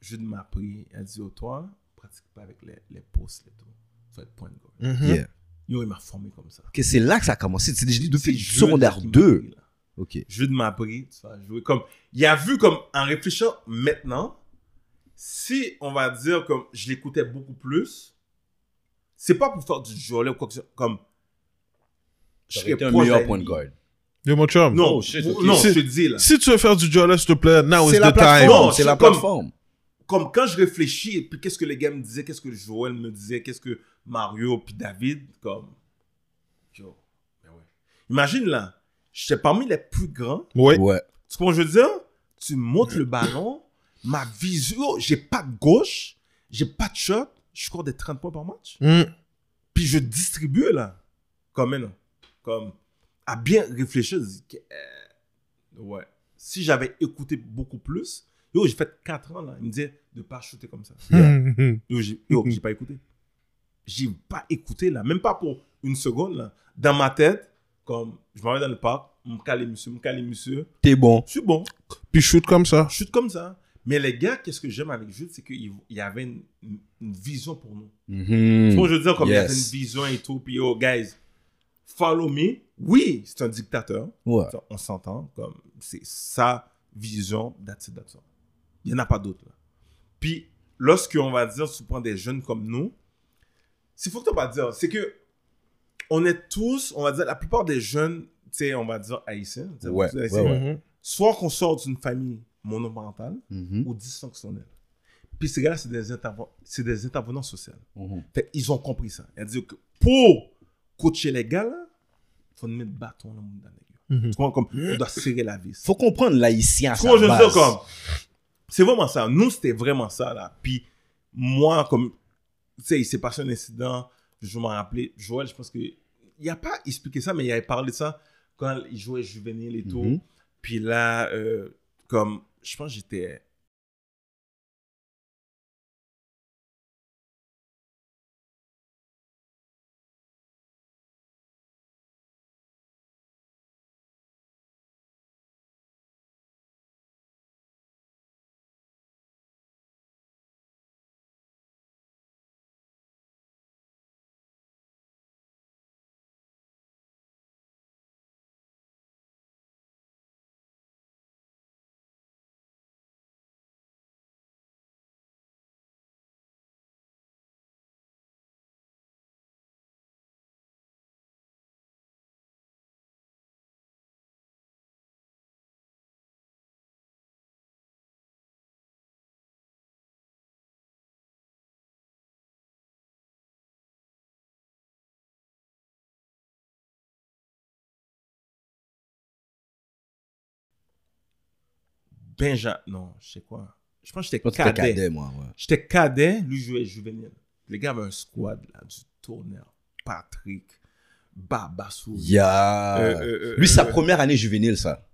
D: je m'a pris. Elle dit, yo, toi, pratique pas avec les, les postes et tout. Tu vas être point de goal.
C: Mhm.
B: Yeah.
D: Yo, il m'a formé comme ça.
B: Ok, c'est là que ça a commencé. C'est déjà
D: C'est
B: depuis
D: Jude
B: secondaire
D: qui m'a
B: 2.
D: pris, là.
B: Ok.
D: Jude m'a pris, tu vas jouer comme. Il a vu comme, en réfléchissant maintenant, si on va dire comme je l'écoutais beaucoup plus, c'est pas pour faire du jollet ou quoi que ce soit, comme. Je
B: J'aurais
D: serais
B: été un
D: proche
B: meilleur
D: d'Ali.
B: point de guard.
C: Yo, mon chum.
D: Non,
B: Oh, shit, ok.
D: non,
C: C'est-
D: je te dis là.
C: Si tu veux faire du jolly, s'il te plaît, now is
B: C'est la
C: the time.
B: plateforme.
D: Non,
B: C'est
D: c'est
B: la
D: comme-
B: plateforme.
D: Comme quand je réfléchis, et puis qu'est-ce que les gars me disaient, qu'est-ce que Joël me disait, qu'est-ce que Mario puis David, comme. Yo, mais ouais. Imagine là, j'étais parmi les plus grands.
C: Oui.
B: Ouais.
D: Tu comprends ce que je veux dire? Tu montes le ballon, ma visio, j'ai pas de gauche, j'ai pas de shot, je score des 30 points par match.
C: Mm.
D: Puis je distribue là, comme maintenant, comme à bien réfléchir. je dis que, euh, ouais, si j'avais écouté beaucoup plus, yo, j'ai fait 4 ans là, il me disait de pas shooter comme ça.
C: Mhm.
D: Yo, j'ai yo, j'ai pas écouté. J'ai pas écouté là, même pas pour une seconde là. Dans ma tête, comme je m'en vais dans le parc, me caler monsieur, me caler monsieur,
B: T'es bon.
D: je suis bon
C: Puis shoot comme ça.
D: chute comme ça. hein. Mais les gars, qu'est-ce que j'aime avec Jude, c'est qu'il il y avait une, une- une vision pour nous.
B: Mhm.
D: Tu vois, je veux dire, comme il y avait
B: Mm. Yes.
D: une vision et tout, puis yo, guys, follow me. Oui, c'est un dictateur.
B: Ouais.
D: Ça, On s'entend, comme c'est sa vision, that's it, that's all. Il n'y en a pas d'autre. là. Puis, lorsque on va dire, tu prends des jeunes comme nous, c'est faut que tu pas dire, c'est que on est tous, on va dire, la plupart des jeunes, tu sais, on va dire haïtiens, tu sais,
B: Ouais,
D: tous haïtiens.
B: ouais, ouais.
C: Mhm.
D: soit qu'on sort d'une famille monoparentale,
B: Mhm.
D: ou dysfonctionnel. Puis ces gars-là, c'est des, interven- c'est des intervenants sociaux.
B: Mhm.
D: Fait, ils ont compris ça. Ils disent que pour coacher les gars, là, faut mettre bâton dans le monde. dans les gars.
C: Mhm.
D: Tu comprends? Comme, on doit serrer la vis.
B: Faut comprendre l'haïtien à
D: Tu
B: sa
D: comprends, je veux
B: base.
D: dire, comme, c'est vraiment ça. Nous, c'était vraiment ça, là. Puis moi, comme, tu sais, il s'est passé un incident, je m'en rappelais, Joël, je pense que il il a pas expliqué ça, mais il avait parlé de ça quand il jouait juvénile et tout.
B: Mhm.
D: Puis là, euh, comme, je pense que j'étais. Benjamin. Non, je sais quoi. Je pense que
B: Je
D: j'étais
B: pense que c'était
D: cadet.
B: cadet, moi. ouais.
D: J'étais cadet, lui jouait juvénile. Les gars avaient un squad là, du tourneur. Patrick, Babassou.
B: Yeah.
D: Euh, euh, euh,
B: Lui, sa
D: euh,
B: première année juvénile, ça.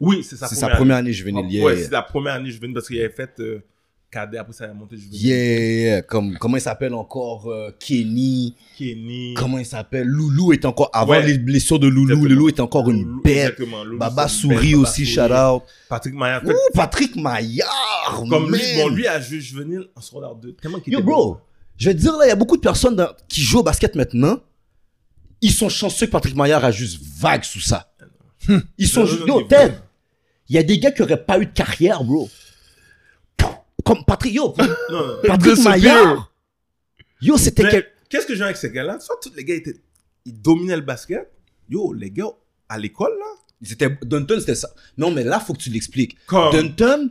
D: Oui, c'est sa
B: C'est
D: première.
B: sa première année juvénile.
D: année. Oh,
B: Yeah.
D: Ouais, c'est la première année juvénile parce qu'il avait fait euh, cadet, après ça il a monté juvénile.
B: Yeah. Comme, comment il s'appelle encore euh, Kenny.
D: Kenny.
B: Comment il s'appelle Loulou est encore. Avant
D: Ouais.
B: les blessures de Loulou,
D: Exactement.
B: Loulou est encore une
D: Loulou,
B: bête.
D: exactement, Loulou,
B: Baba
D: c'est une bête,
B: Souris
D: Baba
B: aussi, shout
D: Souris.
B: out.
D: Patrick Maillard.
B: Ouh, Patrick Maillard.
D: Comme lui,
B: man.
D: bon, lui a joué juvénile en secondaire 2. Tellement qu'il
B: Yo,
D: était
B: bro, je vais te dire, là, il y a beaucoup de personnes dans- qui jouent au basket maintenant. Ils sont chanceux que Patrick Maillard a juste vague sous ça. Hmm. Ils sont
D: bon.
B: juste.
D: Hum. Non, non,
B: Yo,
D: non,
B: Ted,
D: non,
B: il y a des gars qui auraient pas eu de carrière, bro. Comme Patrick, yo,
D: Non, non.
B: Patrick
C: Disappear.
B: Maillard. Yo, c'était
D: Mais
B: quel.
D: Qu'est-ce que j'ai avec ces gars-là Soit tous les gars étaient, ils dominaient le basket. Yo, les gars à l'école là.
B: C'était- Dunton, c'était ça. Non, mais là, faut que tu l'expliques.
D: Comme.
B: Dunton,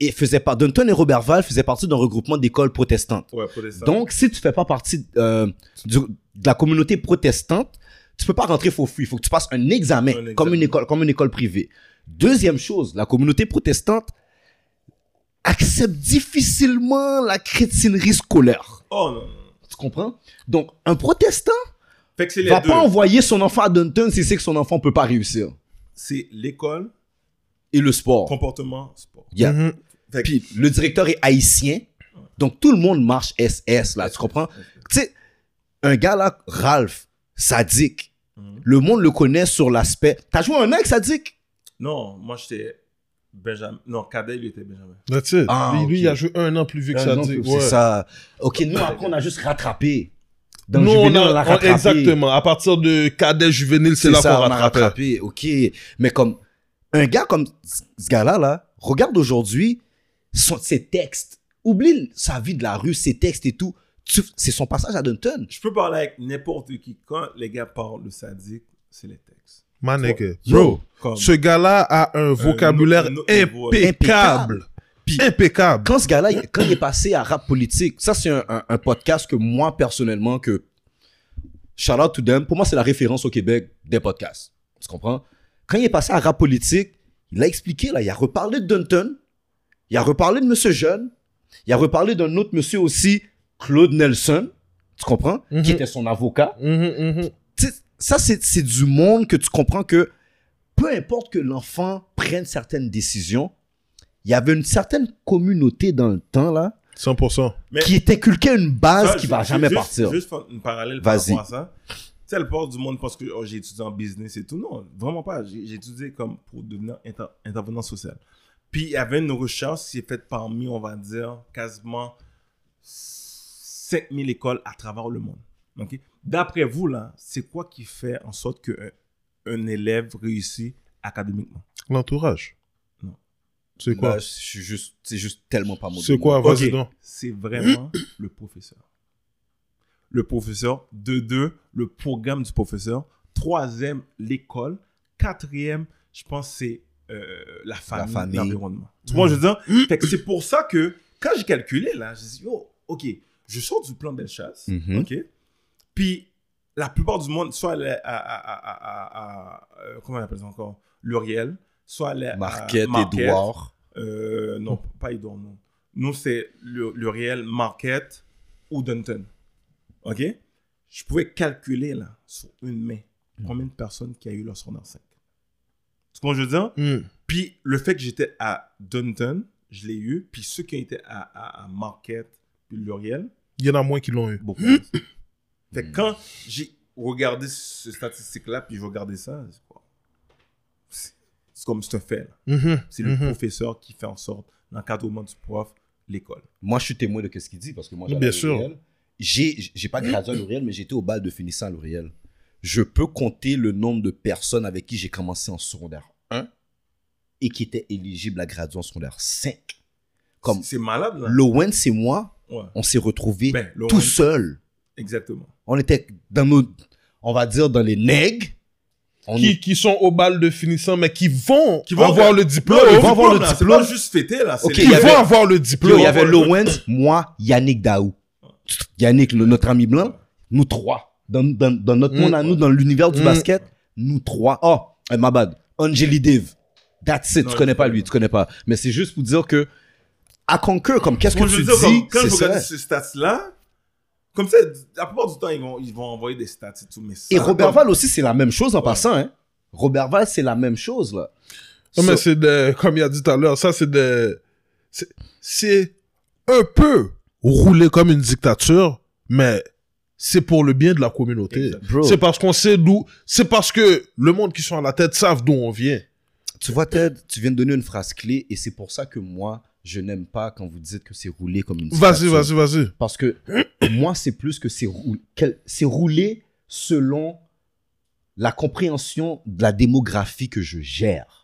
B: et faisait pas, Dunton et Robert Val faisaient partie d'un regroupement d'écoles protestantes.
D: Ouais, protestant.
B: Donc, si tu fais pas partie euh, du- de la communauté protestante, tu peux pas rentrer faux free. Il faut que tu passes un examen,
D: Un examen.
B: Comme, une école, comme une école privée. Deuxième chose, la communauté protestante accepte difficilement la crétinerie scolaire.
D: Oh non. non.
B: Tu comprends? Donc, un protestant
D: Fait que c'est les
B: va
D: deux.
B: pas envoyer son enfant à Dunton s'il sait que son enfant peut pas réussir.
D: C'est l'école,
B: Et le sport.
D: comportement, sport.
B: Yeah.
C: Mhm.
D: Fait que-
B: Puis, le directeur est haïtien. Donc, tout le monde marche SS, là. Tu comprends? Tu sais, un gars là, Ralph, sadique,
C: Mm.
D: Mhm.
B: le monde le connaît sur l'aspect. T'as joué un an avec sadique
D: Non, moi j'étais Benjamin. Non, Cadet, il était Benjamin.
C: That's it.
B: Ah,
C: lui, lui,
B: ok.
C: il a joué un an plus vieux que ça. dit. Ouais.
B: C'est ça. Ok, nous, après, on a juste rattrapé. Dans
C: Nous,
B: le
C: on
B: juvénile, l'a
C: a, on-
B: rattrapé.
C: exactement. À partir de cadet juvénile, c'est
B: C'est
C: là
B: ça,
C: qu'on
B: on a
C: rattrape.
B: rattrapé. Ok. Mais comme un gars comme c- ce gars-là, là, regarde aujourd'hui son- ses textes. Oublie sa vie de la rue, ses textes et tout. Tu- C'est son passage à Dunton.
D: Je peux parler avec n'importe qui. Quand les gars parlent le sadique, c'est les textes.
C: My nigga.
B: Yo.
C: Bro,
D: Comme.
C: ce gars-là a
D: Euh,
C: un vocabulaire
D: un autre niveau, ouais.
C: impeccable.
B: Puis-
C: Impeccable.
B: quand ce gars-là, il- quand il est passé à rap politique, ça c'est un, un- un podcast que moi personnellement, que shout out to them, pour moi c'est la référence au Québec des podcasts. Tu comprends? Quand il est passé à rap politique, il a expliqué là, il a reparlé de Dunton, il a reparlé de Monsieur Jeune, il a reparlé d'un autre monsieur aussi, Claude Nelson, tu comprends?
C: Mhm.
B: Qui était son avocat.
C: Mhm, mhm.
B: Tu sais, ça c'est c'est du monde que tu comprends que peu importe que l'enfant prenne certaines décisions, il y avait une certaine communauté dans le temps là
C: 100%.
D: Mais-
B: qui est inculqué une base
D: Ça,
B: qui
D: ju-
B: va
D: ju-
B: jamais
D: juste-
B: partir.
D: Juste faire une parallèle par
B: Vas-y.
D: rapport à ça. Tu sais, le port du monde pense que oh, j'ai étudié en business et tout. Non, vraiment pas. J'ai j'ai étudié comme pour devenir inter- intervenant social. Puis il y avait une recherche qui est faite parmi, on va dire, quasiment 5000 écoles à travers le monde. Ok? D'après vous, là, c'est quoi qui fait en sorte qu'un un élève réussit académiquement?
C: L'entourage.
D: Non.
C: C'est quoi
B: Là, Bah, je suis juste, c'est juste tellement pas mon.
C: C'est
B: domaine.
C: quoi
D: Ok.
C: Vas-y donc.
D: c'est vraiment le professeur. Le professeur. De deux, le programme du professeur. Troisième, l'école. Quatrième, je pense, c'est euh, la famille,
B: famille. Mm.
D: l'environnement. Tu vois, je veux dire, fait que c'est pour ça que quand j'ai calculé, là, j'ai dit, yo, OK, je sors du plan Bellechasse,
B: Mhm.
D: OK, puis la plupart du monde, soit elle est à, à- à- à- à- à- euh, comment on appelle ça encore, L'Uriel, soit elle est à
B: Marquette,
D: Marquette,
B: Edouard.
D: euh, non, pas Idor, non. Nous, c'est le, le réel Market ou Dunton. OK? je pouvais calculer là, sur une main, combien de personnes qui a eu leur secondaire 5. Tu comprends ce que je veux dire?
C: Hmm.
D: Puis le fait que j'étais à Dunton, je l'ai eu. Puis ceux qui étaient à, à, à Marquette, puis L'Oriel,
C: Il y en a moins qui l'ont eu.
D: beaucoup. moins. fait que quand j'ai regardé ce statistique-là, puis je regardais ça, c'est quoi? C'est c'est comme c'est un fait. là.
C: Mhm.
D: C'est le
C: Mhm.
D: professeur qui fait en sorte l'encadrement du prof, l'école.
B: Moi, je suis témoin de ce qu'il dit parce que moi, j'allais
C: Bien
B: à
C: sûr.
B: l'Oriel. J'ai, j'ai pas gradué à l'Oriel, mais j'étais au bal de finissant à l'Oriel. Je peux compter le nombre de personnes avec qui j'ai commencé en secondaire 1 et qui étaient éligibles à graduer en secondaire 5. Comme
D: C'est- C'est malade, là.
B: Lowen, c'est moi,
D: Ouais.
B: on s'est retrouvés
D: Ben, Lowen-
B: tout seuls.
D: Exactement.
B: On était dans nos, on va dire, dans les nègres. On
C: Qui, qui sont au bal de finissant, mais qui vont,
D: Qui vont
C: avoir
D: faire-
C: le diplôme.
B: ils
D: Ils
B: vont
D: vont
B: avoir le
D: là, c'est
B: diplôme.
D: pas juste fêter, là. c'est
B: Ok,
D: les-
B: il y
C: Ils
B: avait-
C: vont avoir le
B: Yo,
C: diplôme.
B: il y avait Lowens, moi, Yannick Daou. Yannick, le- notre ami blanc, nous trois. Dans, dans- dans notre
C: Mm.
B: monde à nous, dans l'univers du
C: Mm.
B: basket, nous trois. Oh, eh, my bad. Angeli Dave. That's it.
D: Non,
B: tu connais
D: je-
B: pas lui, tu connais pas. Mais c'est juste pour dire que, à Conquer, comme qu'est-ce que
D: Moi, je
B: tu
D: veux dire, comme-
B: dis,
D: quand
B: c'est
D: je regarde
B: ça.
D: ce stats-là, comme ça, la plupart du temps, ils vont, ils vont envoyer des stats et tout. Mais ça,
B: Et Robert
D: comme-
B: Val aussi, c'est la même chose en passant, hein. Robert Val, c'est la même chose, là.
C: Non, mais
B: So-
C: c'est de, comme il a dit tout à l'heure, ça c'est de, c'est- c'est un peu roulé comme une dictature, mais c'est pour le bien de la communauté.
D: Exact.
B: Bro.
C: C'est parce qu'on sait d'où, c'est parce que le monde qui sont à la tête savent d'où on vient.
B: Tu vois, Ted, tu viens de donner une phrase clé et c'est pour ça que moi, je n'aime pas quand vous dites que c'est roulé comme une
C: Vas-y,
B: statue.
C: vas-y, vas-y.
B: Parce que moi, c'est plus que c'est roul- quel- c'est roulé selon la compréhension de la démographie que je gère.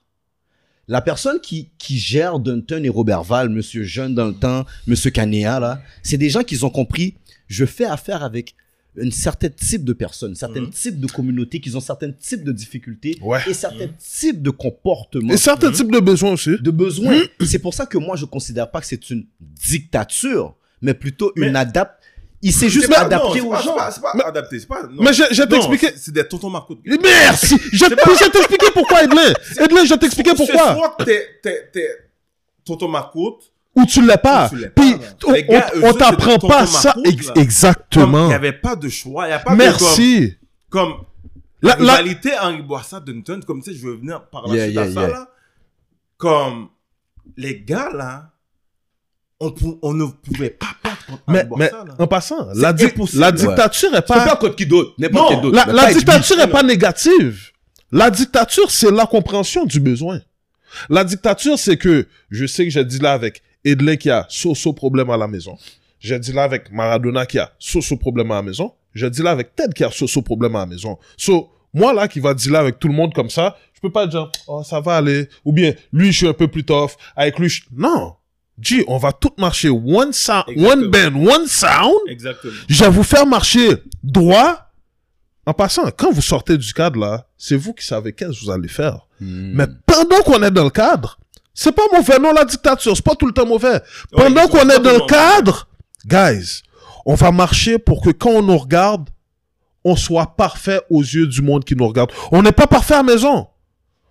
B: La personne qui, qui gère Dunton et Robert Val, Monsieur Jeune dans le temps, Monsieur Canéa, là, c'est des gens qui ont compris, je fais affaire avec un certain type de personnes, certains
D: Mhm.
B: types de communautés qui ont certains types de difficultés
C: Ouais.
B: et certains types de comportements
C: Et certains types de besoins aussi.
B: de besoin.
D: Hum.
B: C'est pour ça que moi, je considère pas que c'est une dictature, mais plutôt une
D: Mais-
B: adapte. Il s'est juste
D: pas-
B: adapté
D: non,
B: aux
D: c'est
B: gens.
D: pas- C'est pas, c'est pas adapté. C'est pas. non.
C: Mais je, je vais
D: Non,
C: t'expliquer.
D: c'est- C'est des tontons marcots.
C: Merci! Je, puis je vais t'expliquer pourquoi, Edlin. Edlin, je vais t'expliquer
D: C'est
C: pourquoi.
D: soit que t'es- t'es- t'es tonton marcots,
C: Ou tu l'as pas.
D: Ou tu l'as pas,
C: Puis,
D: là.
C: on,
D: Les gars, eux,
C: on
D: c'est
C: t'apprend
D: des
C: pas
D: tontons
C: ça.
D: marcottes,
C: Ex-
D: là. comme il
C: exactement.
D: n'y avait pas de choix. Il n'y a pas de
C: Merci.
D: Comme, comme
C: Là, là,
D: rivalité Henri Boissa Dunton, comme tu sais, je veux venir par la
B: Yeah,
D: suite à
B: yeah,
D: ça,
B: yeah.
D: là. Comme, les gars, là, on, pou- on ne pouvait pas battre contre
C: Mais,
D: Henri
C: mais
D: Bourassa, là.
C: en passant, la, di-
D: impossible.
C: la
D: Ouais.
C: dictature est pas.
B: contre qui d'autre,
D: n'importe qui
C: La, la dictature est pas négative. La dictature, c'est la compréhension du besoin. La dictature, c'est que je sais que j'ai dit là avec Edlin qui a so-so problème à la maison. J'ai dit là avec Maradona qui a so-so problème à la maison. J'ai dit là avec Ted qui a so-so problème à la maison. So, moi là qui va dire là avec tout le monde comme ça, je peux pas dire, oh, ça va aller. Ou bien, lui, je suis un peu plus tough. Avec lui, je- non. G, on va tout marcher one, sound, one band, one sound.
D: Exactement.
C: Je vais vous faire marcher droit. En passant, quand vous sortez du cadre, là, c'est vous qui savez qu'est-ce que vous allez faire.
D: Hmm. Hum.
C: Mais pendant qu'on est dans le cadre, c'est pas mauvais, non, la dictature, c'est pas tout le temps mauvais. Pendant
D: ils sont
C: qu'on
D: pas
C: est dans le
D: tout le temps
C: cadre, guys, on va marcher pour que quand on nous regarde, on soit parfait aux yeux du monde qui nous regarde. On n'est pas parfait à la maison.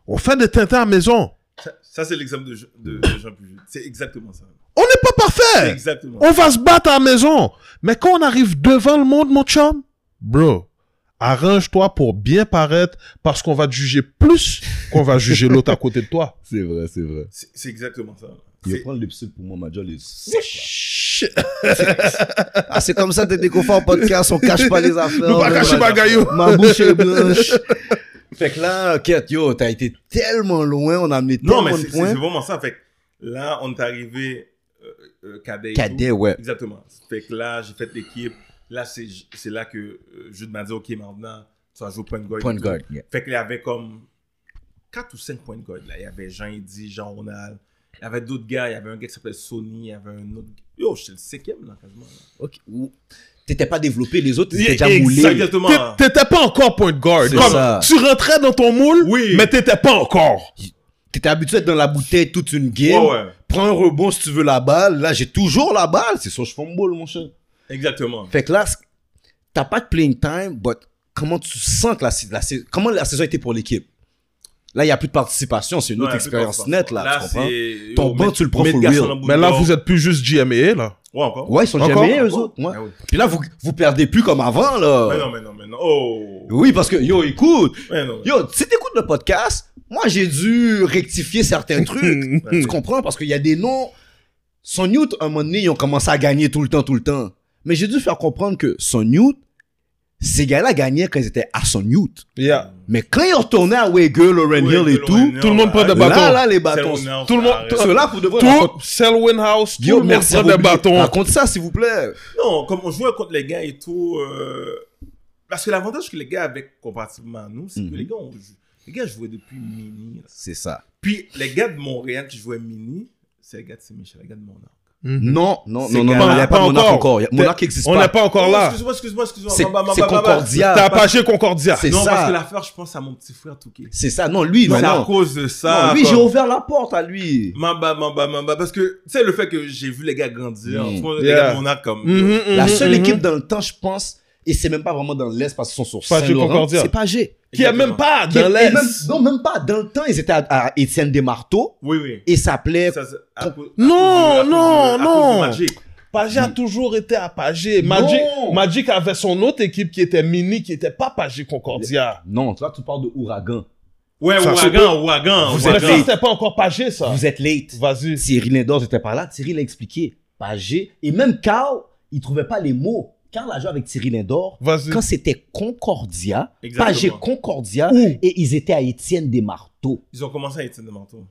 C: On fait des tintins à la maison.
D: Ça, ça, c'est l'exemple de, Je- de, de Jean Puget. C'est exactement ça.
C: On n'est pas
D: C'est
C: parfait.
D: exactement
C: On va se battre à la maison. Mais quand on arrive devant le monde, mon chum, bro, arrange-toi pour bien paraître parce qu'on va te juger plus qu'on va juger l'autre à côté de toi.
B: C'est vrai, c'est vrai.
D: C'est c'est exactement ça.
B: Il va
D: C'est-
B: prendre le psy pour moi, ma jolle est...
C: Shit.
B: Ah, c'est comme ça, t'es déconfort en podcast, on cache pas les affaires.
C: Nous pas
B: là,
C: cacher
B: ma-
C: bagaillot.
B: Ma bouche est blanche. Fait que là, Kate, yo, t'as été tellement loin, on a amené tellement
D: Non, mais
B: de
D: c'est c'est
B: points.
D: vraiment ça. Fait que là, on est arrivé euh, euh, cadet. et
B: Cadet, ouais.
D: tout. Exactement. Fait que là, j'ai fait l'équipe. Là, c'est c'est là que euh, Jude m'a dit, OK, maintenant, tu vas jouer point guard. et
B: Point
D: tout.
B: guard. yeah.
D: Fait qu'il y avait comme 4 ou 5 points de guard. Là. Il y avait Jean-Eddy, Jean-Ronald. Il y avait d'autres gars. Il y avait un gars qui s'appelait Sony. Il y avait un autre. Yo, je suis le cinquième, là, quasiment. là.
B: Ok. Ouh. T'étais pas développé, les autres, ils étaient
C: Yeah,
B: déjà moulés.
D: Exactement.
C: T'é- T'étais pas encore point guard.
B: C'est
C: Comme,
B: ça.
C: tu rentrais dans ton moule,
D: Oui.
C: mais t'étais pas encore.
B: T'étais habitué à être dans la bouteille toute une game.
D: Ouais, ouais.
B: Prends un rebond si tu veux la balle. Là, j'ai toujours la balle. C'est ça, je fais mon ball, mon cher.
D: Exactement.
B: Fait que là, c- t'as pas de playing time, but comment tu sens que la, sais- la sais- comment la saison était pour l'équipe? Là, il n'y a plus de participation, c'est une
D: Ouais,
B: autre
D: plus
B: expérience
D: de
B: nette, là,
D: participation.
B: tu comprends?
D: c'est-
B: Ton
D: yo,
B: banc,
D: mettre-
B: tu le prends
D: mettre
B: for
D: garçon
B: real.
D: dans le bout
C: Mais
D: de
C: là,
D: dehors.
C: vous êtes plus juste GMA, là.
D: Ouais, encore.
B: Ouais, ils sont
C: Encore?
B: jamais eux
D: Encore?
B: autres. ouais.
D: Mais oui.
B: Puis là, vous, vous perdez plus comme avant,
D: Mais
B: là.
D: non, mais non, mais non. Oh!
B: Oui, parce que, yo, écoute,
D: Mais non. mais-
B: yo, si t'écoutes le podcast, moi, j'ai dû rectifier certains trucs.
D: Hmm.
B: tu comprends? Parce qu'il y a des noms. Son Newt, à un moment donné, ils ont commencé à gagner tout le temps, tout le temps. Mais j'ai dû faire comprendre que Son Newt, ces gars-là gagnaient quand ils étaient à Son Newt.
C: Yeah.
B: Mais quand ils retournaient à Weigel, Lauren
D: Ouais,
B: Hill et
D: le
B: tout,
D: Lorraine
C: tout le monde
D: Hill,
C: prend
D: là,
C: des
B: là,
C: bâtons.
B: là, les
D: c'est
B: bâtons.
D: Lorraine Hill,
C: Tout le monde-
D: arrête.
B: Ceux-là, pour de vrai, raconte-
C: Tout, Selwyn House, tout
B: Yo,
C: le monde
B: merci
C: prend
B: à
C: des
B: Bobby.
C: bâtons.
B: Raconte ça, s'il vous plaît.
D: Non, comme on jouait contre les gars et tout. euh, Parce que l'avantage que les gars avaient comparativement à nous, c'est
B: Mhm.
D: que les gars, on jou- les gars jouaient depuis mini. là.
B: C'est ça.
D: Puis les gars de Montréal qui jouaient mini, c'est les gars de Saint-Michel, les gars de Monarch.
C: Mhm.
B: Non, non,
D: C'est
B: non, non,
D: gars-
B: non, il n'y a
C: pas
B: pas de monarque
C: encore.
B: encore. Il y a- Monarque n'existe
C: On
B: pas.
C: n'est pas encore
D: Oh,
C: là.
D: Excuse-moi, excuse-moi, excuse-moi.
B: C'est
D: Bah, bah,
B: c'est
D: bah, bah, bah.
B: Concordia.
C: T'as apaché Concordia.
B: C'est
D: Non, parce
B: ça.
D: que l'affaire, je pense à mon petit frère Touquet.
B: C'est ça. Non, lui, non,
D: C'est à
B: non.
D: cause de ça.
B: Non, lui,
D: comme-
B: j'ai ouvert la porte à lui.
D: Mamba, mamba, mamba. Parce que, tu sais, le fait que j'ai vu les gars grandir,
B: Mm.
D: tu vois, les
C: Yeah.
D: gars de mon âge, comme.
C: Mhm,
B: La
C: mhm,
B: seule
C: mhm.
B: équipe dans le temps, je pense, et c'est même pas vraiment dans l'Est parce qu'ils sont sur
C: Pas du
B: Saint-Laurent,
C: Concordia.
B: c'est pas G.
C: Qui a même pas dans
B: Et même-
C: l'Est.
B: Non, même pas. Dans le temps, ils étaient à, à Étienne Desmarteaux
D: Oui, oui.
B: et s'appelaient...
D: Ça, c'est à cause- à
C: Non,
D: cause de-
C: non,
D: à cause de- à cause
C: non.
D: de Magic.
C: Pagé a toujours été à Pagé. Magic,
B: Non.
C: Magic avait son autre équipe qui était mini, qui était pas Pagé Concordia.
B: Non, toi, tu parles de Ouragan.
D: Ouais,
C: Ça, c'est
D: Ouagan, Ouagan.
B: Vous êtes
C: Mais
D: Ouagan.
C: ça,
B: late.
C: c'était pas encore Pagé, ça.
B: Vous êtes late.
C: Vas-y.
B: Thierry Lindor n'était pas là. Thierry l'a expliqué. Pas G. Et même Carl, il trouvait pas les mots. Carl a joué avec Thierry Lindor.
C: Vas-y.
B: Quand c'était Concordia,
D: Exactement.
B: Pagé Concordia,
C: Où?
B: et ils étaient à Étienne Desmarteaux.
D: Ils ont commencé à Étienne de Manteau.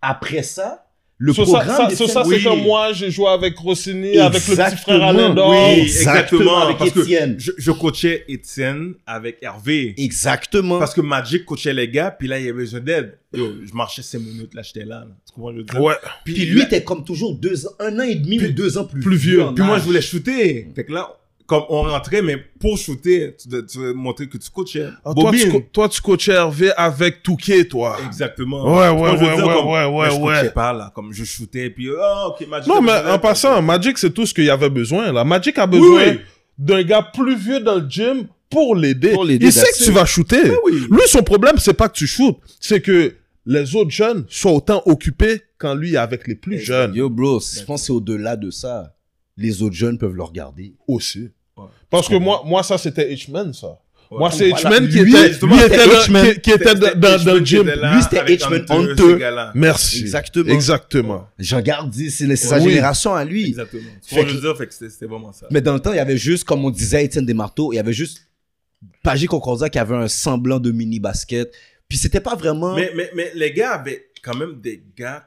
B: Après ça, le
C: Sur ça,
B: programme
C: ça,
B: d'Étienne-
C: sur ça, c'est
D: Oui.
C: comme moi, j'ai joué avec Rossini, avec le petit frère
B: Exactement.
C: Alain Dor.
B: Oui,
D: exactement.
B: exactement, avec
D: parce
B: Étienne.
D: que je, je coachais Étienne avec Hervé.
B: Exactement.
D: Parce que Magic coachait les gars, puis là, il y avait besoin d'aide. Yo, je marchais 5 minutes, là, j'étais là. là. Tu comprends ce que je veux dire?
C: Ouais.
B: puis, lui, t'es comme toujours deux ans, un an et demi ou deux ans plus,
C: plus vieux.
B: en
D: Puis moi,
B: âge.
D: je voulais shooter. Fait que là, comme on rentrait, mais pour shooter, tu dois, tu dois montrer que tu coachais.
C: Ah, toi, tu,
D: Bobine.
C: co- toi, tu coachais Hervé avec Touquet, toi.
D: Exactement.
C: Ouais,
D: Tu vois,
C: ouais,
D: je veux
C: ouais,
D: dire,
C: ouais,
D: comme-
C: ouais, ouais,
D: mais je
C: ouais.
D: coachais pas, là. Comme je shootais, puis, oh, ok, Magic.
C: Non, mais
D: Magic,
C: en
D: Magic.
C: passant, Magic, c'est tout ce qu'il y avait besoin. Là. Magic a
D: Oui,
C: besoin
D: oui.
C: d'un gars plus vieux dans le gym pour l'aider. ben
B: Pour l'aider,
C: Il sait que
B: that's it.
C: tu vas shooter.
D: Mais oui.
C: Lui, son problème, c'est pas que tu shootes, c'est que les autres jeunes soient autant occupés quand lui est avec les plus jeunes
B: Yo, bro, je pense que c'est au-delà de ça. Les autres jeunes peuvent le regarder.
C: aussi.
D: Ouais.
C: Parce que moi, moi, ça, c'était Hitchman, ça.
D: Ouais.
C: Moi, c'est
B: Voilà.
C: Hitchman qui
B: Lui,
C: était,
B: justement,
C: lui
B: c'était
C: était dans-
B: Hitchman.
C: qui- qui était dans- dans dans le gym.
B: Lui, c'était Hitchman honteux.
C: Merci.
B: Exactement.
C: Exactement.
B: J'en garde dit, c'est c'est sa
C: Oui.
B: génération à lui.
D: Exactement. Tu
B: Fait
D: vois, je
B: que-
D: veux dire, fait que c'était c'était vraiment ça.
B: Mais dans le temps, il y avait juste, comme on disait, Étienne Desmarteaux, il y avait juste Pagé Concordia qui avait un semblant de mini-basket. Puis c'était pas vraiment...
D: Mais, mais, mais les gars avaient quand même des gars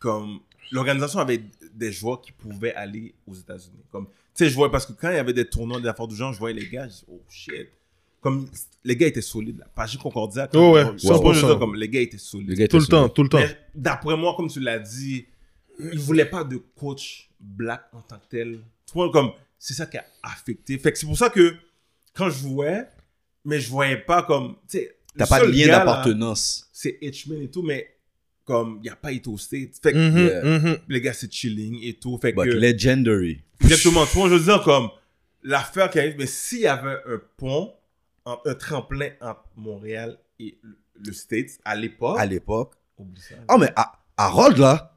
D: comme. L'organisation avait des joueurs qui pouvaient aller aux États-Unis. Comme, tu sais, je voyais parce que quand il y avait des tournois des affaires du genre, je voyais les gars, je dis, oh shit. Comme les gars étaient solides. Là. Pagé Concordia, comme,
C: Oh ouais,
D: tu vois,
C: 100%.
D: je veux dire, comme les gars étaient solides.
B: Le gars était
C: Tout le
B: sur-
C: temps, tout le temps.
D: Mais d'après moi, comme tu l'as dit, ils voulaient pas de coach black en tant que tel. Tu vois, comme, c'est ça qui a affecté. Fait que c'est pour ça que quand je jouais, mais je voyais pas comme, tu sais,
B: T'as
D: le
B: pas de
D: seul
B: lien
D: gars, là,
B: d'appartenance.
D: c'est Hitchman et tout, mais comme il a pas été au States. Fait que
C: Mhm,
B: Yeah.
C: mhm.
D: les gars, c'est chilling et tout. Fait
B: But
D: que,
B: legendary.
D: exactement, tu vois, je veux dire, comme l'affaire qui arrive, mais s'il y avait un pont, un, un tremplin entre Montréal et le, le States à l'époque,
B: À l'époque.
D: oublie ça.
B: Ah, mais à, Harold, là,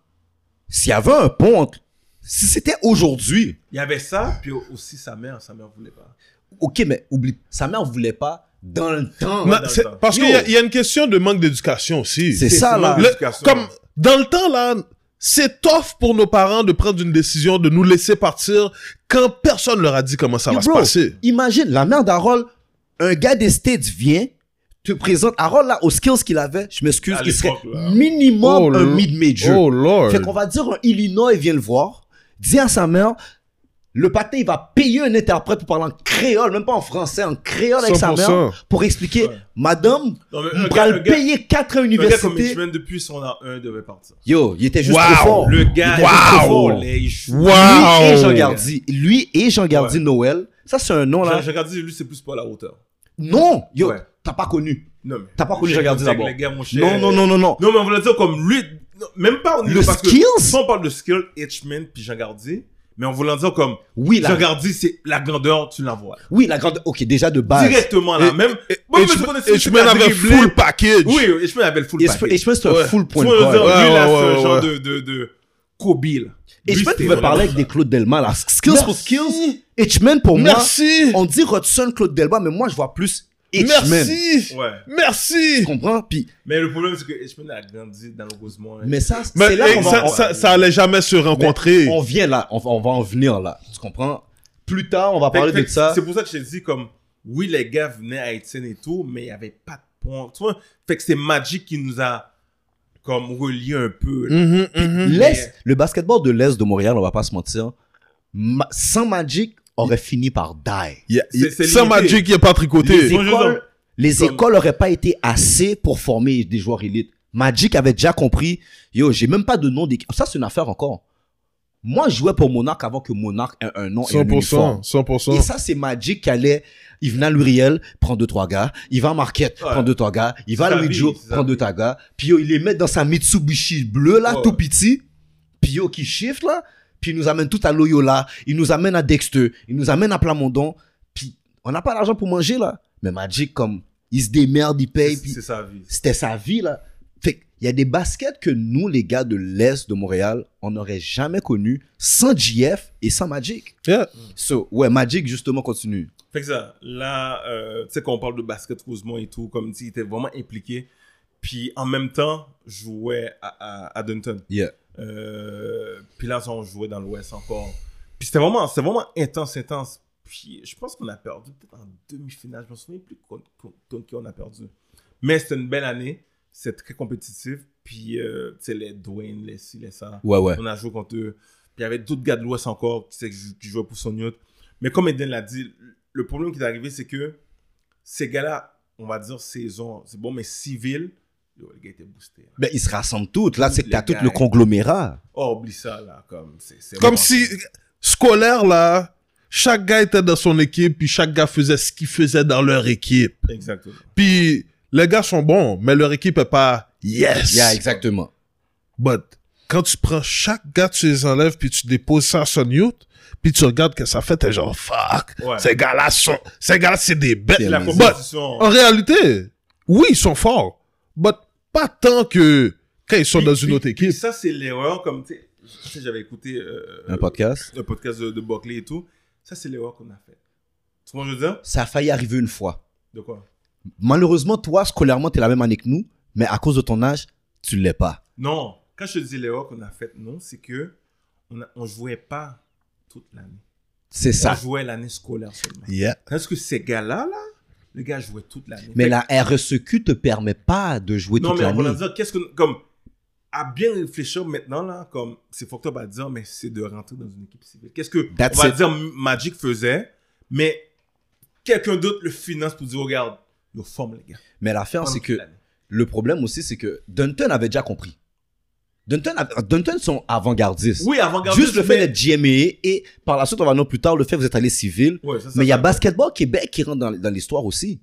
B: s'il y avait un pont, entre- si c'était aujourd'hui,
D: Il y avait ça, puis aussi sa mère, sa mère voulait pas.
B: ok, mais oublie, sa mère voulait pas dans le temps.
C: Non,
D: dans le
C: c'est-
D: temps.
C: parce
B: Yo.
C: qu'il y, a- il y a une question de manque d'éducation aussi.
B: C'est ça, là.
D: manque
C: Le-
D: d'éducation.
C: comme dans le temps là, c'est tough pour nos parents de prendre une décision de nous laisser partir quand personne leur a dit comment ça
B: Yo,
C: va
B: bro,
C: se passer.
B: Imagine, la mère d'Harold, un gars des States vient, te présente Harold, là, aux skills qu'il avait, je m'excuse,
D: À
B: il serait
D: l'époque, là.
B: minimum
C: Oh,
B: un
C: lo-
B: mid-major.
C: lord.
B: Fait qu'on va dire un Illinois vient le voir, dit à sa mère, le patin, il va payer un interprète pour parler en créole, même pas en français, en créole avec sa mère,
C: 100%.
B: pour expliquer,
D: Ouais.
B: madame,
D: Non, mais
B: on va le payer quatre à
D: un gars comme
B: l'université.
D: Hitchman, depuis son A1, devait partir.
B: Yo, il était juste
C: Wow.
B: trop fort.
D: Le gars,
B: Il était juste trop
D: wow!
B: fort.
D: les- il chou-
C: Wow!
B: Lui et Jean
C: Oh.
B: Gardi. Lui et Jean Gardi Noël. Ça, c'est un nom, là.
D: J'ai j'ai regardé, lui, c'est plus pas la hauteur.
B: Non! Yo,
D: Ouais.
B: t'as pas connu.
D: Non, mais.
B: T'as pas connu
D: J'ai
B: Jean Gardi
D: avec
B: d'abord.
D: les gars, mon cher.
B: Non, non, non, non, non.
D: Non, mais on voulait dire comme lui, non, même pas au niveau
B: Le
D: parce
B: skills?
D: que si on parle de skill, Hitchman puis Jean Gardier, Mais en voulant dire comme,
B: Oui,
D: je
B: la,
D: regarde, c'est la grandeur, tu la vois.
B: oui, la grande, ok, déjà de base.
D: Directement là,
C: Et-
D: même. Moi, je me connais-
C: Et je mets
D: c'est
C: avec
D: dribblé.
C: full package.
D: Oui, et je me rappelle full
B: Et
D: package.
B: je, et je pense que c'est un
C: Ouais.
B: full
D: Tu
B: point
D: vois, je veux dire,
B: guard.
D: lui,
C: Ouais,
D: là,
C: ouais,
D: ce
C: ouais,
D: genre
C: ouais.
D: de, de, de Kobe, là.
B: Et
D: Lui,
B: je pense qu'il
D: c'était
B: veut parler avec des Claude Delma, là. Skills for skills. Hitchman, pour
C: Merci.
B: moi, on dit Rodson, Claude Delma, mais moi, je vois plus Hitchman.
C: Merci.
D: Ouais.
C: Merci.
B: Tu comprends? Puis,
D: Mais le problème, c'est que Hitchman a grandi, malheureusement.
B: mais ça,
C: Mais
B: c'est là
C: et
B: qu'on
C: ça,
B: va, on-
C: ça, ça allait jamais se rencontrer.
B: on vient là, on, va- on va en venir là. Tu comprends? Plus tard, on va
D: Fait-
B: parler
D: fait
B: de
D: que
B: ça.
D: C'est pour ça que je te dis, comme, oui, les gars venaient à Etienne et tout, mais il n'y avait pas de point. Tu vois, fait que c'est Magic qui nous a, comme, relié un peu.
B: Mm.
D: là.
C: Mhm, mhm.
B: L'Est, le basketball de l'Est de Montréal, on va pas se mentir, ma- sans Magic, aurait fini par die.
C: Il y a-
D: C'est-
C: il-
D: c'est
C: Sans
D: limité.
C: Magic, il n'est pas tricoté.
B: Les
D: Moi, je veux
B: écoles,
D: dire-
B: les
D: comme-
B: écoles auraient pas été assez pour former des joueurs élites. Magic avait déjà compris, yo, j'ai même pas de nom d'équipe. Ça, c'est une affaire encore. Moi, je jouais pour Monarch avant que Monarch ait un nom et un uniforme.
C: 100%. 100%.
B: Et ça, c'est Magic qui allait, il venait à Luriel, prend deux, trois gars, il va à Marquette,
D: Ouais.
B: prend deux, trois gars, il va
D: C'est
B: à
D: sa vie,
B: Luijo,
D: c'est sa
B: prend deux, trois gars, puis yo, il les met dans sa Mitsubishi bleue, là,
D: Ouais.
B: tout petit, puis yo, qui shift, là, puis il nous amène tout à Loyola, il nous amène à Dexter, il nous amène à Plamondon, puis on n'a pas l'argent pour manger, là. Mais Magic, comme, il se démerde, il paye,
D: C'est
B: puis
D: c'est sa vie.
B: c'était sa vie, là. Fait il y a des baskets que nous, les gars de l'Est de Montréal, on n'aurait jamais connu sans JF et sans Magic.
C: Yeah.
B: So, ouais, Magic, justement, continue.
D: Fait que ça, là, euh, tu sais, quand on parle de basket Rosemont et tout, comme, tu sais, il était vraiment impliqué. Puis, en même temps, jouait à, à, à Dunton.
B: Yeah.
D: Euh, puis là, on jouait dans l'Ouest encore. Puis c'était vraiment, c'était vraiment intense, intense. Puis je pense qu'on a perdu peut-être en demi-finale. Je me souviens plus contre, contre- contre qui on a perdu. Mais c'était une belle année. C'est très compétitif. Puis, euh, tu sais, les Dwayne, les ci, les ça.
B: Ouais, ouais.
D: On a joué contre eux. Puis il y avait d'autres gars de l'Ouest encore qui, sais, qui jou- qui jouaient pour Soniot. Mais comme Eden l'a dit, le problème qui est arrivé, c'est que ces gars-là, on va dire saison, c'est bon, mais civil, yo, le gars était boosté.
B: Ben, ils se rassemblent toutes. Là, c'est que t'as
D: Les
B: tout le
D: gars.
B: conglomérat.
D: Oh, oublie ça, là. Comme, c'est- c'est
C: Comme
D: vraiment-
C: si, scolaire, là, chaque gars était dans son équipe, puis chaque gars faisait ce qu'il faisait dans leur équipe.
D: Exactement.
C: Puis, les gars sont bons, mais leur équipe est pas yes.
B: Yeah, exactement.
C: But, quand tu prends chaque gars, tu les enlèves, puis tu déposes ça à son youth, puis tu regardes que ça fait, t'es genre, fuck,
D: Ouais.
C: ces gars-là sont, ces gars-là, c'est des bêtes.
B: C'est
D: la
B: Amazing.
C: But,
D: compétition.
C: en réalité, oui, ils sont forts, but pas tant que quand ils sont
D: Puis-
C: dans une
D: puis-
C: autre
D: puis
C: équipe.
D: ça, c'est l'erreur, comme, tu sais, je sais, j'avais écouté euh,
B: Un podcast.
D: le podcast de, de Buckley et tout. Ça, c'est l'erreur qu'on a fait. Tu vois ce que je veux dire?
B: Ça a failli arriver une fois.
D: De quoi?
B: Malheureusement, toi, scolairement, t'es la même année que nous, mais à cause de ton âge, tu l'es pas.
D: Non. Quand je te dis l'erreur qu'on a faite, non, c'est que on, a, on jouait pas toute l'année.
B: C'est
D: On
B: ça.
D: jouait l'année scolaire seulement.
C: Yeah.
D: Parce que ces gars-là, là, les gars jouaient toute l'année.
B: Mais
D: Fait-
B: la RSEQ te permet pas de jouer
D: Non,
B: toute
D: mais on va leur
B: l'année.
D: dire, qu'est-ce que. Comme, à bien réfléchir maintenant, là, comme, c'est fucked up à dire, mais c'est de rentrer dans une équipe civile. Qu'est-ce que.
B: That's
D: on va
B: it.
D: dire Magic faisait, mais quelqu'un d'autre le finance pour dire, regarde, nos forme, les gars.
B: Mais l'affaire, c'est
D: Pendant
B: que
D: toute l'année.
B: le problème aussi, c'est que Dunton avait déjà compris. Dunton, avait- Dunton sont avant-gardistes.
D: Oui, avant garde
B: Juste le fait d'être GME et par la suite, on va non plus tard, le fait que vous êtes allé civil.
D: Ouais, ça, ça,
B: Mais il y a
D: ça.
B: Basketball Québec qui rentre dans, dans l'histoire aussi.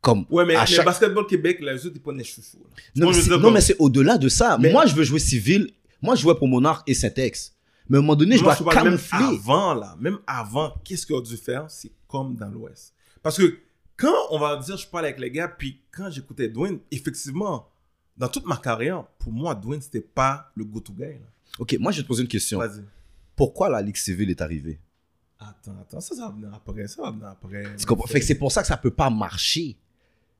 B: Comme
D: Ouais, mais,
B: à
D: mais
B: chaque
D: Basketball Québec, là, les autres, ils prennent les chouchous. là.
B: Non, mais
D: Moi, je
B: c'est-
D: veux dire,
B: non,
D: comme-
B: mais c'est au-delà de ça.
D: Mais-
B: Moi, je veux jouer civil. Moi, je jouais pour Monarch et Syntex. Mais à un moment donné, je
D: Moi,
B: dois
D: parle même
B: camoufler.
D: avant, là, même avant, qu'est-ce qu'on a dû faire C'est comme dans l'Ouest. Parce que quand on va dire, je parle avec les gars, puis quand j'écoutais Dwayne, effectivement, dans toute ma carrière, pour moi, Dwayne, c'était pas le go-to guy. là.
B: Ok, moi, je vais te poser une question.
D: Vas-y.
B: Pourquoi la Ligue civile est arrivée
D: Attends, attends, ça, ça va venir après, ça va venir après.
B: Tu comprends? Fait que c'est pour ça que ça peut pas marcher.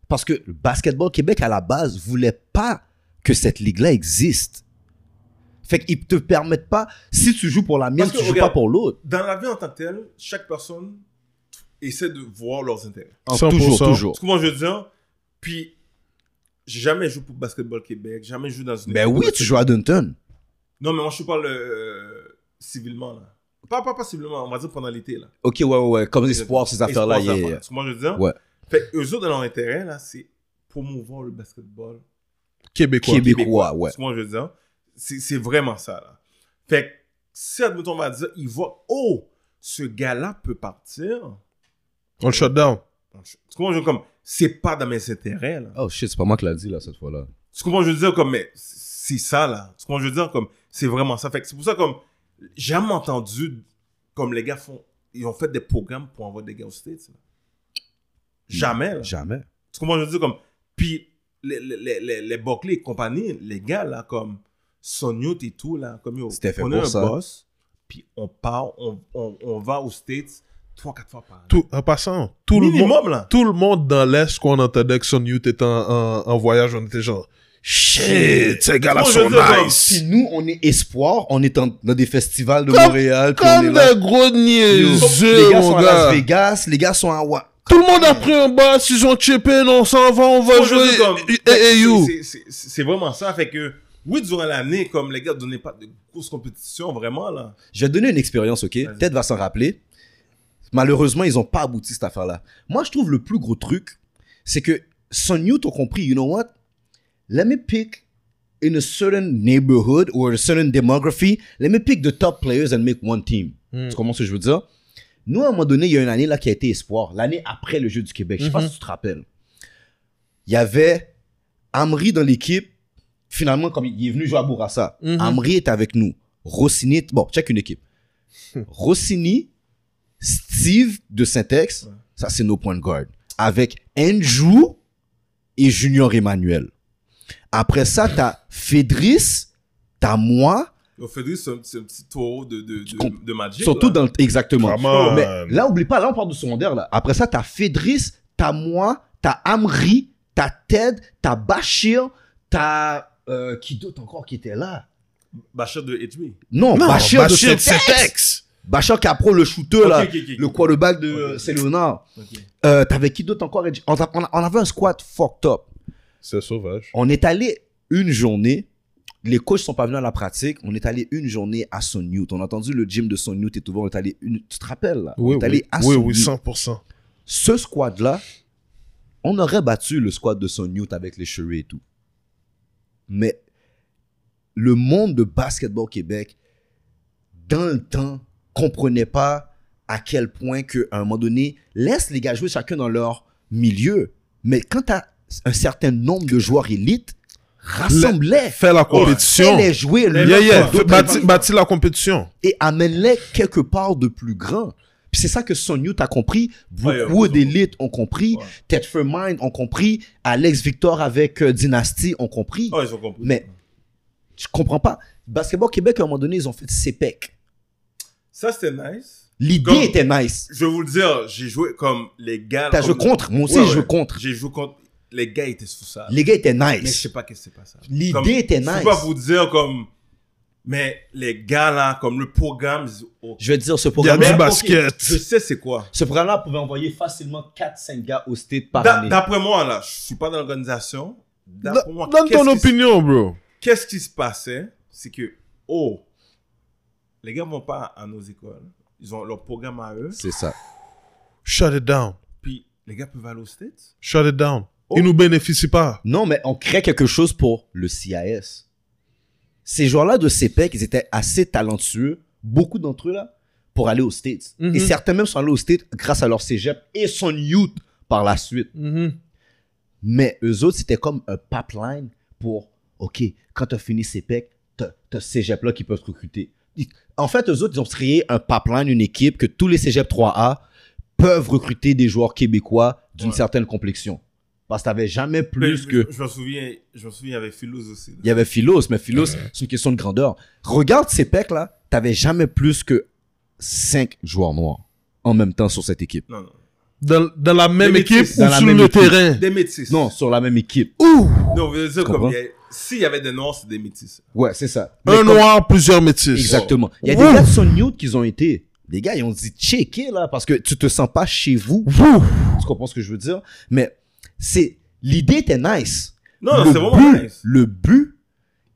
B: Parce que le Basketball Québec, à la base, voulait pas que cette ligue-là existe. Fait qu'ils te permettent pas, si tu joues pour la mienne,
D: Parce que,
B: tu joues
D: regarde,
B: pas pour l'autre.
D: Dans la vie en tant que telle, chaque personne essaie de voir leurs intérêts.
B: Ah,
C: 100%.
B: Toujours, toujours.
D: Tu comprends, je veux dire? Puis, j'ai jamais joué pour Basketball Québec, jamais joué dans une.
B: Ben
D: équipe de
B: oui, tu joues à Dunton.
D: Non, mais moi, je te parle euh, civilement, là. Pas, pas, pas civilement, on va dire pendant l'été, là.
B: Ok, ouais, ouais, ouais. Comme espoir, ces affaires-là. yeah,
D: Espoir, ces
B: yeah.
D: affaires-là. Tu comprends ce que je veux dire?
B: Ouais.
D: Fait que eux autres, dans leur intérêt, là, c'est promouvoir le basketball.
C: Québécois.
B: Québé- Québécois, ouais.
D: Tu comprends ce que je veux dire? C'est c'est vraiment ça, là. Fait que, si, admettons, on va dire, ils voient, oh, ce gars-là peut partir.
C: On le shut down.
D: Tu comprends ce que je veux dire? Comme, c'est pas dans mes intérêts, là.
B: Oh shit, c'est pas moi qui l'a dit, là, cette fois-là.
D: Tu comprends, je veux dire, comme, mais c'est ça, là. Tu comprends, je veux dire, comme, c'est vraiment ça. Fait que c'est pour ça, comme, j'ai jamais entendu Comme les gars font, ils ont fait des programmes pour envoyer des gars aux States. là. Jamais. là.
B: Jamais.
D: Tu comprends, je veux dire, comme. Puis, les, les, les- les, les Buckley et compagnie, les gars, là, comme Sonyut et tout, là, comme yo,
B: C'était fait
D: on
B: pour
D: un
B: ça.
D: boss, puis on part, on, on, on va aux States trois, quatre fois par an.
C: Tout, en passant, tout le
D: Minimum,
C: monde,
D: là.
C: tout le monde dans l'Est, qu'on entendait que Son Youth était en, en- en voyage, on était genre, shit, ces gars-là
D: Moi, je
C: sont
D: veux dire,
C: nice.
B: Si nous, on est espoir, on est en- dans des festivals de
C: Comme-
B: Montréal, puis on est
C: Comme
B: là.
C: des gros
B: Yo,
C: niaiseux,
B: les gars
C: mon
B: sont à
C: gars.
B: Las Vegas, les gars sont à Wa.
C: Tout le monde a pris un boss, ils ont chippé, on s'en va, on va
D: Moi, je veux
C: jouer.
D: dire, comme,
C: Eh, eh, you.
D: c'est- c'est- C'est c'est vraiment ça. Fait que, oui, durant l'année, comme les gars, donnez pas de grosses compétitions, vraiment, là.
B: Je vais te donner une expérience, ok?
D: Vas-y.
B: Ted va s'en rappeler. Malheureusement, ils n'ont pas abouti cette affaire-là. Moi, je trouve le plus gros truc, c'est que Son Youth ont compris, you know what? Let me pick in a certain neighborhood or a certain demography, let me pick the top players and make one team.
C: Mm.
B: Tu comprends ce que je veux dire? Nous, à un moment donné, il y a une année là qui a été espoir, l'année après le Jeu du Québec. Je sais pas
C: Mhm.
B: si tu te rappelles. Il y avait Amri dans l'équipe. Finalement, comme il est venu jouer à Bourassa,
C: Mhm.
B: Amri est avec nous. Rossini, est- bon, check une équipe. Rossini, Steve de Syntex,
D: Ouais.
B: ça c'est nos point guard. Avec Andrew et Junior Emmanuel. Après ça, t'as Fédris, t'as moi,
D: Au Fédric, c'est un, petit- un petit taureau de, de,
B: Tu comp-
D: de, de Magic.
B: surtout
D: là.
B: dans le... Exactement.
C: Come on.
B: Mais là, oublie pas, là on parle du secondaire là. Après ça, t'as Fédris, t'as moi, t'as Amri, t'as Ted, t'as Bachir, t'as... euh, qui d'autre encore qui était là
D: Bachir de HB.
B: Non,
C: Non,
B: Bachir,
C: Bachir
B: de Syntex.
C: Cetex.
B: Bachir Capro, le shooter
D: Ok,
B: là.
D: ok, ok.
B: le quarterback de
D: Ok.
B: euh, c'est Léonard.
D: Ok.
B: Euh, T'avais qui d'autre encore Reggie on, a- on a- on avait un squad fucked up.
C: C'est sauvage.
B: On est allé une journée. Les coachs sont pas venus à la pratique. On est allé une journée à Son Newt. On a entendu le gym de Son Newt et tout. le monde. On est allé une. Tu te rappelles là
C: Oui,
B: On est allé
C: oui,
B: à
C: oui,
B: Son
C: oui,
B: Youth.
C: 100%.
B: Ce squad là, on aurait battu le squad de Son Newt avec les cheveux et tout. Mais le monde de basketball Québec, dans le temps, comprenait pas à quel point qu'à un moment donné, laisse les gars jouer chacun dans leur milieu. Mais quand tu as un certain nombre de joueurs élites, rassemble-les.
C: Fais la compétition.
B: Fais-les jouer l'un
C: Yeah, yeah.
B: contre l'autre
C: Bâtis, bâtis la compétition.
B: et amène-les quelque part de plus grand. Puis c'est ça que Son Youth a compris,
D: Ouais, ouais,
B: beaucoup
D: ouais.
B: d'élites ont compris,
D: Ouais.
B: Ted Mind ont compris, Alex Victor avec euh, Dynasty ont compris.
D: Ah, ils ont compris.
B: Mais- Je comprends pas. Basketball Québec, à un moment donné, ils ont fait CPEC.
D: Ça, c'était nice.
B: L'idée
D: Comme-
B: était nice.
D: Je vais vous le dire, j'ai joué comme les gars.
B: T'as joué
D: comme-
B: contre, moi aussi
D: Ouais,
B: je
D: ouais.
B: joue contre.
D: J'ai joué contre. Les gars étaient sous ça.
B: Les gars étaient
D: Mais je
B: nice.
D: sais pas qu'est-ce qui s'est passé.
B: L'idée
D: Comme,
B: était
D: Je
B: nice.
D: peux pas vous dire comme. Mais les gars là, comme le programme. ils- oh.
B: Je veux dire, ce
C: Il y a
B: programme-là,
C: du
D: ok,
C: basket.
D: Je sais c'est quoi.
B: ce programme-là pouvait envoyer facilement 4-5 gars au state par
D: D'a-
B: année.
D: D'après moi là, je suis pas dans l'organisation. D'après moi,
C: Donne
D: qu'est-ce
C: ton
D: qui se-
C: opinion, bro.
D: Qu'est-ce qui se passait, c'est que oh, les gars vont pas à nos écoles. Ils ont leur programme à eux.
B: C'est ça.
C: Shut it down.
D: Puis les gars peuvent aller aux States.
C: Shut it down.
D: Oh.
C: Ils nous bénéficient pas.
B: Non, mais on crée quelque chose pour le CIS. Ces joueurs-là de CPEC, ils étaient assez talentueux, beaucoup d'entre eux, là, pour aller aux States.
C: Mhm.
B: Et certains même sont allés aux States grâce à leur cégep et son youth par la suite.
C: Mm-hmm.
B: Mais eux autres, c'était comme un pipeline pour, OK, quand t'as fini CPEC, t'as t'as ce cégep-là qui peuvent te recruter. Ils- En fait, eux autres, ils ont créé un pipeline, une équipe que tous les cégep 3A peuvent recruter des joueurs québécois d'une
D: Ouais.
B: certaine complexion. Parce que t'avais jamais plus
D: Mais
B: que...
D: Je me souviens, je me souviens avec Philos aussi.
B: Il y avait Philos, mais Philos, c'est une question de grandeur. Regarde ces pecs là, t'avais jamais plus que 5 joueurs noirs en même temps sur cette équipe.
D: Non, non.
C: Dans, dans la même
D: Mais
C: équipe
D: métis,
C: ou
B: dans la
C: sur
B: même
C: le
B: équipe.
C: terrain.
D: Des métis.
B: Non, sur la même équipe.
C: Ouh.
D: Non, vous dire
B: comprends?
D: comme il y a- s'il y avait des noirs, c'est des métis.
B: Ouais, c'est ça. Mais
C: Un
B: comme-
C: noir, plusieurs métis.
B: Exactement. Il y a
C: Ouh.
B: des gars de Son Youth qui ont été. Les gars, ils ont dit checker là parce que tu te sens pas chez vous.
C: Ouh.
B: Tu comprends ce que je veux dire Mais c'est l'idée était nice.
D: Non, non,
B: Le
D: Ah, c'est vraiment
B: but-
D: nice.
B: Le but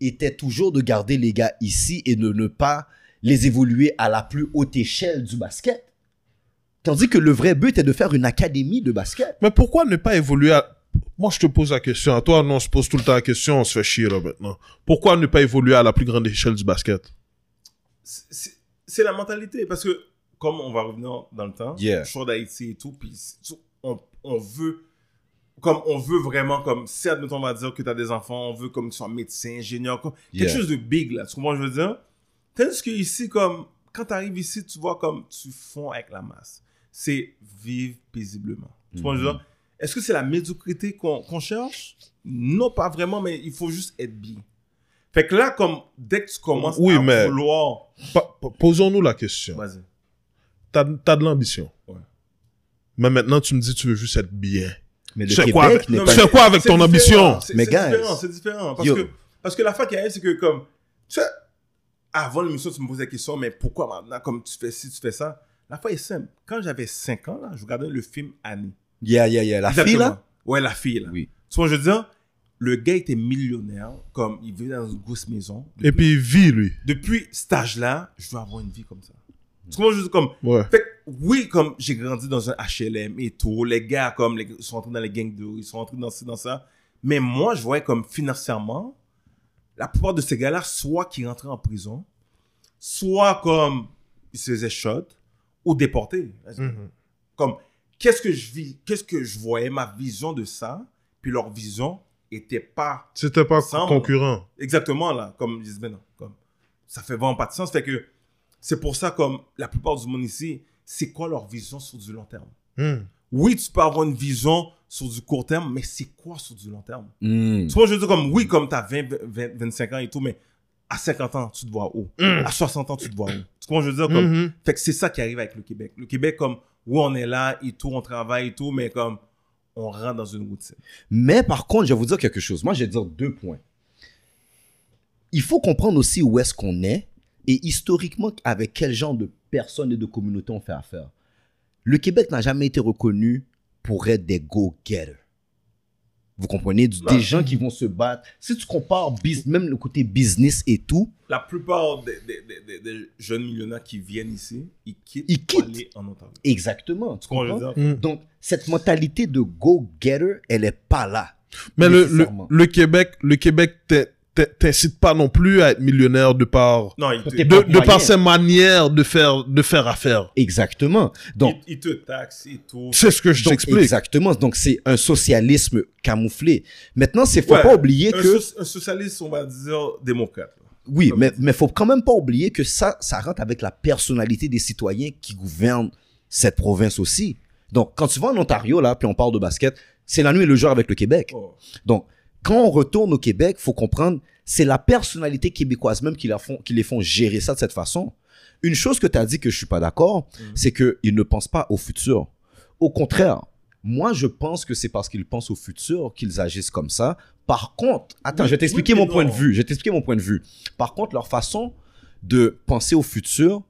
B: était toujours de garder les gars ici et de ne pas les évoluer à la plus haute échelle du basket. Tandis que le vrai but était de faire une académie de basket.
C: Mais pourquoi ne pas évoluer à... Moi, je te pose la question. À toi, non, on se pose tout le temps la question. On se fait chier, là, maintenant. Pourquoi ne pas évoluer à la plus grande échelle du basket?
D: C'est- c'est- C'est la mentalité. Parce que, comme on va revenir dans le temps,
B: Yeah.
D: choix d'Haïti et tout, puis c'est- on, on veut. Comme on veut vraiment, comme si admettons, on va dire que tu as des enfants, on veut comme qu'ils soient médecins, ingénieurs, comme- quelque
B: Yeah.
D: chose de big là. Tu comprends ce que je veux dire? Tandis que ici, comme quand tu arrives ici, tu vois comme tu fonds avec la masse. C'est vivre paisiblement. Tu vois,
B: Mhm.
D: je veux dire, est-ce que c'est la médiocrité qu'on qu'on cherche Non, pas vraiment, mais il faut juste être bien. Fait que là, comme dès que tu commences
C: Oui,
D: à
C: mais-
D: vouloir.
C: Pa- pa- Posons-nous la question.
D: Vas-y.
C: T'as t'as de l'ambition.
D: Ouais.
C: Mais maintenant, tu me dis tu veux juste être bien.
B: Mais le
C: C'est quoi
B: Québec
C: avec-
B: n'est
D: Non,
B: pas...
D: mais
C: fais quoi avec
D: c'est
C: ton
D: différent,
C: ambition?
D: c'est-
B: Mais
D: C'est
B: guys,
D: différent, c'est différent. Parce
B: yo.
D: que, parce que la fin qui arrive, c'est que comme, tu sais, avant l'émission, tu me posais la question, mais pourquoi maintenant, comme tu fais ci, tu fais ça La fin est simple. Quand j'avais 5 ans, là, je regardais le film Annie.
B: Yeah, yeah, yeah. La fille, là?
D: Exactement. Ouais, la fille, là.
B: Oui.
D: Tu vois, je veux dire, le gars était millionnaire, comme il vivait dans une grosse maison.
C: Et puis, il vit, lui.
D: Depuis cet âge-là, je veux avoir une vie comme ça. Tu vois, je veux dire, comme,
C: Ouais.
D: fait que, oui, comme j'ai grandi dans un HLM et tout, les gars, comme, les- ils sont entrés dans les gangs de rue, ils sont entrés dans ci, dans ça. Mais moi, je voyais comme financièrement, la plupart de ces gars-là, soit qui rentraient en prison, soit comme ils se faisaient shot ou déportés.
C: Mhm.
D: Comme, qu'est-ce que je vis, qu'est-ce que je voyais, ma vision de ça, puis leur vision était pas
C: C'était pas
D: Semble.
C: concurrent.
D: Exactement, là. Comme ils disent, mais non, comme, ça fait vraiment pas de sens. Fait que c'est pour ça, comme la plupart du monde ici, c'est quoi leur vision sur du long terme?
C: Hmm.
D: Oui, tu peux avoir une vision sur du court terme, mais c'est quoi sur du long terme?
B: Hmm.
D: Tu vois, je veux dire, comme, oui, comme t'as 20, 20, 25 ans et tout, mais à 50 ans, tu te vois où? À 60 ans, tu te vois où? Tu vois, je veux dire, comme,
C: Mhm.
D: fait que c'est ça qui arrive avec le Québec. Le Québec, comme, oui, on est là et tout, on travaille et tout, mais comme, on rentre dans une routine.
B: Mais par contre, je vais vous dire quelque chose. Moi, je vais dire deux points. Il faut comprendre aussi où est-ce qu'on est et historiquement avec quel genre de personnes et de communautés on fait affaire. Le Québec n'a jamais été reconnu pour être des go-getters. Vous comprenez?
C: Bah,
B: Du- Des gens qui vont se battre. Si tu compares bus- même le côté business et tout,
D: La plupart des, des- des- des- des jeunes millionnaires qui viennent ici, ils quittent,
B: Ils
D: pour
B: quittent.
D: aller en Ontario.
B: exactement. Tu
D: Tu comprends ce que
B: comprends?
D: je veux dire?
C: Hmm.
B: Donc, cette mentalité de go-getter, elle n'est pas là.
C: Mais le, le,
B: nécessairement.
C: le Québec, le Québec t'in- t'in- t'incite pas non plus à être millionnaire de par,
D: Non, ils te,
B: T'es
C: de,
B: Par
C: de par
B: moyen.
C: ses manières de faire, de faire affaire.
B: Exactement. Donc,
D: ils- ils te taxent et tout.
C: C'est ce que je
B: Donc,
C: t'explique.
B: Exactement. Donc, c'est un socialisme camouflé. Maintenant, c'est faut
D: Ouais.
B: pas oublier
D: Un,
B: que
D: so- un socialiste, on va dire démocrate. là.
B: oui, mais mais faut quand même pas oublier que ça ça rentre avec la personnalité des citoyens qui gouvernent cette province aussi. Donc, quand tu vas en Ontario là, puis on parle de basket, c'est la nuit et le jour avec le Québec.
D: Oh.
B: Donc, quand on retourne au Québec, faut comprendre, c'est la personnalité québécoise même qui, la font, qui les font gérer ça de cette façon. Une chose que tu as dit que je suis pas d'accord,
D: Mhm.
B: c'est qu'ils ne pensent pas au futur. Au contraire, moi, je pense que c'est parce qu'ils pensent au futur qu'ils agissent comme ça. Par contre, attends,
D: Oui,
B: je vais t'expliquer
D: oui, mais
B: mon point de
D: non.
B: vue. Je vais t'expliquer mon point de vue. Par contre, leur façon de penser au futur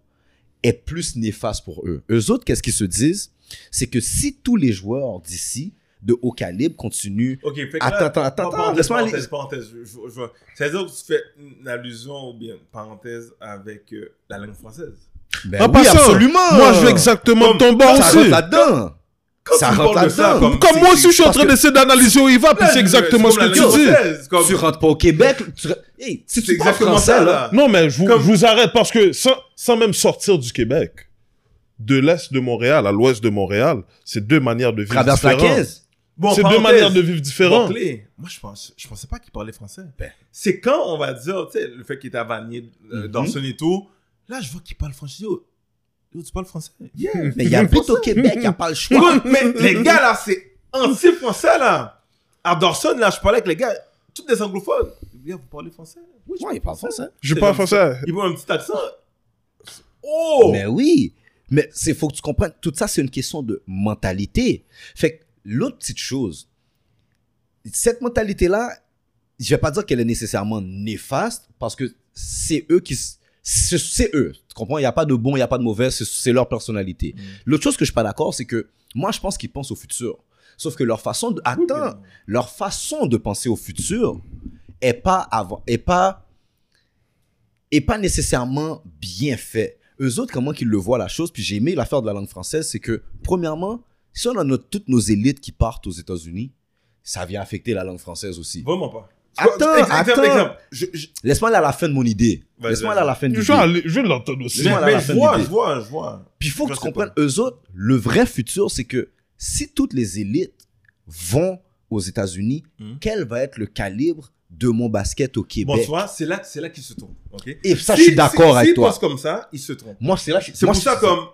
B: est plus néfaste pour eux. Eux autres, qu'est-ce qu'ils se disent? C'est que si tous les joueurs d'ici, de haut calibre, continuent
D: Ok, fait que
B: Attends,
D: là,
B: attends, attends,
D: pa-
B: attends,
D: parenthèse,
B: laisse-moi aller.
D: parenthèse, parenthèse, je- je- je vois. C'est-à-dire que tu fais une allusion ou bien une parenthèse avec euh, la langue française.
B: Ben
C: En
B: oui,
C: passant,
B: absolument.
C: Ah, Moi, je veux exactement
D: Comme-
C: ton bord
B: Ça rentre
C: aussi.
B: là-dedans.
D: Quand
B: Ça
D: tu me
B: rentre
D: parles de ça,
B: là-dedans.
D: comme,
C: Comme
D: c'est-
C: moi aussi, je suis en
B: parce
C: train
B: que-
C: d'essayer d'analyser où il va, puis
D: là,
C: c'est exactement
D: comme
C: ce
D: la
C: que
D: langue
C: tu dis.
D: française, comme-
B: Tu rentres pas au Québec. Tu... re- Hey, si
D: C'est
B: tu parles
D: exactement
B: français,
D: ça,
B: là.
D: là.
C: Non, mais je vous,
D: Comme-
C: je vous arrête parce que sans, sans même sortir du Québec, de l'est de Montréal à l'ouest de Montréal, c'est deux manières de vivre
B: Traverse la
C: différentes.
B: 15.
D: Bon,
C: c'est deux
D: parenthèse.
C: manières de vivre différentes.
D: Barclay, moi je pense, je pensais pas qu'il parlait français.
B: Ben.
D: C'est quand on va dire, tu sais, le fait qu'il était à Vanier,
C: Mhm.
D: euh, Dawson et tout, là je vois qu'il parle français. Yo, yo, tu parles français? Yeah.
B: Mais il habite au Québec, il n'y a pas le choix.
D: Écoute, mais les gars là, c'est anti-français là. À Dawson, là, je parlais avec les gars, tous des anglophones. Les gars, vous parlez français? Oui,
B: Ouais, il parle français.
C: Je parle français.
D: Ils ont un petit accent. Oh!
B: Mais oui. Mais c'est faut que tu comprennes. Tout ça, c'est une question de mentalité. Fait que l'autre petite chose, cette mentalité-là, je vais pas dire qu'elle est nécessairement néfaste parce que c'est eux qui. s- C'est c'est eux. Tu comprends? Il n'y a pas de bon, il n'y a pas de mauvais, c'est- c'est leur personnalité. L'autre chose que je suis pas d'accord, c'est que moi, je pense qu'ils pensent au futur. Sauf que leur façon de. Attends, leur façon de penser au futur est pas avant est pas est pas nécessairement bien fait. Eux autres, comment qu'ils le voient la chose, puis j'ai aimé l'affaire de la langue française, c'est que, premièrement, si on a notre- toutes nos élites qui partent aux États-Unis, ça vient affecter la langue française aussi.
D: Vraiment pas.
B: Attends,
D: Ex- exemple,
B: attends.
D: exemple. Je, je-
B: Laisse-moi aller à la fin de mon idée.
D: Vas-y,
B: Laisse-moi
D: vas-y.
B: aller à la fin de
C: Je vais aller- je vais l'entendre aussi.
B: Dis-moi,
D: mais-
B: là,
D: mais
B: la
D: je
B: fin
D: vois,
B: du
D: je
B: dé.
D: vois, je vois.
B: Puis il faut que
D: Je
B: tu
D: sais
B: comprennes, eux autres, le vrai futur, c'est que si toutes les élites vont aux États-Unis,
D: Mhm.
B: quel va être le calibre de mon basket au
D: Bon, tu
B: Québec.
D: vois, c'est là, c'est là qu'il se trompe. ok?
B: Et ça,
D: Si-
B: je suis d'accord
D: si-
B: avec
D: s'il
B: toi.
D: pense comme ça, il se trompe.
B: Moi, c'est là. je-
D: C'est
B: moi,
D: pour ça,
B: je-
D: comme,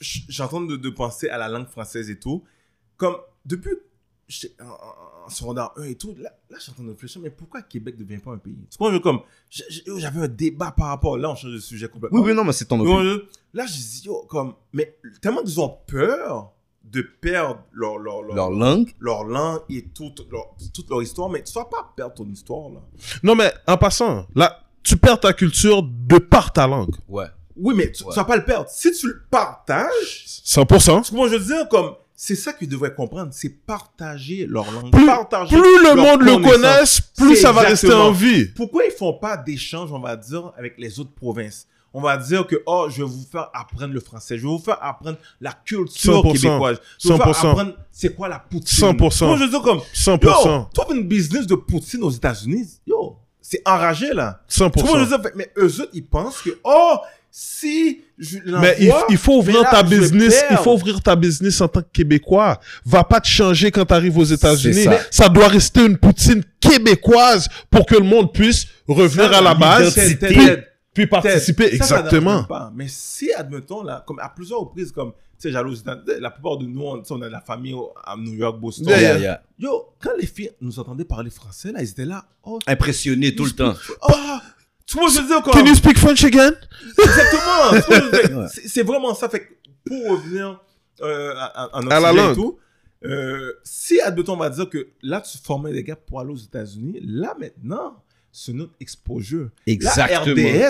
D: j- j'entends de, de penser à la langue française et tout. Comme, depuis, j'étais en- en, en secondaire 1 et tout, là, là j'entends de réfléchir, mais pourquoi Québec ne devient pas un pays Tu comprends, je veux comme, j- j- yo, j'avais un débat par rapport, là, on change de sujet complètement.
B: Oui, oui, non, mais c'est ton
D: Yo,
B: opinion.
D: yo, Là, je dis, yo, comme, mais tellement qu'ils ont peur de perdre leur, leur, leur,
B: Leur langue.
D: leur langue et toute leur, toute leur histoire, mais tu ne vas pas perdre ton histoire, là.
C: Non, mais en passant, là, tu perds ta culture de par ta langue.
B: Ouais.
D: Oui, mais tu ne
B: Ouais.
D: vas pas le perdre. Si tu le partages,
C: 100%.
D: Parce que moi, je veux dire, comme, c'est ça qu'ils devraient comprendre, c'est partager leur langue.
C: Plus-
D: partager
C: Plus le
D: leur
C: monde le
D: connaissance.
C: connaisse, plus
D: C'est
C: ça va rester
D: exactement.
C: en vie.
D: Pourquoi ils font pas d'échange, on va dire, avec les autres provinces On va dire que, oh, je vais vous faire apprendre le français, je vais vous faire apprendre la culture
C: 100%.
D: québécoise, je vais vous faire
C: 100%.
D: apprendre c'est quoi la poutine.
C: 100%.
D: Moi, je veux dire, comme,
C: 100%.
D: yo, toi, une business de poutine aux États-Unis, yo, c'est enragé, là. Tu vois, je
C: 100%.
D: veux dire, fait- mais eux autres, ils pensent que, oh, si je
C: Mais il,
D: l'envoie,
C: il faut
D: mais
C: ouvrir
D: là,
C: ta
D: je vais
C: business, il
D: perdre.
C: faut ouvrir ta business en tant que Québécois. Va pas te changer quand tu arrives aux États-Unis.
B: C'est ça.
C: Ça. doit rester une poutine québécoise pour que le monde puisse revenir
D: Ça,
C: à la base,
D: l'identité.
C: puis, puis participer.
D: Ça, ça
C: Exactement.
D: n'arrive pas. Mais si, admettons, là, comme à plusieurs reprises, comme, tu sais, jalouse, la plupart de nous, on, tu sais, on a de la famille au- à New York, Boston.
C: Yeah, yeah.
B: Yeah, yeah.
D: Yo, quand les filles nous entendaient parler français, là, ils étaient là. Oh,
B: Impressionné tout le temps.
D: ah, tu vois, je veux dire, quoi.
C: Bah! Can you speak French again?
D: Ah, Exactement. tu vois, je veux dire,
B: Ouais.
D: c'est- C'est vraiment ça. Fait que pour revenir euh, à, à, notre
C: À la
D: sujet et
C: langue.
D: tout, euh, si, admettons, on va dire que là, tu formais des gars pour aller aux États-Unis, là, maintenant, c'est notre exposure.
B: Exactement.
D: La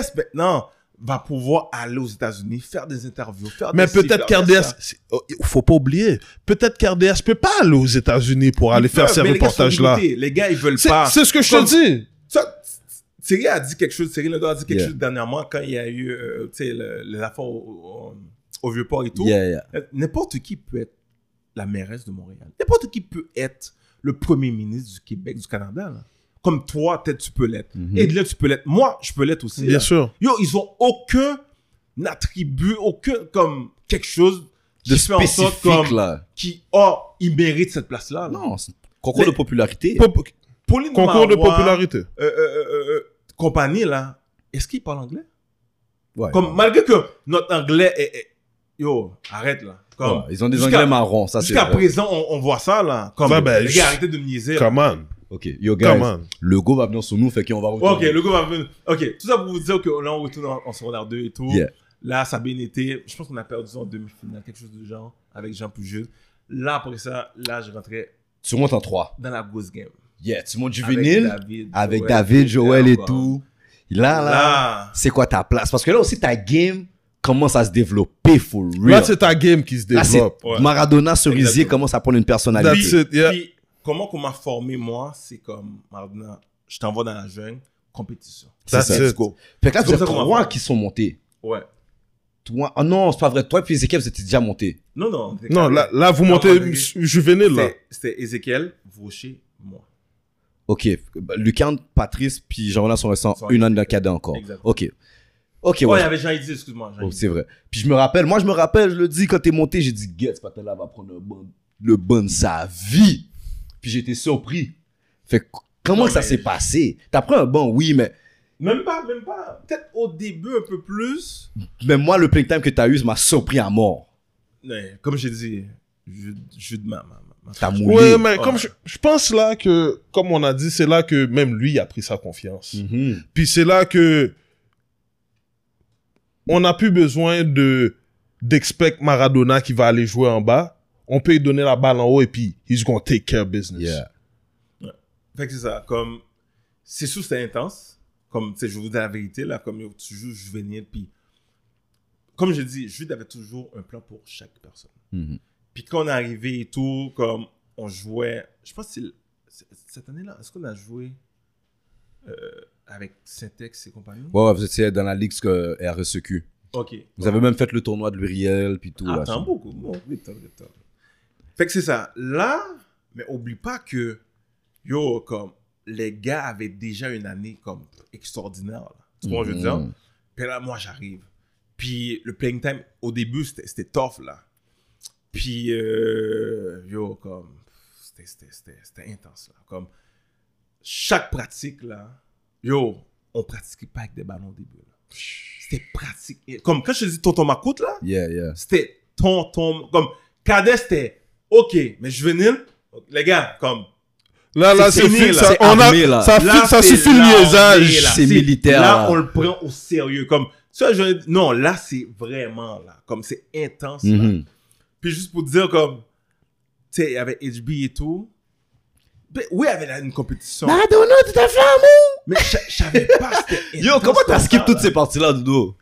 D: RDS, maintenant, va pouvoir aller aux États-Unis, faire des interviews, faire
C: Mais
D: des ci,
C: peut-être
D: faire des
C: qu'RDS,
D: ça.
C: c'est- oh, faut pas oublier, peut-être qu'RDS peut pas aller aux États-Unis pour aller
D: Ils
C: faire
D: peuvent,
C: ces
D: mais les gars sont
C: reportages-là.
D: limités. Les gars, ils veulent
C: C'est
D: pas.
C: c'est ce que je te
D: Comme-
C: dis.
D: Ça, Thierry a dit quelque chose, Thierry Ledoux a dit quelque
B: Yeah.
D: chose dernièrement quand il y a eu, euh, tu sais, le- les affaires au, au- au Vieux-Port et tout.
B: Yeah, yeah.
D: Euh, N'importe qui peut être la mairesse de Montréal. N'importe qui peut être le premier ministre du Québec, du Canada. là. Comme toi, peut-être tu peux l'être.
B: Mhm.
D: Et tu peux l'être. Moi, je peux l'être aussi.
C: Mm-hmm. Bien
D: là.
C: sûr.
D: Yo, ils ont aucun attribut, aucun comme quelque chose
B: De
D: qui fait en sorte
B: spécifique
D: comme
B: là.
D: qui oh, ils méritent cette place là.
B: Non, c'est- concours de
D: Mais-
B: popularité.
C: Pop-
D: Pauline
C: Concours de
D: Marois,
C: popularité.
D: euh, euh, euh, euh, compagnie là, est-ce qu'ils parlent anglais
B: Ouais.
D: Comme malgré que notre anglais est, est- yo, arrête là. Comme
B: Ouais, Ils ont des
D: jusqu'à-
B: anglais marrons, ça c'est
D: Jusqu'à
B: vrai.
D: présent, on, on voit ça là. Comme
C: Ouais, ben,
D: les
C: je-
D: gars, arrêtez de me niaiser. là.
C: Come on.
B: Ok, yo guys,
C: Come on.
B: le go va venir sur nous, fait qu'on va retourner.
D: Ok, le gouvernement. Ok, tout ça pour vous dire que là, on retourne en, en secondaire 2 et tout.
B: Yeah.
D: Là, ça a bien été. Je pense qu'on a perdu en demi-finale, quelque chose de genre, avec Jean Puget. Là, après ça, là, je rentrais
B: Tu montes en 3.
D: dans la grosse game.
B: Yeah, tu montes
D: Avec
B: juvénile
D: David,
B: avec
D: Joël,
B: David, Joël et
D: encore.
B: tout. Là, là,
D: Là,
B: c'est quoi ta place? Parce que là aussi, ta game commence à se développer for real.
C: Là, c'est ta game qui se
B: Là, c'est
C: développe.
D: ouais.
B: Maradona Cerisier
D: Exactement.
B: commence à prendre une personnalité.
C: That's it, yeah.
D: puis, comment qu'on m'a formé, moi, c'est comme, maintenant, je t'envoie dans la jungle, compétition.
B: C'est
C: That's
B: ça. Fait
C: it.
B: que là,
D: C'est
B: vous êtes
D: comme ça qu'on
B: trois
D: va faire.
B: qui sont montés.
D: Ouais.
B: Toi, oh non, c'est pas vrai. Toi et puis Ezekiel, vous étiez déjà montés.
D: Non, non. c'est
C: Non,
D: carré.
C: là, là vous
D: Non,
C: montez
D: on est-
C: ju- juvénile, là.
D: C'était- C'était Ezekiel, Vaucher, moi.
B: Ok. bah, Lucan, Patrice, puis Jean-Roland sont restés en
D: Sont
B: une
D: restés.
B: année de cadet encore.
D: Exactement.
B: Ok. Ok,
D: ouais, il
B: ouais.
D: y avait Jean-Yves, excuse-moi.
B: Oh,
D: Jean-Yves.
B: c'est vrai. Puis je me rappelle, moi je me rappelle, je le dis, quand t'es monté, j'ai dit, Guess, Patella va prendre le bon, le bon de sa vie. Puis j'étais surpris. Fait que, comment
D: Non,
B: que ça
D: mais-
B: s'est passé? T'as pris un bon, oui, mais,
D: Même pas, même pas. Peut-être au début un peu plus.
B: mais moi, le playtime que t'as eu ça m'a surpris à mort.
D: Ouais, comme j'ai dit, je, je de ma, ma, ma-
B: T'as moulé.
C: Ouais, mais comme
D: Ouais.
C: je, je pense là que, comme on a dit, c'est là que même lui a pris sa confiance.
B: Mhm.
C: Puis c'est là que on n'a plus besoin de d'expect Maradona qui va aller jouer en bas. On peut lui donner la balle en haut et puis he's gonna take care of business.
B: Yeah.
D: Fait que c'est ça, comme, c'est sûr, c'était intense. Comme, tu sais, je vous dis la vérité, là, comme yo, tu joues juvénile, puis, comme je dis, Jude avait toujours un plan pour chaque personne.
B: Mhm.
D: Puis quand on est arrivé et tout, comme, on jouait, je pense que c'est- c'est- cette année-là, est-ce qu'on a joué euh, avec Syntex et compagnie?
B: Ouais, ouais, vous étiez dans la ligue euh, RSEQ.
D: Ok.
B: Vous avez même fait le tournoi de l'Uriel, puis tout. là, ça.
D: Attends beaucoup. Bon, Victor, Victor. hein. Fait que c'est ça. Là, mais oublie pas que, yo, comme, les gars avaient déjà une année, comme, extraordinaire. là. Tu comprends ce que je veux dire?
B: Mhm.
D: Puis là, moi, j'arrive. Puis le playing time, au début, c'était c'était tough, là. Puis, euh, yo, comme, c'était- c'était c'était- c'était intense, là. Comme, chaque pratique là, yo, on pratiquait pas avec des ballons au début. là. C'était pratique. Et Comme quand je te dis tonton Macoute là,
B: Yeah, yeah.
D: c'était tonton. Comme Cadet, c'était OK, mais juvénile, les gars, comme.
C: Là, là,
D: C'est
C: c'est
D: fini,
C: fini.
D: là.
C: Ça,
B: C'est
C: on a-
B: armé, là.
C: ça, fi-
D: Là,
C: ça
D: c'est-
C: suffit
D: là,
C: le
D: on
C: liaisage.
D: est, là.
B: C'est militaire.
D: Là,
B: Là,
D: on le prend au sérieux. Comme, tu vois, je- non, là, c'est vraiment là. Comme, c'est intense. là.
B: Mhm.
D: Puis juste pour te dire, comme, tu sais, il y avait HB et tout. Ben, oui, il y avait là une compétition.
B: Madonna, tu t'as fait amour!
D: Mais je je savais pas, c'était
B: Yo,
D: intense
B: comment t'as
D: comme
B: skip
D: ça,
B: toutes
D: là.
B: ces parties-là, Dodo?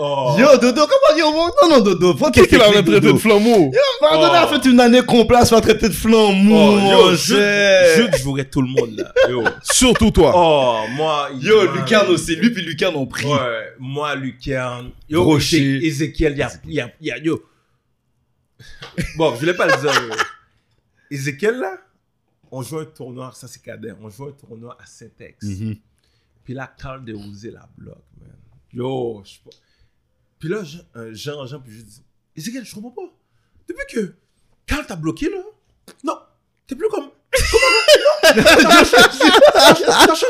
D: Oh.
B: Yo, Dodo, comment yo, mon- non, non, Dodo, faut
C: Qui
B: qu'il
C: qu'il aurait traité de flambeau?
B: Madonna a
D: Oh.
B: fait une année complète, soit traité de flambeau.
D: Oh, yo, je,
B: c'est-
D: je jouerais tout le monde là. Yo,
C: Surtout toi.
D: oh, moi.
B: Yo,
D: moi,
B: Lucarne aussi, lui puis Lucarne ont pris.
D: Ouais, moi, Lucarne. Yo,
B: Brochet.
D: Ézé- Ézéchiel, y'a. y'a- y'a- yo. Bon, je voulais pas le dire. yo. Ézéchiel là, on joue un tournoi, ça c'est cadet, on joue un tournoi à Saint-Ex.
B: Mhm.
D: Puis là, Carl de Rosé la bloque, man. Yo, je sais pas. Puis là, Jean, euh, Jean, Jean, puis je dis, Ezekiel, je comprends pas. Depuis que Carl t'a bloqué, là, non, t'es plus comme. Comment là? Non, t'as changé.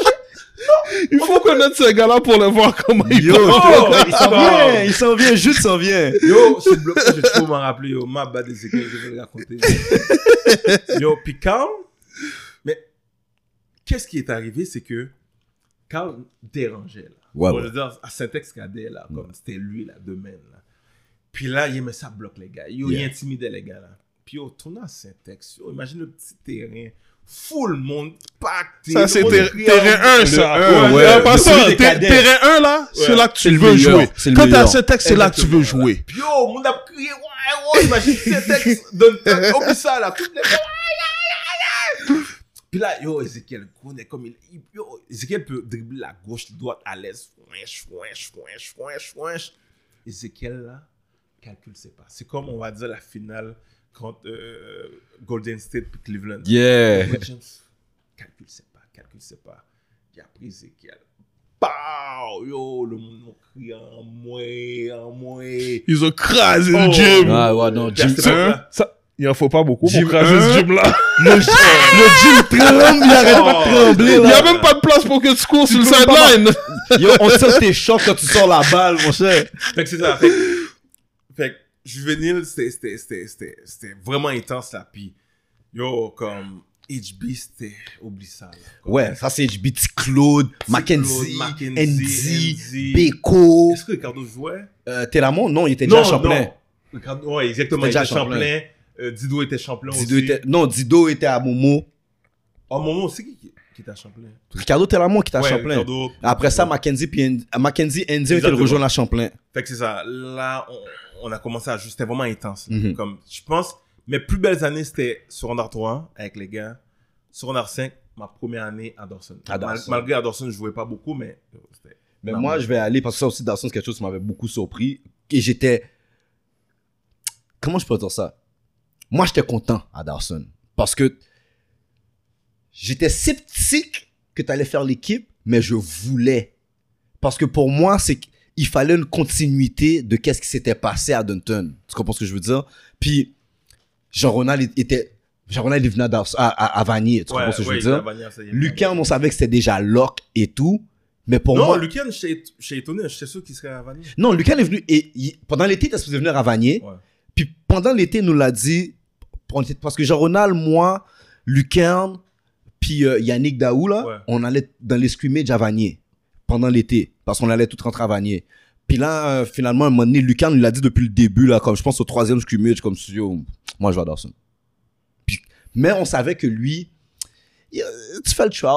C: Il faut connaître ce gars-là pour le voir comment il
B: Yo,
C: parle.
D: Oh,
B: il s'en vient, il s'en vient, juste s'en vient.
D: T'as changé. Yo, c'est bloqué, je vais toujours m'en rappeler, yo, ma bad Ezekiel, je vais le raconter. yo, puis Carl, mais qu'est-ce qui est arrivé, c'est que Carl dérangeait, là.
B: Ouais,
D: Bon, je veux dire, à Saint-Ex Cadet,
C: Mm.
D: là, comme c'était lui, là, de même, là. Puis là, il aimait ça bloque, les gars. Yo,
B: Yeah.
D: Il intimidait les gars, là. Puis au tournant à Saint-Ex, yo, imagine le petit terrain, full monde, pacté.
C: Ça, c'est
D: on
C: ter-
D: criait,
C: terrain
D: on-
C: 1, ça.
B: un,
C: Ouais,
B: ouais.
C: en passant,
B: Celui des
C: ter-
B: cadets.
C: terrain 1, là, c'est là que
B: C'est
C: tu
B: le
C: veux
B: meilleur,
C: jouer.
B: c'est le
C: Quand t'as
B: meilleur.
C: ce texte, c'est là que tu veux
D: Exactement, là.
C: jouer.
D: Puis yo, monde a crié, ouais, ouais, imagine Saint-Ex, donne oh, puis ça, là, toutes les gars, ouais, ouais, ouais, ouais. Puis là, yo, Ezekiel connaît comme il. il- Yo, Ezekiel peut dribbler la gauche, droite à l'aise. Fouinch, fouinch, fouinch, fouinch, fouinch. Ezekiel, là, calcule ses pas. C'est comme, on va dire, la finale contre euh, Golden State et Cleveland.
B: Yeah.
D: LeBron James, calcule ses pas, calcule ses pas. Puis après, Ezekiel, pow, yo, le monde crie en moi, en moi.
C: Ils ont crasé le
D: Oh.
C: gym.
B: Ah ouais, non,
D: Puis à
B: Jim
D: cette
B: 1.
D: époque-là,
C: Ça, il en faut pas beaucoup pour
B: Gym
C: craser
B: un.
C: ce gym-là.
B: Le Jim tremble, il arrête pas de trembler,
C: Il y
B: là.
C: a même pas de place pour que tu cours sur le
B: peux même pas
C: sideline.
B: Yo, on sent tes chocs quand tu sors la balle, mon cher.
D: Fait que c'est ça. Fait, que- fait que juvénile, c'était- c'était- c'était c'était- c'était vraiment intense là. Puis, yo, comme HB, c'était oublie ça. là. Comme-
B: Ouais, ça c'est HBT Claude,
D: Claude,
B: Mackenzie,
D: Mackenzie,
B: Andy,
D: Andy.
B: Beko,
D: Est-ce que Ricardo jouait
B: euh, Telamon, non, il était déjà à Oh. Champlain.
D: Ricardo- ouais, exactement.
B: C'était
D: Il
B: déjà
D: était
B: à Champlain.
D: Champlain. Euh, Dido était Champlain
B: Dido
D: aussi.
B: était, non, Dido était à Momo.
D: Oh, Momo, c'est qui qui qui était à Champlain
B: Ricardo Telamon qui était à
D: Ouais,
B: Champlain.
D: Ricardo-
B: Après ça, Mackenzie, puis Andy, Mackenzie, Andy ont été le
D: Exactement.
B: rejoindre à Champlain.
D: Fait que c'est ça. Là, on, on a commencé à jouer. C'était vraiment intense. là.
B: Mhm.
D: Comme, je pense, mes plus belles années, c'était Surrender 3 avec les gars. Surrender 5, ma première année à Dawson.
B: À Dawson.
D: malgré à Dawson, je jouais pas beaucoup, mais euh, c'était.
B: Mais
D: Non,
B: Bah, moi,
D: mais-
B: je vais aller, parce que ça aussi, Dawson, c'est quelque chose qui m'avait beaucoup surpris. Et j'étais. Comment je peux dire ça? Moi, j'étais content à Dawson. Parce que j'étais sceptique que tu allais faire l'équipe, mais je voulais. Parce que pour moi, c'est qu'il fallait une continuité de qu'est-ce qui s'était passé à Dunton. Tu comprends ce que je veux dire? Puis, Jean-Ronald était. Jean-Ronald, il venait à, Dawson- à, à- à Vanier. Tu comprends ce que je veux dire? Lucan, on savait que c'était déjà lock et tout. Mais pour
D: non,
B: moi.
D: Lucan, j'étais j'étais étonné. J'étais sûr qu'il serait à Vanier.
B: Non, Lucas est venu et il- pendant l'été, il était supposé venir à Vanier.
D: Ouais.
B: Puis pendant l'été, il nous l'a dit on était- parce que Jean-Ronald, moi, Lucerne, puis euh, Yannick Daou, là,
D: Ouais.
B: on allait dans les scrimmages à Vanier pendant l'été parce qu'on allait tout rentrer à Vanier. Puis là, euh, finalement, à un moment donné, Lucerne, il l'a dit depuis le début, là, comme je pense au troisième scrimmage, comme si, yo, moi, je vais à Dawson. Puis, mais on savait que lui, il- euh, tu fais le try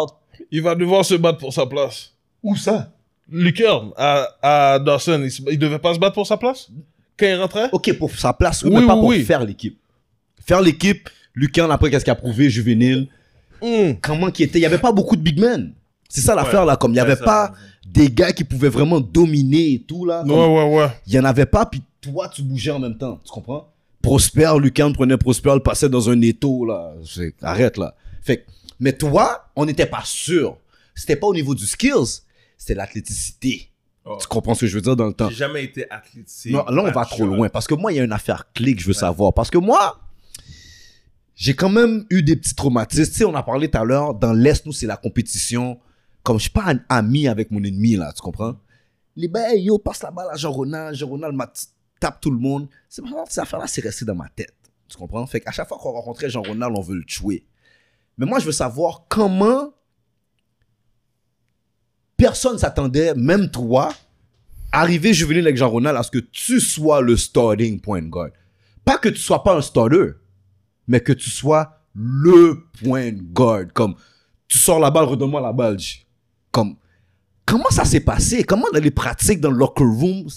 C: Il va devoir se battre pour sa place.
B: Où ça
C: Lucarne, à, à Dawson, il, se- il devait pas se battre pour sa place quand il rentrait?
B: OK, pour sa place, oui,
C: Oui,
B: mais pas
C: oui,
B: pour
C: oui.
B: faire l'équipe. Faire l'équipe, Lucan, après, qu'est-ce qu'il a prouvé, juvénile,
C: Hum.
B: comment qu'il était. Il n'y avait pas beaucoup de big men. C'est ça l'affaire, là, comme il n'y avait pas des gars qui pouvaient vraiment dominer et tout, là.
C: Ouais,
B: comme
C: ouais, ouais.
B: Il n'y en avait pas, puis toi, tu bougeais en même temps, tu comprends? Prosper, Lucan prenait Prosper, le passait dans un étau, là. C'est- Arrête, là. Fait que- mais toi, on n'était pas sûr. C'était pas au niveau du skills, c'était l'athléticité.
D: Oh.
B: Tu comprends ce que je veux dire dans le temps?
D: J'ai jamais été athlétique.
B: Non, là, on va
D: mature.
B: trop loin. Parce que moi, il y a une affaire clé que je veux savoir. Parce que moi, j'ai quand même eu des petits traumatismes. Tu sais, on a parlé tout à l'heure, dans l'Est, nous, c'est la compétition. Comme je suis pas un- ami avec mon ennemi, là, tu comprends? Les bails, yo, passe la balle à Jean-Ronald, Jean-Ronald m'a- tape tout le monde. C'est marrant, cette affaire-là, c'est resté dans ma tête. Tu comprends? Fait qu'à chaque fois qu'on rencontrait Jean-Ronald, on veut le tuer. Mais moi, je veux savoir comment personne s'attendait, même toi, arriver juvénile avec Jean-Ronald à ce que tu sois le starting point guard. Pas que tu sois pas un starter, mais que tu sois le point guard. Comme, tu sors la balle, redonne-moi la balle. J. Comme, comment ça s'est passé? Comment dans les pratiques, dans le locker room,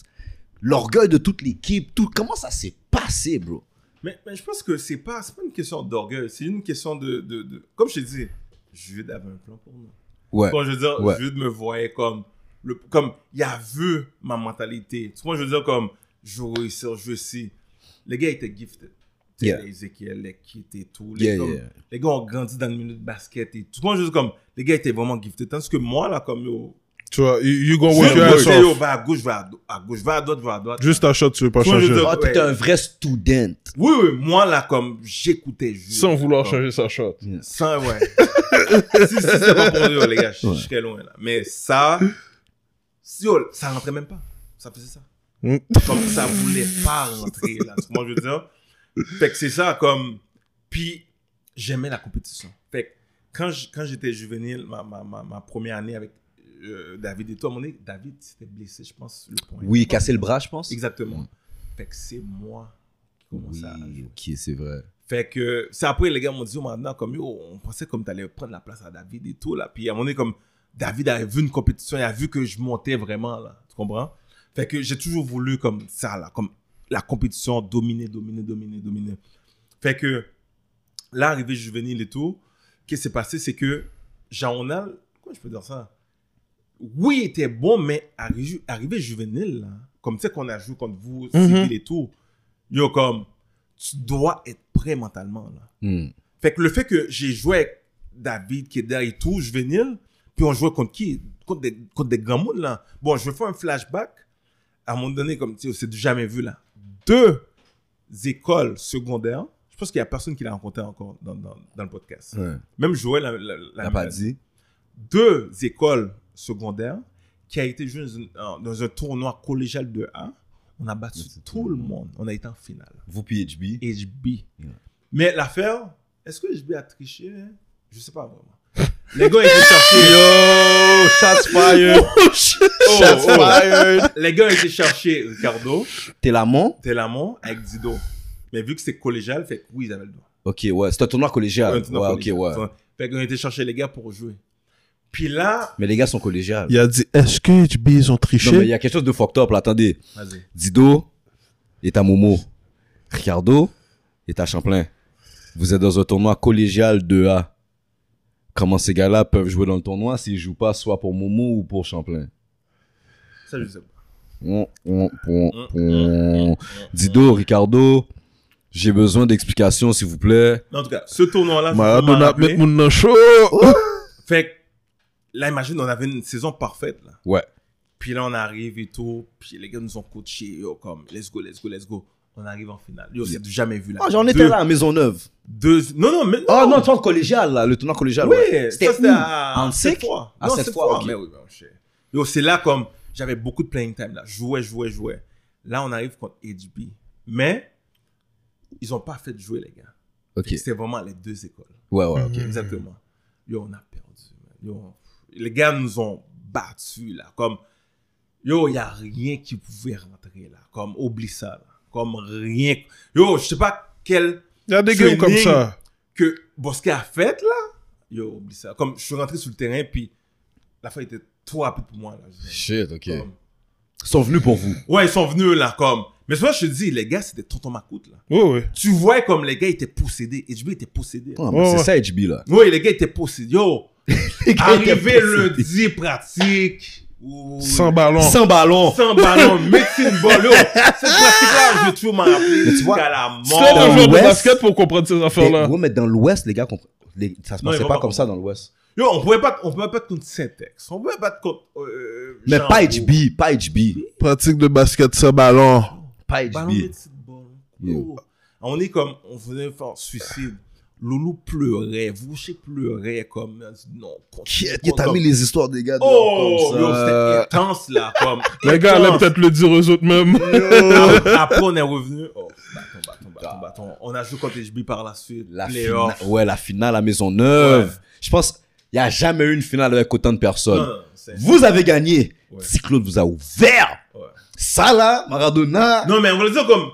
B: l'orgueil de toute l'équipe, tout, comment ça s'est passé, bro?
D: Mais, mais je pense que c'est pas, c'est pas une question d'orgueil, c'est une question de, de, de- Comme je te dis, Jude avait un plan pour nous.
B: Ouais.
D: Quand je veux dire,
B: Ouais.
D: Jude me voyait comme. Le, comme, il a vu ma mentalité. Tu vois, je veux dire, comme, je veux réussir, je sais. Les gars étaient gifted. Tu sais,
B: Yeah.
D: Les Ezekiel, les Kit et tout. Les,
B: Yeah,
D: comme-
B: yeah.
D: les gars ont grandi dans le milieu de basket et tout. Tu vois, je veux dire, comme, les gars étaient vraiment gifted. Tandis que moi, là, comme, yo,
C: Tu vois, you, you
D: je
C: gonna work
D: veux
C: your ass
D: bosser, yo,
C: off.
D: va à gauche, va à, do- à gauche, va à droite, va à droite.
C: Juste ta shot, tu veux pas
D: Toi, je
C: changer.
D: te-
B: Ah, t'es
D: Ouais.
B: un vrai student.
D: Oui, oui, moi, là, comme, j'écoutais Jude.
C: Sans vouloir
D: Comme-
C: changer sa shot.
D: Ça, ouais. si si c'était pas pour eux, les gars, je je serais loin là. Mais ça, si, yo, ça rentrait même pas. Ça faisait ça.
C: Mm.
D: Comme ça voulait pas rentrer là. Tu comprends ce que je veux dire? Fait que c'est ça, comme. Puis, j'aimais la compétition. Fait que quand j- quand j'étais juvénile, ma, ma, ma, ma première année avec euh, David et toi, mon ami, David s'était blessé, je pense, le point.
B: Oui, casser le bras, je pense.
D: Exactement. Fait que c'est moi qui commençais à jouer.
B: Oui, ok, c'est vrai.
D: Fait que c'est après les gars m'ont dit oh, maintenant comme yo, on pensait comme t'allais prendre la place à David et tout là. Puis à un moment donné comme David avait vu une compétition, il a vu que je montais vraiment là, tu comprends? Fait que j'ai toujours voulu comme ça là, comme la compétition dominer, dominer, dominer, dominer. Fait que là arrivé juvénile et tout, qu'est-ce qui s'est passé c'est que Jean-Ronald, comment je peux dire ça? Oui, il était bon, mais arri- arrivé juvénile, là, comme tu sais qu'on a joué contre vous, civil et tout, yo comme tu dois être prêt mentalement. Là.
B: Hmm.
D: Fait que le fait que j'ai joué avec David, qui est derrière et tout, juvénile, puis on jouait contre qui contre des, contre des grands mondes, là. Bon, je vais faire un flashback. À un moment donné, comme tu sais, c'est du jamais vu, là. Deux écoles secondaires. Je pense qu'il n'y a personne qui l'a rencontré encore dans, dans, dans le podcast.
B: Ouais.
D: Même Joël l'a- l'a l'a-
B: T'as pas dit?
D: deux écoles secondaires qui a été joué dans, une- en- dans un tournoi collégial de A. On a battu
B: C'est
D: tout le monde. On a été en finale.
B: Vous PHB.
D: HB.
B: Ouais.
D: Mais l'affaire, est-ce que HB a triché hein? Je sais pas vraiment. Les gars étaient cherchés.
C: Oh,
D: hein. Yo, shots fired.
B: Shots
D: fired. Les gars étaient cherchés Ricardo,
B: T'es l'amant?
D: Telamon avec Dido. Mais vu que c'est collégial, fait que oui, ils avaient le droit.
B: Ok, ouais. C'est un tournoi collégial.
D: Un tournoi
B: Ah, ouais,
D: collégial.
B: ok, ouais.
D: Fait qu'on était chercher les gars pour jouer. Puis là,
B: Mais les gars sont collégiales.
C: Il a dit, est-ce que HB, ils ont triché?
B: Non, mais il y a quelque chose de fucked up, là. Attendez.
D: vas-y.
B: Dido est à Momo. Ricardo est à Champlain. Vous êtes dans un tournoi collégial 2A. Comment ces gars-là peuvent jouer dans le tournoi s'ils jouent pas soit pour Momo ou pour Champlain
D: Ça, je sais pas.
B: Hum, hum, hum, hum. Dido, Ricardo, j'ai besoin d'explications, s'il vous plaît.
D: En tout cas, ce tournoi-là, c'est
C: Ma,
D: vraiment
C: on a
D: rappelé.
C: mettre mon Oh. dans le show.
D: Fait que, là, imagine, on avait une saison parfaite, là.
B: Ouais.
D: Puis là, on arrive et tout. Puis les gars nous ont coachés. Yo, comme, let's go, let's go, let's go. On arrive en finale. Yo, c'est du jamais vu, là.
B: Ah, j'en étais
D: Deux-
B: là à Maisonneuve.
D: Deux... Non, non, mais...
B: Ah non, le tournoi collégial, là, le tournoi collégial.
D: Oui,
B: ouais.
D: ça, c'était
B: où?
D: à...
B: En
D: sept
B: sec?
D: fois.
B: À
D: non,
B: sept
D: sept
B: fois,
D: fois.
B: ok.
D: Mais oui, mais on sait. Yo, c'est là, comme, j'avais beaucoup de playing time, là. Je Jouais, je jouais, je jouais. Là, on arrive contre HB. Mais, ils ont pas fait de jouer, les gars.
B: Ok.
D: C'était vraiment les deux écoles.
B: Ouais, ouais,
D: Mhm.
B: ok.
D: Exactement. Yo, on a perdu, man. Yo, on- les gars nous ont battus, là. Comme, yo, il n'y a rien qui pouvait rentrer, là. Comme, oublie ça, là. Comme, rien. Yo, je sais pas quel
C: Il y a des
D: Training.
C: games comme ça.
D: que Bosquet a fait, là. Yo, oublie ça. Comme, je suis rentré sur le terrain, puis la fin était trop rapide pour moi, là. Je-
B: Shit, ok.
D: comme-
B: Ils sont venus pour vous.
D: ouais, ils sont venus, là, comme. Mais c'est pour ça que je te dis, les gars, c'était tonton macoute, là.
C: Oh, Oui, oui.
D: Tu vois comme les gars étaient possédés. HB était possédé.
B: Ah, mais
C: Ouais,
B: c'est
C: ouais.
B: ça, HB, là.
D: Oui, les gars étaient possédés. Yo,
B: Les gars étaient
D: Arrivé
B: possédés.
D: lundi, pratique. Ouh.
C: Sans ballon.
B: Sans ballon.
D: Sans ballon, médecine ballon. Cette pratique-là, je vais toujours m'en rappeler.
B: tu vois,
D: jusqu'à la
C: Tu
D: mort.
C: fais un
B: Dans
C: joueur de
B: l'Ouest.
C: basket pour comprendre ces affaires-là.
B: Mais, ouais, mais dans l'Ouest, les gars, comprennent- les- ça se
D: Non, ils
B: passait
D: vont
B: pas
D: pas
B: comme ça dans l'Ouest.
D: Yo, on pouvait pas, on pouvait pas être contre Syntex. On pouvait pas être contre, euh,
B: Mais
D: Jean-
B: pas HB, pas HB.
C: Pratique de basket sans ballon.
B: Pas
D: Ballon,
B: HB.
D: médecine ballon. Yo. On est comme, on venait faire suicide. Loulou pleurait, Vouché pleurait comme elle dit, non.
B: Qui
D: continue,
B: est- qui t'a
D: comme-
B: mis les histoires des gars
D: Oh,
B: dehors comme
D: yo, c'était
B: ça
D: intense là, comme.
C: Les gars
D: intense.
C: allaient peut-être le dire aux autres même.
D: Après- Après, on est revenu. Oh, bâton, bâton, bâton, bâton. On a joué contre les JB par la suite.
B: La
D: playoff.
B: finale, ouais, la finale à Maisonneuve. Je pense, il n'y a jamais eu une finale avec autant de personnes.
D: Non, non, c'est-
B: Vous avez gagné.
D: Ouais.
B: Cyclone vous a ouvert.
D: Ouais.
B: Ça là, Maradona.
D: Non, mais on va le dire comme.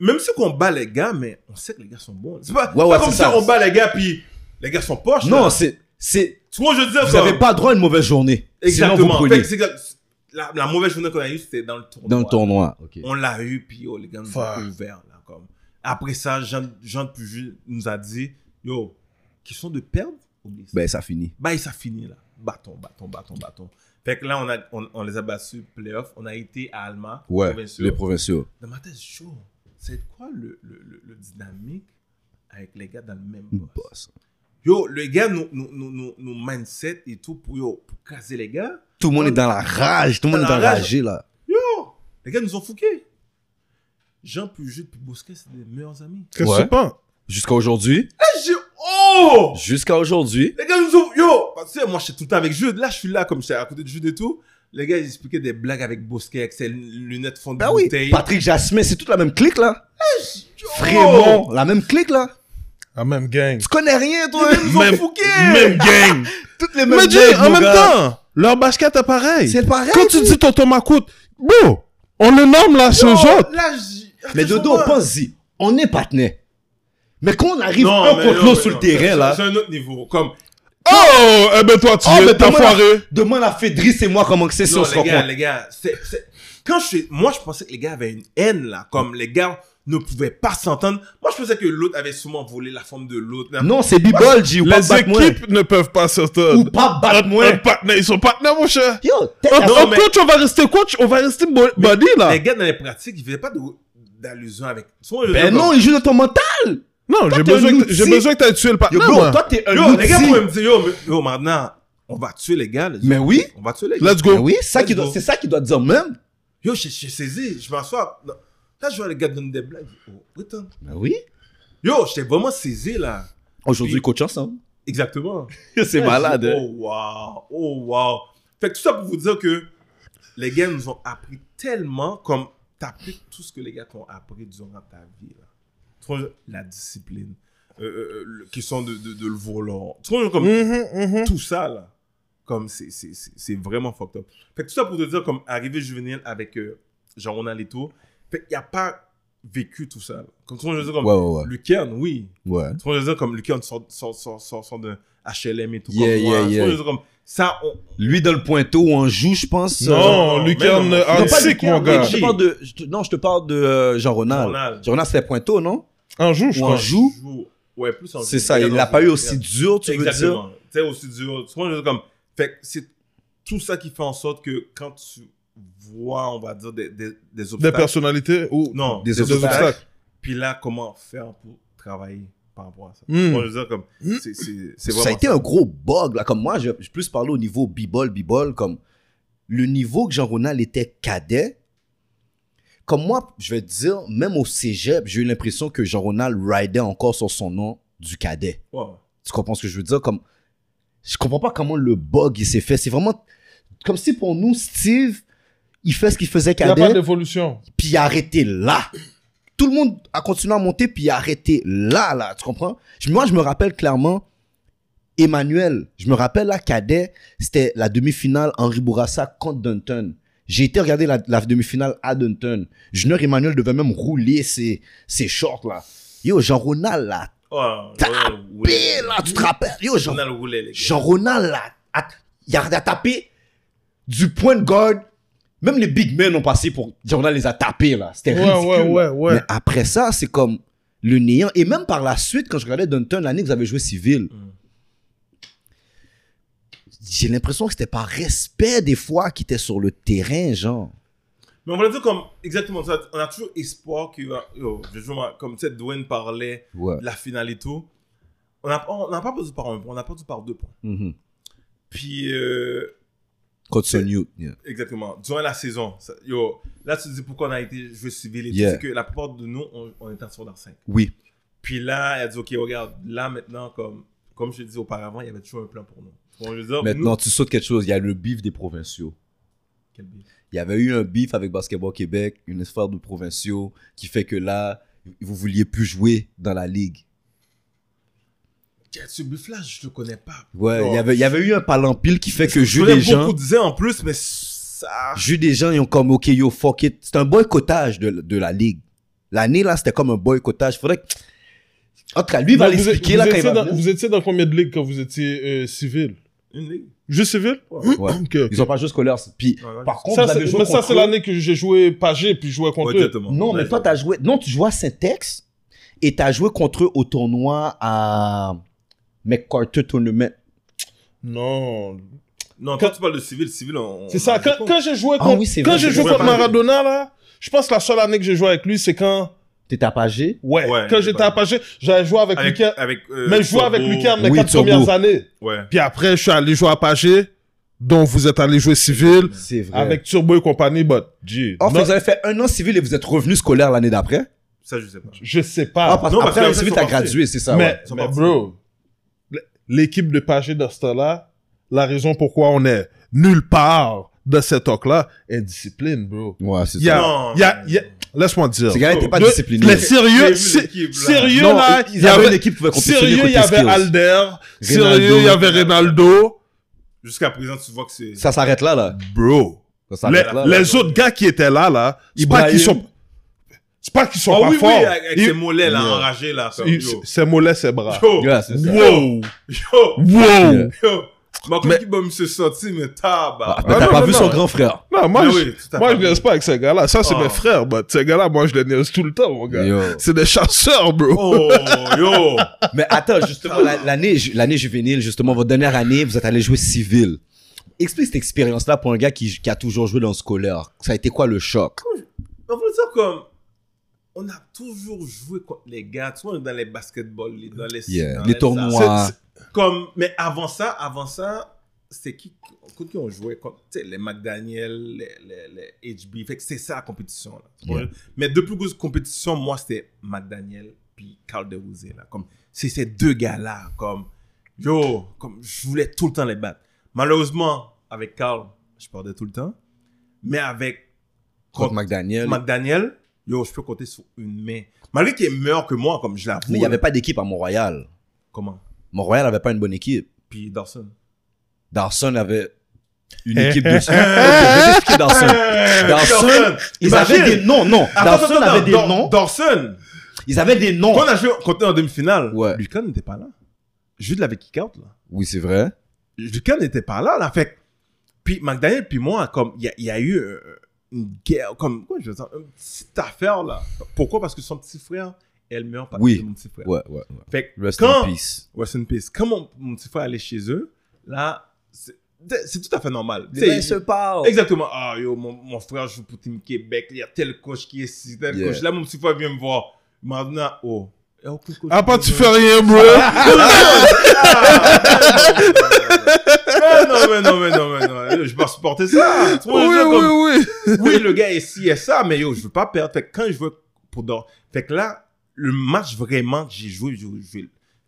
D: Même si on bat les gars, mais on sait que les gars sont bons. C'est pas,
B: Ouais, ouais,
D: pas comme
B: c'est
D: si
B: ça.
D: on bat les gars, puis les gars sont poches.
B: Non,
D: là.
B: c'est, c'est,
D: Tu vois, je veux dire,
B: vous
D: comme-
B: n'avez pas droit à une mauvaise journée. Sinon,
D: Exactement.
B: vous
D: Fait
B: prenez
D: que c'est exact- la, la mauvaise journée qu'on a eue, c'était dans le tournoi.
B: dans le tournoi. Ok.
D: On l'a eu, puis oh, les gars nous
C: Fuck.
D: ont ouvert. Là, comme. Après ça, Jean, Jean Puju nous a dit Yo, question de perdre Oublie ça.
B: Ben, ça finit.
D: Bah, et ça finit là. Bâton, bâton, bâton, bâton. Fait que là, on, a, on, on les a battus, playoff. On a été à Alma.
B: Ouais,
D: provinciaux.
B: les provinciaux.
D: Dans ma tête, je suis chaud. C'est quoi le, le, le, le dynamique avec les gars dans le même boss?
B: Boss.
D: Yo, les gars, nous, nous, nous, nous, nous mindset et tout pour, yo, pour caser les gars.
B: Tout le monde est dans la rage. Tout le monde est
D: Dans la rage.
B: enragé là.
D: Yo, les gars nous ont fouqués. Jean Puget puis Bousquet, c'est des meilleurs amis.
C: Qu'est-ce que
B: Ouais.
C: tu penses?
B: Jusqu'à aujourd'hui.
D: Ah, j'ai... Oh!
B: Jusqu'à aujourd'hui.
D: Les gars nous ont... Yo! Parce que moi, je suis tout le temps avec Jude. Là, je suis là, comme j'étais à côté de Jude et tout. Les gars, ils expliquaient des blagues avec Bousquet, avec ses lunettes fondues
B: Ben oui.
D: bouteille.
B: Patrick Jasmin, c'est toute la même clique là.
D: Yo!
B: Vraiment, la même clique là.
C: La même gang.
B: Tu connais rien toi.
D: Ils nous ont
C: Même,
D: fouqués!
C: même gang.
B: Toutes les mêmes
C: Mais dis,
B: gueules,
C: en
B: mon
C: même
B: gars.
C: temps, leur basket est pareil.
B: C'est pareil.
C: Quand tu dis Tonton Macoute, bro, on le nomme là, c'est eux
D: Yo,
C: autres.
D: Là, j'ai... Ah,
B: Mais
D: tu
B: Dodo,
D: comprends?
B: pense-y. On est partenaires. Mais quand on arrive
D: Non,
B: un
D: mais
B: contre
D: non,
B: l'autre
D: mais
B: sur le
D: non,
B: terrain
D: c'est-
B: là.
D: C'est un autre niveau. Comme...
C: Oh, eh ben toi, tu
B: Oh, mais
C: es, t'as
B: demande à-
C: foiré.
B: Demande à Fédric et moi comment que c'est si
D: Non,
B: on se
D: les gars,
B: rencontre.
D: les gars, c'est, c'est- Quand je suis... Moi, je pensais que les gars avaient une haine, là. Comme les gars ne pouvaient pas s'entendre. Moi, je pensais que l'autre avait souvent volé la forme de l'autre. là.
B: Non, c'est Bibol, G, ou pas
C: Les
B: battre moi.
C: équipes ne peuvent pas
B: Ou
C: s'entendre.
B: pas battre moi.
C: Un partenaire, ils sont partenaires, mon cher.
B: Yo, tête
C: Un
B: à-
C: un
D: mais-
C: coach, on va rester coach, on va rester bo- body
B: Ah.
C: là.
D: Les gars, dans les pratiques, ils faisaient pas de- d'allusion avec... Soit je-
B: Ben non, il joue dans ton mental.
C: Non, j'ai
B: t'es
C: besoin,
B: un
C: que- j'ai
B: outil.
C: besoin que t'aies tué le
B: Yo,
C: partenaire.
B: bro,
C: moi.
B: toi t'es un
D: Yo, les gars
B: outil.
D: pourraient me dire, yo, mais- yo, maintenant, on va tuer les gars. les
B: Mais
D: autres.
B: oui.
D: On va tuer les gars.
C: Let's
B: Mais
C: go.
B: oui, ça qui
D: Let's go.
B: doit- c'est ça qui doit dire même.
D: Yo, j'ai j'ai saisi, je m'assois. Là, je vois les gars donner des blagues. Oh, putain.
B: Ben oui.
D: Yo, j'étais vraiment saisi, là.
B: Aujourd'hui,
D: Puis-
B: coach ensemble.
D: Exactement.
B: C'est
D: Là,
B: malade.
D: je dis,
B: hein.
D: Oh, wow. Oh, wow. Fait que tout ça pour vous dire que les gars nous ont appris tellement comme t'appliques tout ce que les gars t'ont appris durant ta vie. Là. Tu vois, La discipline, euh, euh, le- question de, de, de le volant. Tu vois, comme
C: Mhm,
B: Mm-hmm,
C: mhm.
D: tout ça, là, comme c'est- c'est c'est- c'est vraiment fucked up. Fait que tout ça pour te dire, comme arrivé juvénile avec euh, jean a Leto, fait qu'il a pas vécu tout ça. là. Comme, tu vois, je veux dire, comme
B: Ouais, ouais, ouais.
D: Lucerne, oui.
B: Ouais.
D: Tu vois, je veux dire, comme Lucerne sort, sort, sort, sort, sort d'un HLM et tout.
B: Yeah,
D: comme, moi.
B: yeah,
D: Tu vois,
B: yeah.
D: je veux dire, comme ça, on,
B: Lui, dans le pointeau où on joue, je pense. euh,
C: Non,
D: non,
C: Lucarne
D: mais non.
B: Non, pas
C: Arctic,
B: Lucas,
C: mon gars.
B: Je te parle de, je te- non, je te parle de euh, Jean-Ronald.
D: Jean-Ronald.
B: Jean-Ronald, c'était Pointeau, non
C: Un jour, je
B: Ou en
C: pense.
B: joue.
D: joue. Ouais, plus en
B: C'est
D: joue.
B: ça, il
D: Regarde,
B: l'a
D: on
B: pas eu
D: joue.
B: aussi dur, tu veux dire
D: Exactement. Tu sais, aussi dur. Tu vois, je veux dire, comme. Fait que c'est tout ça qui fait en sorte que quand tu vois, on va dire, des, des, des
C: Des
D: obstacles.
C: personnalités ou
D: non,
B: Des
C: des
B: obstacles.
C: obstacles.
D: Puis là, comment faire pour travailler par rapport à ça?
C: Hmm.
D: Moi, je veux dire, comme, c'est- c'est c'est vraiment.
B: Ça a été un gros bug, là. Comme moi, je, je plus parler au niveau b-ball, b-ball, comme le niveau que Jean-Ronald était cadet. Comme moi, je vais te dire, même au cégep, j'ai eu l'impression que Jean-Ronald ridait encore sur son nom du cadet.
D: Ouais.
B: Tu comprends ce que je veux dire? Comme, je comprends pas comment le bug, il s'est fait. C'est vraiment comme si pour nous, Steve, il fait ce qu'il faisait
C: Il n'y a pas
B: cadet.
C: d'évolution.
B: puis il a arrêté là. Tout le monde a continué à monter, puis il a arrêté là, là, tu comprends? Je- Moi, je me rappelle clairement Emmanuel. Je me rappelle la cadet, c'était la demi-finale Henri Bourassa contre Dunton. J'ai été regarder la, la demi-finale à Dunton. Junior Emmanuel devait même rouler ses, ses shorts, là. Yo, Jean-Ronald, là,
D: Oh,
B: tapé, là, tu te rappelles? Yo, Jean-
D: Jean-Ronald roulait, les gars.
B: Jean-Ronald, là, a, il a, il a tapé du point de guard. Même les big men ont passé pour... Jean-Ronald les a tapés, là. C'était
C: Ouais,
B: ridicule.
C: ouais, ouais, ouais.
B: Mais après ça, c'est comme le néant. Et même par la suite, quand je regardais Dunton, l'année que vous avez joué civil,
C: Mm.
B: j'ai l'impression que c'était par respect des fois qu'il était sur le terrain, genre.
D: Mais on va le dire comme exactement ça. On a toujours espoir que, euh, yo, je joue ma- comme tu sais, Dwayne parlait
B: Ouais.
D: de la finale et tout. On n'a on, n'a pas perdu par un point, on a perdu par deux points.
B: Mm-hmm.
D: Puis, euh,
B: Contre Sonu. Yeah.
D: exactement, durant la saison, ça- yo, là tu te dis pourquoi on a été joué civil et tout,
B: Yeah.
D: c'est que la plupart de nous, on, on était en secondaire 5.
B: Oui.
D: Puis là, elle dit, OK, regarde, là maintenant, comme, comme je l'ai dit auparavant, il y avait toujours un plan pour nous. Bon, je veux dire,
B: Maintenant,
D: nous-
B: tu sautes quelque chose. Il y a le bif des provinciaux.
D: Quel bif.
B: Il y avait eu un bif avec Basketball Québec, une histoire de provinciaux qui fait que là, vous vouliez plus jouer dans la ligue.
D: Tiens, Ce bif-là, je le connais pas.
B: Ouais,
D: Oh.
B: il y avait, il y avait eu un palampil qui fait que
D: Je
B: j'ai
D: connais
B: des gens,
D: beaucoup disaient en plus, mais ça...
B: j'ai des gens, ils ont comme, ok, yo, fuck it. C'est un boycottage de, de la ligue. L'année, là, c'était comme un boycottage. Faudrait que, en tout cas, lui va
C: Donc, vous
B: l'expliquer,
C: êtes-
B: là,
C: vous
B: quand il
C: étiez
B: va
C: dans-
B: venir.
C: Vous étiez dans combien de ligues quand vous étiez euh, civil
D: Une ligue.
C: Juste civil
D: Ouais.
B: Ouais.
C: Ok, ok.
B: Ils ont pas juste scolaire. Puis,
D: Ouais, ouais.
B: par contre,
C: Ça,
B: vous avez
C: c'est-
B: joué
C: mais ça,
B: contre
C: c'est
B: eux.
C: l'année que j'ai joué Pagé, puis je jouais contre
D: Ouais,
C: eux.
D: exactement.
B: Non, mais
D: Ouais.
B: toi, t'as joué. Non, tu jouais à Saint-Ex et t'as joué contre eux au tournoi à McCarter Tournament.
C: Non.
D: Non,
C: Quand-
D: quand tu parles de civil, civil, on...
C: C'est
D: on
C: ça.
D: a
C: Quand,
D: des comptes.
C: quand j'ai joué
B: Ah
C: contre,
B: oui, c'est
C: quand
B: vrai,
C: j'ai
B: c'est
C: joué
D: vrai.
C: contre Maradona, là, je pense que la seule année que j'ai joué avec lui, c'est quand,
B: T'étais à Pagé.
C: ouais,
D: Ouais,
C: quand
D: c'est
C: j'étais
D: pas-
C: à Pagé, j'avais joué avec,
D: Avec,
C: Lucas,
D: avec, euh,
C: mais je jouais
D: Sorbo.
C: avec Lucas mes
B: Oui,
C: quatre
B: Turbo.
C: premières années.
D: Ouais.
C: Puis après, je suis allé jouer à Pagé, dont vous êtes allé jouer civil, Ah,
B: C'est vrai.
C: avec Turbo et compagnie, but, gee,
B: Or,
C: non,
B: vous avez fait un an civil et vous êtes revenu scolaire l'année d'après.
D: Ça, je sais pas.
C: je sais
B: Ah,
C: pas.
B: parce
D: non,
B: qu'après
D: parce que
B: l'année
D: après,
B: civile,
D: ils
B: t'as
D: sont partis.
B: gradué, c'est ça.
C: mais,
B: ouais.
D: ils sont
C: mais
D: partis.
C: bro, l'équipe de Pagé dans ce temps-là, la raison pourquoi on est nulle part de cette époque-là, indiscipline, bro.
B: Ouais, c'est
C: Il y a-
B: ça.
D: Non,
C: il y a-
D: non,
C: il y a-
D: non.
C: Laisse-moi dire.
B: Ces gars-là n'étaient pas
C: Le- Les
B: disciplinés.
C: sérieux,
D: J'ai vu
C: sé-
D: l'équipe, là.
C: sérieux
B: Non,
C: là,
B: ils
C: il y
B: avaient une
C: avait,
B: équipe qui pouvait compétitioner
C: sérieux, il y
B: côté
C: avait
B: skills.
C: Alder, sérieux,
B: Ronaldo.
C: il y avait Ronaldo,
D: Jusqu'à présent, tu vois que c'est...
B: Ça s'arrête là, là.
C: bro.
B: Ça
C: les
B: s'arrête là, là.
C: les autres gars qui étaient là, là, c'est
B: Ibrahim.
C: pas qu'ils sont, c'est pas qu'ils sont
D: Ah
C: pas
D: oui, oui,
C: forts.
D: avec avec
C: Ils-
D: ses mollets, là,
B: Yeah.
D: enragés, là. comme,
C: ils-
D: yo.
C: ses mollets, ses bras.
D: Yo,
B: Ouais, c'est ça.
C: Wow,
D: yo,
C: wow.
B: Yeah.
D: yo. Ma
C: Mais-
D: copine qui m'a mis ce sorti, mais tabac.
B: Ah, mais
C: Ah,
B: T'as
C: non,
B: pas
C: non,
B: vu
C: non.
B: son grand frère.
C: Non, moi,
D: Mais
C: je,
D: Ah oui, tout à
C: moi,
D: fait.
C: je niaise pas avec ces gars-là. Ça, c'est
D: Oh.
C: mes frères, mais ces gars-là, moi, je les niaise tout le temps, mon gars.
B: Yo.
C: C'est des chasseurs, bro.
D: Oh, yo.
B: Mais attends, justement, la- l'année, ju- l'année juvénile, justement, votre dernière année, vous êtes allé jouer civil. Explique cette expérience-là pour un gars qui, qui a toujours joué dans le scolaire. Ça a été quoi le choc?
D: On veut dire comme... On a toujours joué contre les gars, tu vois, dans les basketballs, les- dans les...
B: Yeah.
D: dans
B: Les tournois.
D: salles.
B: Ouah.
C: C'est- c'est-
D: Comme, mais avant ça, avant ça, c'était qui, contre qui on jouait contre, tu sais, les McDaniel, les, les, les HB. Fait que c'est ça la compétition. Là. Tu comprends?
B: Yeah.
D: Mais deux plus grosses compétitions, moi, c'était McDaniel puis Carl DeRozé. Là. Comme, c'est ces deux gars-là. Comme, yo, comme, je voulais tout le temps les battre. Malheureusement, avec Carl, je perdais tout le temps. Mais avec
C: Oh.
B: Contre McDaniel.
D: McDaniel, yo, je peux compter sur une main. Malgré qu'il est meilleur que moi, comme je l'avoue.
B: Mais il n'y avait
D: là.
B: pas d'équipe à Montréal.
D: Comment
B: Montréal n'avait pas une bonne équipe.
D: Puis Dawson.
B: Dawson avait une
D: Eh,
B: équipe de... Ok, je vais t'expliquer Dawson. Dawson, ils
D: Imagine.
B: avaient des noms, non.
D: Attends,
B: Dawson
D: attends,
B: avait
D: attends,
B: des
D: Dor-
B: noms.
D: Dawson,
B: Ils avaient des noms.
D: quand on a joué contre eux en demi-finale,
B: Ouais.
D: Lucas n'était pas là. Jude l'avait kick out, là.
B: Oui, c'est vrai.
D: Lucas n'était pas là, là. Fait que- puis McDaniel, puis moi, comme, il y a- il y, a eu euh, une guerre, comme, quoi, je veux dire, une petite affaire, là. Pourquoi? Parce que son petit frère est le meilleur parti
B: Oui.
D: de mon petit frère.
B: Ouais, ouais, ouais.
D: Fait que
B: Rest
D: quand,
B: in peace.
D: Rest in peace. Quand mon, mon petit frère allait chez eux, là, c'est c'est tout à fait normal. Tu sais, il-
B: parlent.
D: Exactement. Ah, yo, mon, mon frère joue pour Team Québec. Il y a tel coach qui est ici, tel
B: Yeah.
D: coach. Là, mon petit frère vient me voir. Maintenant, oh. Il y a aucun coach
C: Ah, pas,
D: qui
C: tu
D: veut.
C: fais rien, bro.
D: Ah, non, mais non, mais non, mais non. Yo, Je vais supporter ça. Tu vois,
C: Oui,
D: je veux
C: oui,
D: comme-
C: oui.
D: oui, le gars est ci et ça, mais yo, je veux pas perdre. Fait que quand je veux pour dehors. Fait que là, le match vraiment que j'ai joué, je, je,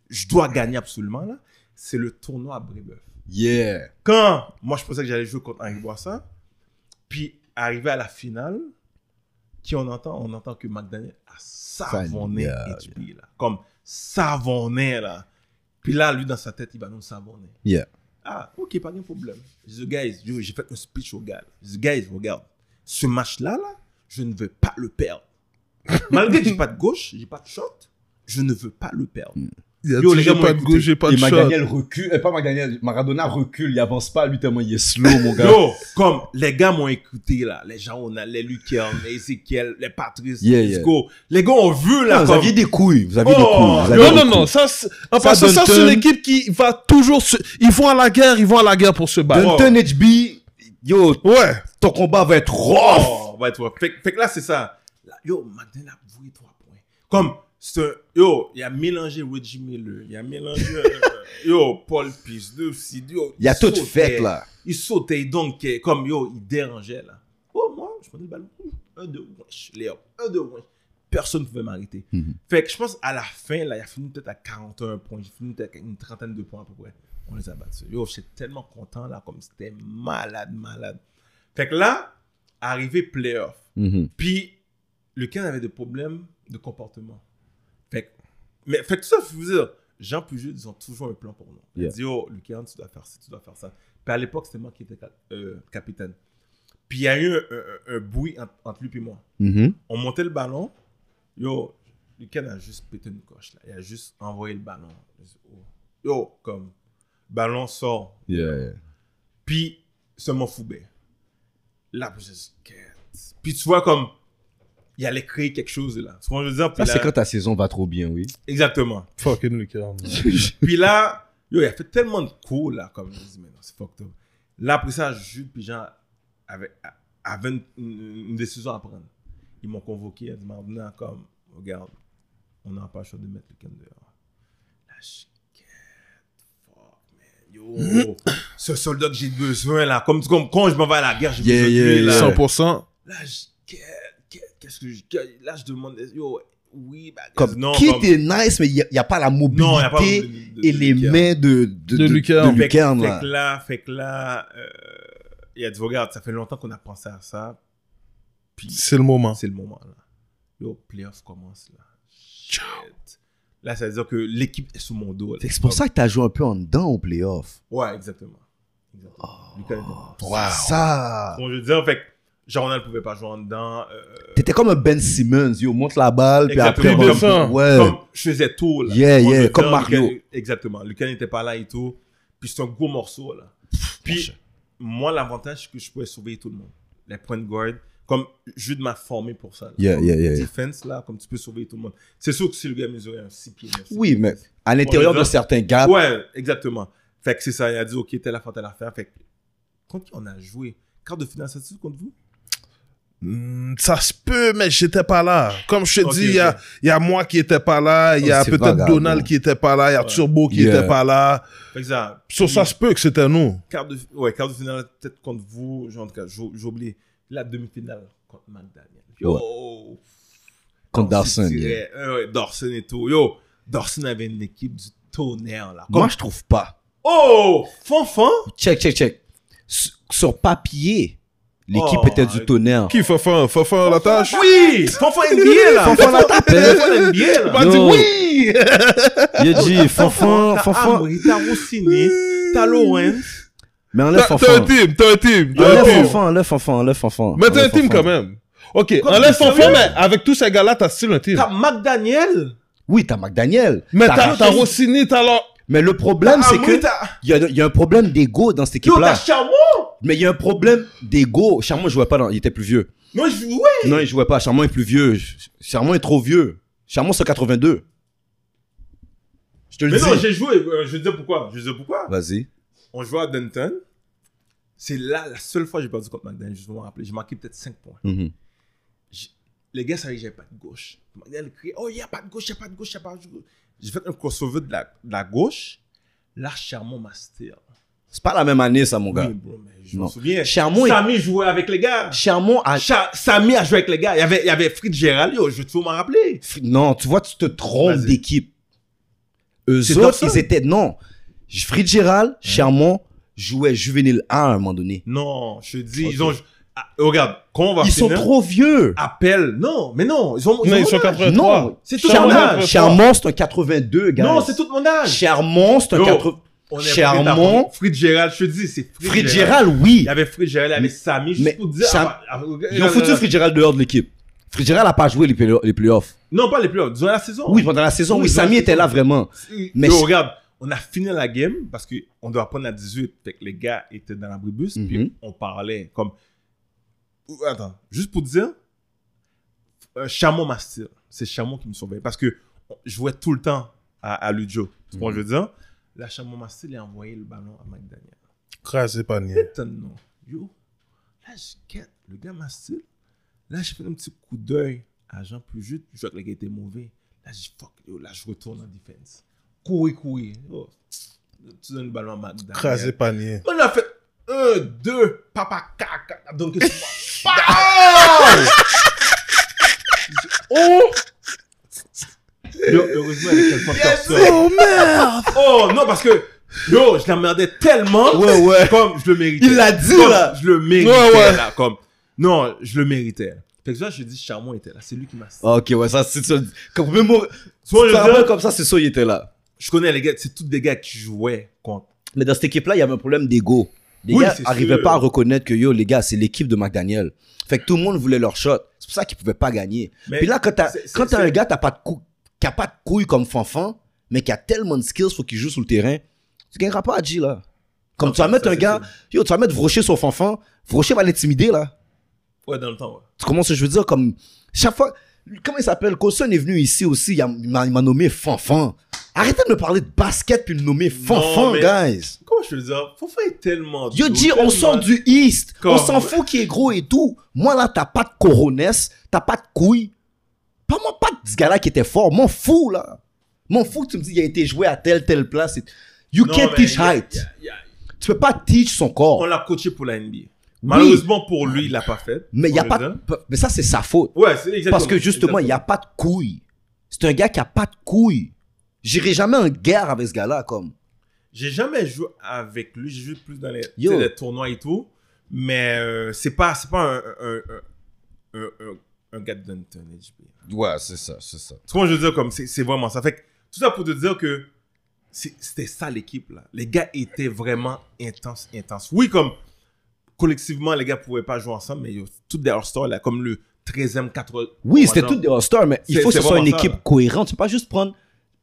D: je dois gagner absolument, là, c'est le tournoi à Brébeuf
B: Yeah.
D: quand moi je pensais que j'allais jouer contre Henri Boissin, puis arrivé à la finale, qui on entend On entend que McDaniel a savonné
B: Yeah,
D: HB, là. Comme savonné, là. Puis là, lui, dans sa tête, il va nous savonner.
B: Yeah.
D: Ah, ok, pas de problème. Je dis, guys, yo, j'ai fait un speech au gars. là. Je dis, guys, regarde, ce match-là, là, je ne veux pas le perdre. Malgré que j'ai pas de gauche, j'ai pas de shot, je ne veux pas le perdre.
C: Il y a
D: Yo, les
C: toujours
D: gars
C: pas
D: m'ont
C: de
D: écouté.
C: gauche, j'ai pas
B: et
C: de shot.
B: McDaniel recule. euh, pas McDaniel. Maradona recule. Il avance pas, lui, tellement il est slow, mon gars.
D: Yo, comme les gars m'ont écouté là, les gens on a les Lucas, les Ezekiel, les Patrice,
B: Yeah,
D: les
B: yeah.
D: Isco. les gars ont vu là
B: Ah, vous
D: comme-
B: aviez des couilles. Vous aviez des
D: Oh,
B: couilles. vous aviez
C: Non,
B: des
C: non,
B: couilles.
C: non, ça, c'est- en
B: Ça,
C: passant, ça, c'est
B: Dunton-
C: une équipe qui va toujours se, ils vont à la guerre, ils vont à la guerre pour se
D: Oh.
C: battre.
B: Dunton HB, yo,
C: Ouais.
B: ton combat va être rough.
D: Oh, ouais, tu vois. Fait, fait que là c'est ça. Là, yo, Magdalene a voué trois points. Comme c'est un- yo, il a mélangé Reggie Miller, il a mélangé euh, euh, yo Paul Pierce, deux aussi, yo.
B: Il y a tout
D: sautait,
B: fait, là.
D: eh, Il sautait donc euh, comme yo, il dérangeait là. Oh moi, je prenais le ballon, un deux wesh, Léo, un deux wesh. personne ne pouvait m'arrêter.
B: Mhm.
D: Fait que je pense à la fin, là, il a fini peut-être à 41 points, j'ai fini peut-être à une trentaine de points à peu près. On les a battus. Yo, j'étais tellement content là, comme c'était malade, malade. Fait que là, arrivé playoff,
B: Mhm.
D: puis le Ken avait des problèmes de comportement. Fait que, mais fait que tout ça, je veux vous dire, Jean Puget, ils ont toujours un plan pour nous. Ils
B: Yeah.
D: disent, oh, le Ken, tu dois faire ci, tu dois faire ça. Puis à l'époque, c'était moi qui étais cap- euh, capitaine. Puis il y a eu un, un- un- un bruit entre, entre lui et moi.
B: Mhm.
D: On montait le ballon. Yo, Lucan a juste pété une coche. Là. Il a juste envoyé le ballon. Yo, Yo, comme, ballon sort.
B: Yeah, yeah.
D: Puis, seulement Foubert. Là, je dis, Qu'est-ce? Puis tu vois comme, il allait créer quelque chose là. Tu vois, je veux dire, puis
B: Ça, Ah, c'est
D: là-
B: quand ta saison va trop bien, oui.
D: Exactement.
C: Fucking Lucan.
D: Puis là, yo, il a fait tellement de coups là, comme je dis, mais non, c'est fucked up. Là, après ça, Jules puis Jean avaient, avaient une, une- une décision à prendre. Ils m'ont convoqué, ils m'ont dit, Maintenant, comme, regarde, on n'a pas le choix de mettre le camp dehors. Là, je get fuck, man. Yo, ce soldat que j'ai besoin là, comme, comme quand je m'en vais à la guerre, j'ai
B: Yeah,
D: besoin de
B: yeah,
D: lui là.
B: yeah.
C: 100%.
D: Là, je get- get- qu'est-ce que je. get- Là, je demande, yo, oui, bah,
B: Comme,
D: non,
B: qui
D: comme-
B: était nice, mais il n'y a, pas la mobilité
D: non, il n'y a pas de- de-
B: et
D: de-
B: les
D: de-
B: mains de, de,
C: De lucarne.
D: Fait que-
B: lucarne,
D: fait
B: là.
D: que là, fait que là, euh, il a dit, regarde, ça fait longtemps qu'on a pensé à ça. Puis
C: C'est le moment.
D: c'est le moment là. Yo, playoff commence là. Shit. Là, ça veut dire que l'équipe est sous mon dos. là.
B: Fait que C'est pour ça que tu as joué un peu en dedans au playoff.
D: Ouais, exactement. Exactement. Lucas était mort.
B: Oh. Ça.
D: Bon, je veux dire, fait que Jordan ne pouvait pas jouer en dedans. euh,
B: T'étais comme un Ben Simmons, yo, monte la balle, puis
D: Exactement.
B: après,
C: Comme ça.
B: ouais.
D: Comme je faisais tout là.
B: Yeah,
D: Moi, je
B: yeah,
D: veux
B: comme
D: dire,
B: Mario.
D: Lucas- exactement. Lucas n'était pas là et tout. Puis c'est un gros morceau là. Puis
B: cher.
D: moi, l'avantage, c'est que je pouvais sauver tout le monde. Les points de guard. Comme Jude m'a formé pour ça. là.
B: Yeah,
D: Comme
B: yeah, yeah, yeah.
D: Defense là, comme tu peux sauver tout le monde. C'est sûr que si le gars mesurait un 6 pieds. neuf,
B: Oui,
D: c'est-
B: mais à l'intérieur
D: Ouais,
B: de
D: là.
B: certains gaps.
D: Ouais, exactement. Fait que c'est ça. Il a dit, OK, telle affaire, telle affaire. Fait que contre qui on a joué Quart de finale, ça se joue contre vous
C: Hmm, Ça se peut, mais j'étais pas là. Comme je te
D: Ok,
C: dis, il y, a-
D: ok.
C: il y a moi qui était pas là, il y
B: Oh,
C: a
B: c'est pas
C: peut-être
B: grave,
C: Donald
B: non.
C: qui était pas là, il y a
D: Ouais.
C: Turbo qui
B: Yeah.
C: était pas là.
D: Fait que ça.
C: So, ça se peut que c'était nous.
D: quart de, ouais, quart de finale, peut-être contre vous, genre, en tout cas, j'ou- j'ai oublié. La demi-finale contre McDaniel. Yo!
B: Contre
D: On se
B: Dawson,
D: tirait. Ouais, ouais, Dawson et tout. Yo! Dawson avait une équipe du tonnerre, là.
B: Moi, je trouve pas.
D: Oh! Fanfan!
B: Check, check, check. Sur, sur papier, l'équipe
D: Oh,
B: était du
D: arrête.
B: tonnerre.
C: Qui fait faire, fait faire la tâche?
D: Oui! Ah, Fanfan NBA, là!
B: Fanfan la tape.
D: Fanfan NBA, là!
C: Pas dit
B: Yo.
C: oui!
B: Il a dit, Fanfan,
D: T'as
B: Fanfan.
D: Amri, t'as Rossini, t'as Lawrence.
B: Mais enlève
C: T'as t'as un
B: Fanfan.
C: team, t'as un team, t'as un
B: Enlève
C: team.
B: Fanfan, enlève Fanfan, enlève Fanfan.
C: Mais t'as un
B: Enlève
C: team
B: Fanfan.
C: quand même. Ok,
D: Comme
C: enlève
D: ça,
C: Fanfan,
D: oui.
C: mais avec tous ces gars-là, t'as still un team.
D: T'as McDaniel.
B: Oui, t'as McDaniel.
C: Mais
B: T'as
C: t'as
B: Rachid.
C: t'as Rossini, t'as leur...
B: Mais le problème,
D: T'as
B: c'est
D: Amri,
B: que
D: t'as-
B: il y, a- il y a un problème d'ego dans cette
D: Yo,
B: équipe-là.
D: t'as Charbon.
B: Mais il y a un problème d'ego. Charmant jouait pas dans, il était plus vieux.
D: Non, je ouais.
B: Non, il jouait pas. Charmant est plus vieux. Ch- Charmant est trop vieux. Charmant, c'est 82. Je te le
D: Mais non,
B: dis.
D: j'ai joué. euh, Je veux dire pourquoi. Je veux dire pourquoi.
B: Vas-y.
D: On jouait à Denton. C'est là la seule fois que j'ai perdu contre McDaniel, je me rappelle. J'ai marqué peut-être 5 points.
B: Mhm.
D: Les gars savaient que j'avais pas de gauche. McDaniel criait Oh, il n'y a pas de gauche, il n'y a pas de gauche, il n'y a pas de gauche. J'ai fait un crossover de la, de la gauche. Là, Charmont m'a steal.
B: C'est pas la même année, ça, mon
D: Oui,
B: gars.
D: bro, mais je me
B: Bah, Non.
D: souviens.
B: Charmont est-
D: Samy jouait avec les gars.
B: Charmant a.
D: Cha- Samy a joué avec les gars. Il y avait, il y avait Fritz Gérald. Yo, je vais toujours m'en rappeler.
B: Non, tu vois, tu te trompes
D: Vas-y.
B: d'équipe.
D: C'est
B: Eux autres,
D: Dawson.
B: ils étaient. Non. Fitzgerald, Charmont jouait juvénile A à un moment donné.
D: Non, je te dis,
B: Ok.
D: ils ont. Ah, regarde, comment on va
B: Ils sont
D: finir?
B: trop vieux.
D: Appel. Non, mais non. Ils
C: Non,
D: ont.
C: ils sont
D: mon âge.
C: 83.
B: Non,
D: C'est tout mon
B: Charmant,
D: âge.
B: Charmont, c'est un 82, gars.
D: Non, c'est tout mon âge.
B: Charmont, c'est un
D: Yo.
B: 80. Charmont.
D: Fritz Gérald, je te dis, c'est
B: Fritz Gérald, oui.
D: Il y avait Fritz Gérald, il y avait
B: Mais-
D: Samy, juste
B: mais
D: pour dire.
B: Sam-
D: ah, bah, ah, ah.
B: Ils ont foutu Fritz Gérald dehors de l'équipe. Fritz Gérald n'a pas joué les, play- les playoffs.
D: Non, pas les playoffs, durant la saison.
B: Oui, pendant la saison,
D: Oui,
B: oui,
D: dans la
B: Samy était
D: saison.
B: là vraiment. mais
D: mais.
B: c'est-
D: regarde, on a fini la game parce qu'on doit prendre à 18. Fait que les gars étaient dans l'abribus,
B: Mhm.
D: puis on parlait comme. Ouh, Attends, juste pour dire, euh, Chamon m'a steal. C'est Chamon qui me surveillait parce que je jouais tout le temps à, à Lujo. Tu comprends ce que je veux
B: Mhm.
D: dire? Là, Chamon m'a steal, il a envoyé le ballon à McDaniel.
C: Crasé panier.
D: Putain, non. Yo, là, je quête. Le gars m'a style. Là, j'ai fait un petit coup d'œil à Jean Pujut. Je vois que le gars était mauvais. Là, j'ai dit, fuck, yo, là, je retourne en défense. Courir, courir. Yo, tu donnes le ballon à McDaniel.
C: Crasé panier.
D: On a fait un, deux, papa caca. Donc, c'est moi. Bam!
C: Oh,
D: Yo, heureusement, elle était le podcast.
C: oh merde!
D: Oh non, parce que yo, je l'emmerdais tellement.
B: Ouais, ouais.
D: Comme je le méritais.
B: Il l'a dit,
D: Comme,
B: là.
D: Je le méritais
C: Ouais, ouais.
D: là. Comme non, je le méritais. Fait que ça, je dis Charbon était là. C'est lui qui m'a.
B: Ok, ouais, ça, c'est ça. Comme même,
D: Soit je,
B: ça
D: veux dire,
B: rappelle comme ça, c'est ça, il était là.
D: je connais les gars, c'est tous des gars qui jouaient contre.
B: Mais dans cette équipe-là, il y avait un problème d'ego. Les
D: Oui,
B: gars
D: c'est
B: n'arrivaient
D: sûr.
B: pas à reconnaître que yo, les gars, c'est l'équipe de McDaniel. Fait que tout le monde voulait leur shot. C'est pour ça qu'ils pouvaient pas gagner.
D: Mais
B: Puis là, quand t'as,
D: c'est- c'est-
B: quand t'as
D: c'est-
B: un gars t'as pas de cou- qui a pas de couilles comme Fanfan, mais qui a tellement de skills, faut qu'il joue sur le terrain, tu gagneras pas à G, là. Comme
D: Non,
B: tu vas
D: ça,
B: mettre
D: ça,
B: un
D: c'est
B: gars, yo, tu vas mettre Vrocher sur Fanfan, Vrocher va l'intimider, là.
D: Ouais, dans le temps. Ouais.
B: Tu comprends ce que je veux dire? Comme, chaque fois, comment il s'appelle? Coulson est venu ici aussi, il a- il m'a il m'a nommé Fanfan. Arrêtez de me parler de basket puis de me nommer Fanfan,
D: mais-
B: guys.
D: Comment je peux le dire Faut faire tellement.
B: Yo,
D: d'eau,
B: G, on
D: tellement-
B: sort du East.
D: Comme-
B: On s'en fout qui est gros et tout. Moi, là, t'as pas de coronesse, t'as pas de couilles. Pas moi, pas de ce gars-là qui était fort. M'en fous, là. M'en fous que tu me dis, il a été joué à telle, telle place. et- You
D: Non,
B: can't
D: mais
B: teach
D: y a-
B: height.
D: y a- y a-
B: Tu peux pas teach son corps.
D: On l'a coaché pour la NBA. Malheureusement pour lui, il l'a pas fait.
B: mais il y a
D: On
B: pas
D: le
B: de-
D: dit.
B: Mais ça, c'est sa faute.
D: Ouais, c'est exactement.
B: Parce que justement, il n'y a pas de couilles. C'est un gars qui a pas de couilles. J'irai jamais en guerre avec ce gars-là, comme.
D: J'ai jamais joué avec lui, j'ai joué plus dans les, tu
B: Yo.
D: sais, les tournois et tout, mais euh, c'est pas, c'est pas un, un, un, un, un- un gars de Dunton HB.
B: Ouais, c'est ça, c'est ça.
D: Tu vois, je veux dire, comme c'est c'est vraiment ça. Fait que, tout ça pour te dire que c'est- c'était ça l'équipe là. Les gars étaient vraiment intenses, intenses. Oui, comme collectivement, les gars pouvaient pas jouer ensemble, mais yo, toutes des hors là, comme le 13e, 4
B: Oui, c'était tout des all-stars, mais il
D: C'est-
B: faut que
D: c'est
B: ce soit une
D: vraiment ça,
B: équipe
D: là.
B: cohérente. Tu peux pas juste prendre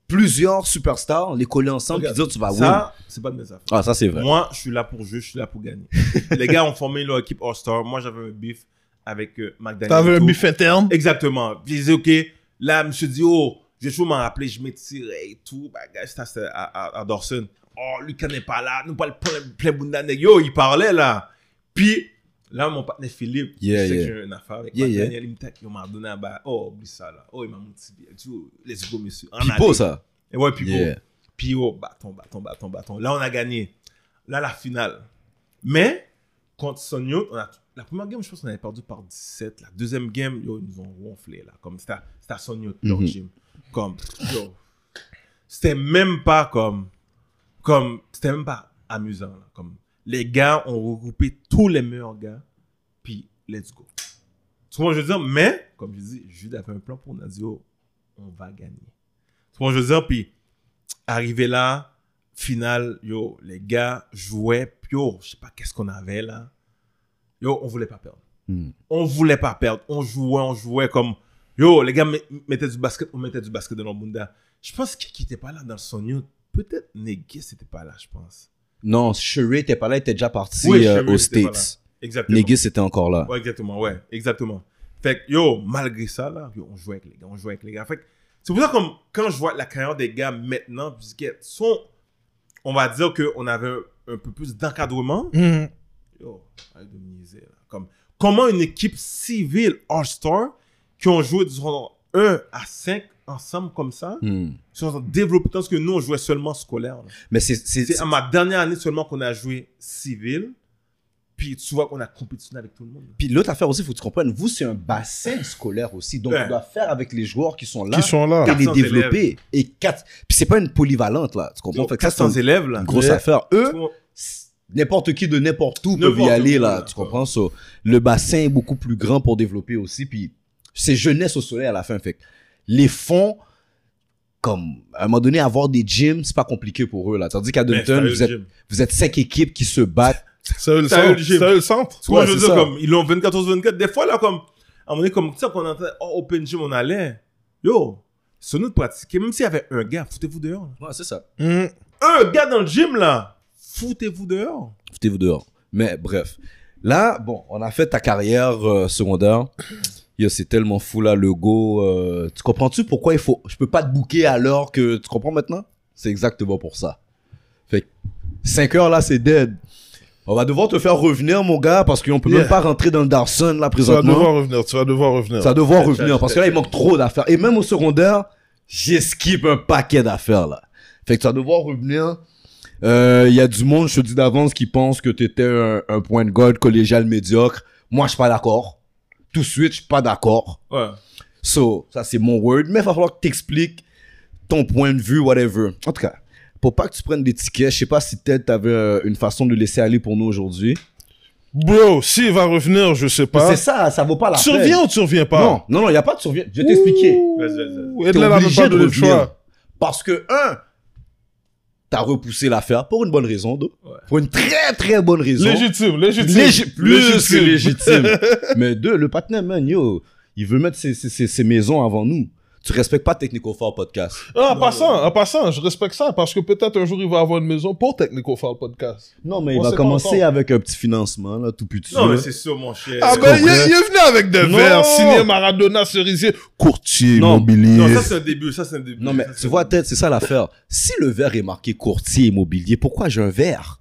B: plusieurs superstars, les coller ensemble, puis
D: Regarde,
B: dire tu vas win.
D: Ça, c'est pas de mes affaires.
B: Ah, ça, c'est vrai.
D: Moi, je suis là pour jouer, je suis là pour gagner. les gars ont formé leur équipe All-Star. Moi, j'avais un beef avec euh, McDaniel.
C: T'avais
D: et
C: un
D: tout.
C: buffet interne?
D: Exactement. Puis je disais, OK, là, je me suis dit, oh, je vais toujours m'en rappeler, je m'étirais et tout. Bah, gars, ça, c'était à, à, à Dawson. Oh, Lucas n'est pas là, nous pas le plein, plein bout de la nègre. Yo, il parlait là. Puis là, mon partenaire Philippe,
B: Yeah,
D: je sais
B: yeah.
D: que j'ai une affaire avec
B: Yeah,
D: McDaniel, il me tape, il m'a donné un bail. Oh, oublie ça là. Oh, il m'a monté. Tu vois, let's go, monsieur. En
B: Pipo,
D: allée.
B: ça.
D: Et ouais, puis
B: Yeah.
D: bon, puis oh, bâton, bâton, bâton, bâton. Là, on a gagné. Là, la finale. Mais, contre Sonyo, on a- la première game, je pense qu'on avait perdu par 17. La deuxième game, yo, ils nous ont ronflé, là. Comme c'était à, c'était à Sonyo, leur
B: Mhm.
D: gym. Comme, yo. C'était même pas comme. Comme, c'était même pas amusant, là. Comme, les gars ont regroupé tous les meilleurs gars, puis let's go. Tu vois, je veux dire, mais, comme je dis, Jude avait un plan pour nous dire, oh, on va gagner. Tu vois, je veux dire, puis arrivé là, finale, yo, les gars jouaient, puis yo, je sais pas qu'est-ce qu'on avait là. Yo, on voulait pas perdre.
B: Hmm.
D: On voulait pas perdre. On jouait, on jouait comme. Yo, les gars met- mettaient du basket, on mettait du basket dans leur bunda. Je pense qui qui était pas là dans le Sonio, peut-être Negis c'était pas là, je pense.
B: Non, Sherry était pas là, il était déjà parti
D: Oui,
B: euh,
D: Sherry
B: aux
D: était pas là.
B: States.
D: Exactement.
B: Negus était encore là.
D: Ouais, exactement, ouais, exactement. Fait que, yo, malgré ça, là, yo, on jouait avec les gars, on jouait avec les gars. Fait que, c'est pour ça que comme, quand je vois la carrière des gars maintenant, puisqu'ils sont, on va dire qu'on avait un, un peu plus d'encadrement.
C: Mhm.
D: Yo, arrête de me niaiser, là. Comme, comment une équipe civile All-Star qui ont joué durant 1 à 5 ensemble comme ça,
B: Hmm.
D: sont développés, parce que nous, on jouait seulement scolaire. là.
B: Mais c'est- c'est.
D: C'est
B: c'est-
D: à ma dernière année seulement qu'on a joué civil, puis tu vois qu'on a compétitionné avec tout le monde. là.
B: Puis l'autre affaire aussi, faut que tu comprennes, vous, c'est un bassin scolaire aussi. Donc,
D: Ouais.
B: tu dois faire avec les joueurs qui sont là
C: Qui sont là?
B: et les
D: 400
B: développer. Et quatre... Puis c'est pas une polyvalente, là. Tu comprends?
D: Yo,
B: Fait que ça, c'est
D: 400
B: une
D: élèves, là.
B: grosse
D: Ouais.
B: affaire. Eux,
D: Tu vois,
B: s- n'importe qui de n'importe où peut y
D: N'importe
B: aller
D: où,
B: là,
D: là,
B: tu
D: quoi.
B: comprends ça le bassin est beaucoup plus grand pour développer aussi puis c'est jeunesse au soleil à la fin fait que les fonds comme à un moment donné avoir des gyms c'est pas compliqué pour eux là tandis qu'à
D: mais
B: Dunton
D: sérieux,
B: vous êtes
D: Jim.
B: vous êtes cinq équipes qui se battent
C: C'est eux le
D: T'as eu
C: centre.
D: le gym.
C: C'est eux le centre.
D: Tu vois,
B: Ouais,
D: je veux
B: c'est
D: dire,
B: ça.
D: comme, ils l'ont 24-24. Des fois, là, comme, à un moment donné, comme, tu sais, qu'on entend, oh, open gym, on allait. Yo, sur nous de pratiquer, même s'il y avait un gars, foutez-vous dehors. là.
B: ouais c'est ça
C: Mhm.
D: Hum. Un gars dans le gym, là, foutez-vous dehors.
B: foutez-vous dehors mais bref là bon on a fait ta carrière euh, secondaire Yo, c'est tellement fou là le go euh, tu comprends-tu pourquoi il faut je peux pas te booker alors que tu comprends maintenant c'est exactement pour ça fait 5 heures là c'est dead on va devoir te faire revenir mon gars parce qu'on peut même
C: Yeah.
B: pas rentrer dans le Darson là
C: Tu vas
B: présentement
C: devoir revenir. Tu vas devoir revenir.
B: ça va devoir
D: Ouais,
B: revenir
D: ça,
B: parce que
D: c'est-
B: là il manque trop d'affaires et même au secondaire j'esquive un paquet d'affaires là fait que tu vas devoir revenir Euh, il y a du monde je te dis d'avance qui pense que t'étais un, un point de god collégial médiocre moi je suis pas d'accord tout de suite je suis pas d'accord
D: Ouais.
B: So, ça c'est mon word, mais il va falloir que t'expliques ton point de vue, whatever. En tout cas, pour pas que tu prennes des tickets, je sais pas si peut-être t'avais euh, une façon de laisser aller pour nous aujourd'hui.
C: Bro, s'il va revenir, je sais pas.
B: C'est ça, ça vaut pas la
C: Tu
B: peine.
C: reviens ou tu reviens pas?
B: Non, non, non, il n'y a pas de survie. Je vais t'expliquer.
D: Vas-y, vas-y, vas-y.
C: Et
B: T'es
C: là, la même
B: obligé
C: pas
B: de
C: donné le
B: revenir.
C: choix.
B: Parce que, un, t'as repoussé l'affaire pour une bonne raison, deux.
D: Ouais.
B: Pour une très, très bonne raison.
C: Légitime, légitime.
B: Légi- plus que légitime. Mais deux, le partenaire, man, yo, il veut mettre ses, ses- ses- ses maisons avant nous. Tu respectes pas Technicophore Podcast.
C: Ah, en passant, en passant, je respecte ça parce que peut-être un jour il va avoir une maison pour Technico faire le podcast.
B: Non, mais il
C: On
B: va
C: sait pas
B: commencer
C: encore.
B: avec un petit financement, là, tout petit.
D: Non, mais
B: là.
D: c'est sûr, mon cher.
C: Ah
D: Je
C: ben, il,
D: comprends.
C: il est venu avec des
B: Non.
C: verres signé Maradona Cerisier, courtier
B: Non,
C: immobilier.
D: Non, ça c'est un début, ça c'est un début.
B: Non, mais
D: Ça, c'est
B: tu
D: un
B: vois,
D: début.
B: tête, c'est ça l'affaire. Si le verre est marqué courtier immobilier, pourquoi j'ai un verre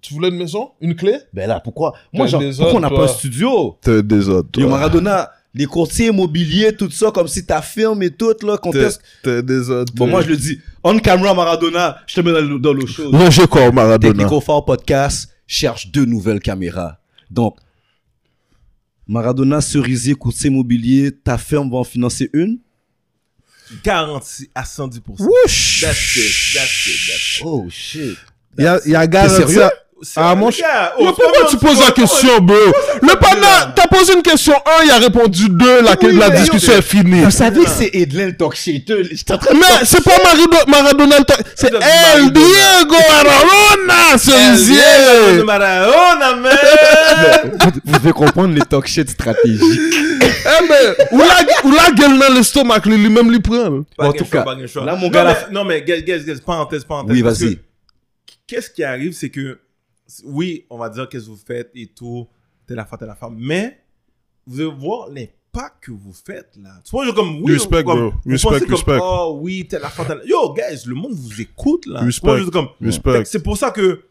C: tu voulais une maison, une clé
B: Ben là, pourquoi Moi,
C: T'as
B: genre,
C: des
B: pourquoi on n'a
C: autres,
B: pas un
C: toi.
B: studio
C: T'es désordre.
B: Yo, Maradona, les courtiers immobiliers, tout ça, comme si ta firme et tout, là, qu'on teste.
C: T'es désordre.
B: Bon, moi, je le dis, on camera Maradona, je te mets dans le, dans le show.
C: Roger Corps Maradona.
B: Technicophore Podcast cherche deux nouvelles caméras. Donc, Maradona, cerisier, courtier immobilier, ta firme va en financer une
D: 46 à 110%.
B: Wouh
D: That's it, that's it, that's it.
B: Oh shit.
C: Il y a, y a
B: T'es
C: garanti.
B: sérieux
C: Ah, mon ch-
D: cher.
C: Mais pourquoi tu poses la question, Oh, bro? Le pana, t'as posé une question 1, il a répondu 2, la,
B: Oui,
C: la
B: mais
C: discussion
B: yo,
C: est finie.
B: Vous savez que c'est Edlin le talk shit. J'étais en train de-
C: Mais c'est pas Marido- Maradona, le ta- c'est
D: Maradona.
C: El Diego Maradona, Cerisier!
D: Maradona, man.
B: Vous devez comprendre les talk shit stratégiques.
C: Eh ben, ou la- ou la gueule dans l'estomac, lui- lui-même lui prend. là.
B: En
D: Pas game
B: tout
D: show,
B: cas,
D: pas game show.
B: là, mon
D: Non,
B: gars,
D: mais-
B: la-
D: Non, mais, guys, guys, guys, parenthèse, parenthèse.
B: Oui,
D: parce
B: vas-y.
D: que Qu'est-ce qui arrive, c'est que, oui, on va dire qu'est-ce que vous faites et tout, telle affaire, telle affaire, mais vous allez voir l'impact que vous faites, là. Tu vois, je comme, oui,
C: Respect,
D: comme,
C: bro.
D: vous
C: Respect,
D: pensez comme,
C: respect.
D: oh, oui, telle affaire, telle Yo, guys, le monde vous écoute, là.
C: Respect.
D: Tu vois, je comme,
C: Respect.
D: Fait que C'est pour ça que,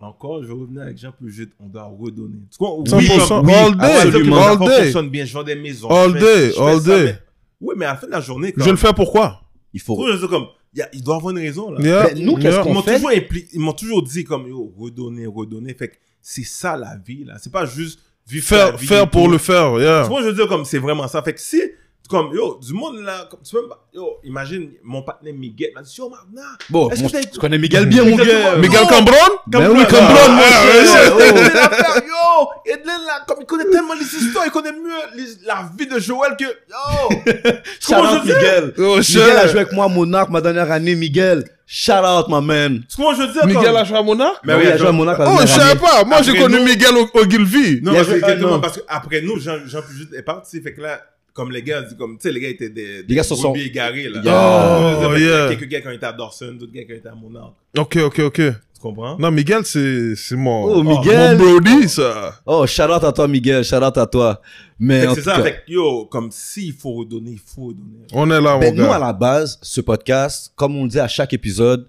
D: encore, je vais revenir avec Jean Puget, on doit redonner. Tu vois, oui,
C: 100%,
D: comme- oui, ah
C: all
D: on va
C: day,
D: dire que les
C: all
D: affaires
C: day.
D: fonctionnent bien, je vends des maisons.
C: All
D: je
C: day,
D: je
C: all
D: ça,
C: day.
D: mais- Oui, mais à la fin de la journée, quand
C: Je le fais pourquoi?
B: Il
D: Tu
B: faut.
D: vois, je suis comme, il y a- il doit avoir une raison, là.
C: Yeah,
B: Ben, nous, qu'est-ce
C: yeah.
B: qu'on-
D: Ils m'ont
B: fait-
D: toujours, impli- ils m'ont toujours dit comme yo, redonner, redonner. Fait que c'est ça la vie là. C'est pas juste vivre la
C: Faire,
D: vie
C: faire
D: et
C: pour
D: tout.
C: le faire, yeah.
D: Tu vois, je veux dire comme c'est vraiment ça. Fait que si comme yo, du monde là, comme, tu peux pas- yo, imagine mon partenaire Miguel m'a dit yo Marna,
B: Bon,
D: Est-ce
B: mon-
D: que t'as-
B: tu connais Miguel bien, mon gars.
D: Exactement.
C: Miguel
D: Non.
C: Cambron?
B: Ben oui,
D: comme
B: Cambron,
D: là,
B: mon
D: ah,
B: cher, ouais,
D: ouais, yo,
B: ouais.
D: Edlin l'affaire, yo, Edlin là, comme il connaît tellement les histoires, il connaît mieux les- la vie de Joël que yo.
B: Shout out
D: je dis?
B: Miguel.
C: Oh,
B: Miguel a joué avec moi à Monaco ma dernière année. Miguel, shout out, my man.
D: Tu vois, je veux dire
C: Miguel
D: comme-
C: a joué à Monac?
D: Mais
B: Ben
D: oui,
B: oui, il a joué à Monaco la
C: Oh, je
B: dernière
C: savais
B: année.
C: pas. Moi, j'ai
D: Après
C: connu
D: nous-
C: Miguel Au- Ogilvy.
D: Non,
B: Il y
D: parce que,
B: avait- ah,
D: exactement,
B: non.
D: parce qu'après nous, Jean, Jean Puget est parti. Fait que là, comme les gars, comme, tu sais, les gars étaient des, des
B: Les gars se
D: brebis
B: sont-
D: égarés, là.
B: Yeah.
C: Oh,
D: Fait que
C: yeah.
D: Quelques gars qui ont été à Dawson, d'autres gars qui ont été à Monarch.
C: Ok, ok, ok.
D: Tu comprends?
C: Non, Miguel, c'est, c'est mon,
B: Oh,
C: mon
B: Miguel.
C: Brody, ça.
B: Oh, shout out à toi, Miguel. Shout out à toi. Mais
D: Fait que
B: en
D: c'est
B: tout
D: ça,
B: cas,
D: fait que, yo, comme s'il faut redonner, il faut redonner.
C: On est là,
B: ben,
C: mon
B: nous, à
C: gars.
B: la base, ce podcast, comme on le dit à chaque épisode,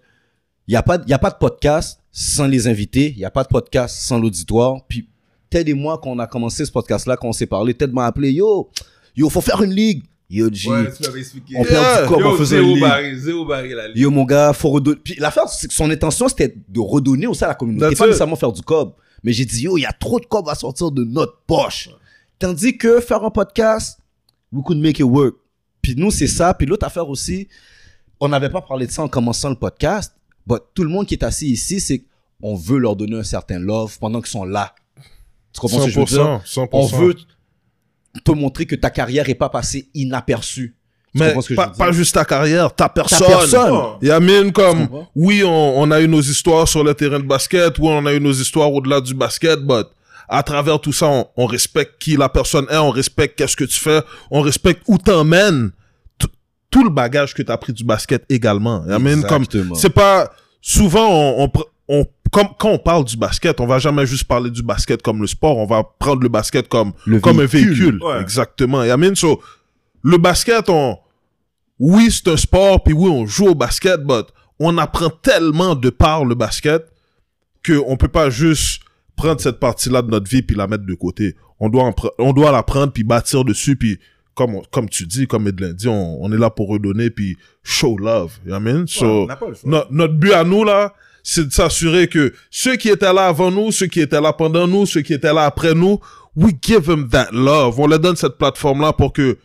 B: il n'y a, pas de- y a pas de podcast sans les invités. Il n'y a pas de podcast sans l'auditoire. Puis, Ted et moi, quand on a commencé ce podcast-là, quand on s'est parlé, Ted m'a appelé, yo, yo, faut faire une ligue. Yo, G.
D: Ouais, tu m'avais expliqué.
B: On
C: Yeah.
B: perd du corps en
D: Yo,
B: faisant une
D: zéro
B: ligue.
D: baril, zéro baril, la ligue.
B: Yo, mon gars, faut redonner. Puis l'affaire, c'est que son intention, c'était de redonner aussi à la communauté.
C: That's
B: pas
C: it.
B: nécessairement faire du cob. Mais j'ai dit, yo, il y a trop de cob à sortir de notre poche. Tandis que faire un podcast, we could make it work. Puis nous, c'est ça. Puis l'autre affaire aussi, on n'avait pas parlé de ça en commençant le podcast. But tout le monde qui est assis ici, c'est qu'on veut leur donner un certain love pendant qu'ils sont là. Tu comprends ce que je veux dire?
C: 100%, 100%.
B: On veut te montrer que ta carrière n'est pas passée inaperçue. Tu
C: mais
B: comprends ce que
C: pas,
B: je veux
C: pas
B: dire?
C: juste ta carrière, ta
B: Ta
C: personne.
B: personne.
D: Oh.
C: Il y a même
B: Tu
C: comme,
B: comprends?
C: oui, on, on a eu nos histoires sur le terrain de basket, oui, on a eu nos histoires au-delà du basket, but à travers tout ça, on, on respecte qui la personne est, on respecte qu'est-ce que tu fais, on respecte où t'emmènes, Tout- tout le bagage que t'as pris du basket également. Il y a même comme,
B: Exactement.
C: c'est pas, souvent, on, on, pr- on- comme, quand on parle du basket, on va jamais juste parler du basket comme le sport, on va prendre le basket comme,
B: Le
C: comme un
B: véhicule.
C: véhicule.
D: Ouais.
C: Exactement. Et I mean, so, le basket, on, oui, c'est un sport, puis oui, on joue au basket, but on apprend tellement de par le basket qu'on peut pas juste prendre cette partie-là de notre vie puis la mettre de côté. On doit, en pre- on doit la prendre puis bâtir dessus puis comme, on- comme tu dis, comme Edlin dit, on, on est là pour redonner puis show love. You know what I mean?
D: Ouais,
C: So,
D: on n'a pas le choix.
C: no- notre but à nous, là, c'est de s'assurer que ceux qui étaient là avant nous, ceux qui étaient là pendant nous, ceux qui étaient là après nous, we give them that love. On leur donne cette plateforme-là pour que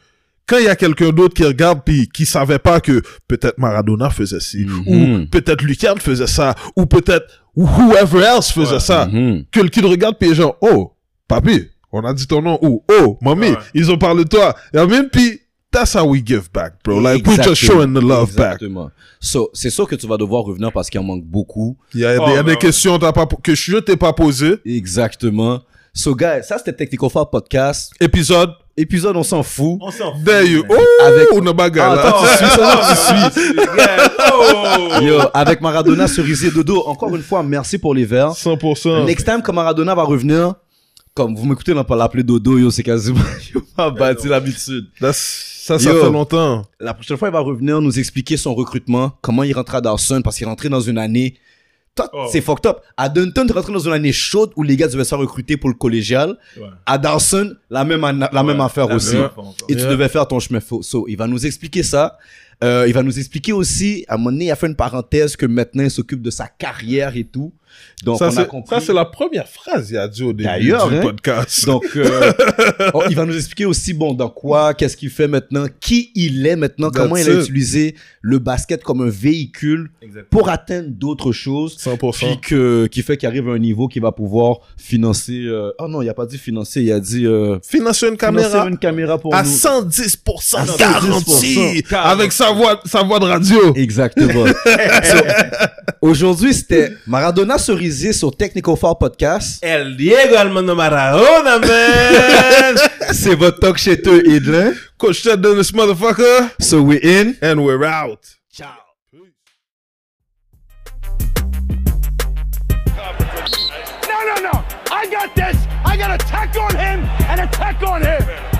C: quand il y a quelqu'un d'autre qui regarde puis qui savait pas que peut-être Maradona faisait ci,
B: Mhm.
C: ou peut-être Lucard faisait ça, ou peut-être whoever else faisait
D: Ouais.
C: ça,
B: Mhm.
C: que le kid regarde puis il est genre, oh, papy, on a dit ton nom, ou oh, mamie,
D: Ouais.
C: ils ont parlé de toi. Et même puis, that's how we give back, bro. Like, we're just
B: Exactement.
C: showing the love back.
B: Exactement. So, c'est sûr que tu vas devoir revenir parce qu'il en manque beaucoup.
C: Il y a, des- il y a
D: Oh,
C: des
D: man.
C: questions t'as pas, po- que je t'ai pas posées.
B: Exactement. So, guys, ça c'était Technical Fab Podcast.
C: Épisode,
B: Épisode, on s'en fout.
D: On s'en fout.
C: there you,
B: Ah,
C: oh,
B: Avec-
C: on a bagarre, là.
B: Attends, suis,
D: Ah, regarde. Oh!
B: Yo, avec Maradona, cerisier, dodo. Encore une fois, merci pour les verres.
C: 100%.
B: Next time que Maradona va revenir, comme vous m'écoutez, on peut l'appeler dodo, yo, c'est quasiment, yo, m'a bâti l'habitude.
C: That's- ça, ça
B: Yo.
C: fait longtemps.
B: La prochaine fois, il va revenir nous expliquer son recrutement, comment il rentre à Dawson, parce qu'il est rentré dans une année. Toi,
D: Oh.
B: C'est fucked up. À Dunton, tu rentré dans une année chaude où les gars devaient se faire recruter pour le collégial.
D: Ouais.
B: À Dawson, la même, ana- la même
D: Ouais,
B: affaire
D: la hein.
B: aussi.
D: même affaire encore.
B: Et tu
C: Yeah.
B: devais faire ton chemin faux. So, il va nous expliquer ça. Euh, il va nous expliquer aussi, à un moment donné, il a fait une parenthèse que maintenant, il s'occupe de sa carrière et tout. Donc,
C: ça,
B: on a
C: c'est,
B: compris.
C: ça, c'est la première phrase qu'il a dit au début
B: D'ailleurs,
C: du
B: hein.
C: podcast.
B: Donc, euh, oh, il va nous expliquer aussi, bon, dans quoi, qu'est-ce qu'il fait maintenant, qui il est maintenant,
C: That's
B: comment il a
C: it.
B: utilisé le basket comme un véhicule
D: Exactement.
B: pour atteindre d'autres choses.
C: 100%.
B: Puis que, qui fait qu'il arrive à un niveau qui va pouvoir financer. euh, oh non, il a pas dit financer, il a dit euh,
C: Financer une
B: financer
C: caméra
B: une caméra pour
C: à
B: nous.
C: 110%
B: 110%.
C: garantie avec sa voix, sa voix de radio.
B: Exactement. So, Aujourd'hui, c'était Maradona Cerisier sur Technical Four Podcast.
D: El Diego Almano Maradona, man!
B: C'est votre talk chez eux, Edlin.
C: Coach Ted Dennis, motherfucker,
B: So we're in.
C: and we're out.
A: No, no, no. I got this. I got a tech on him and a tech on him.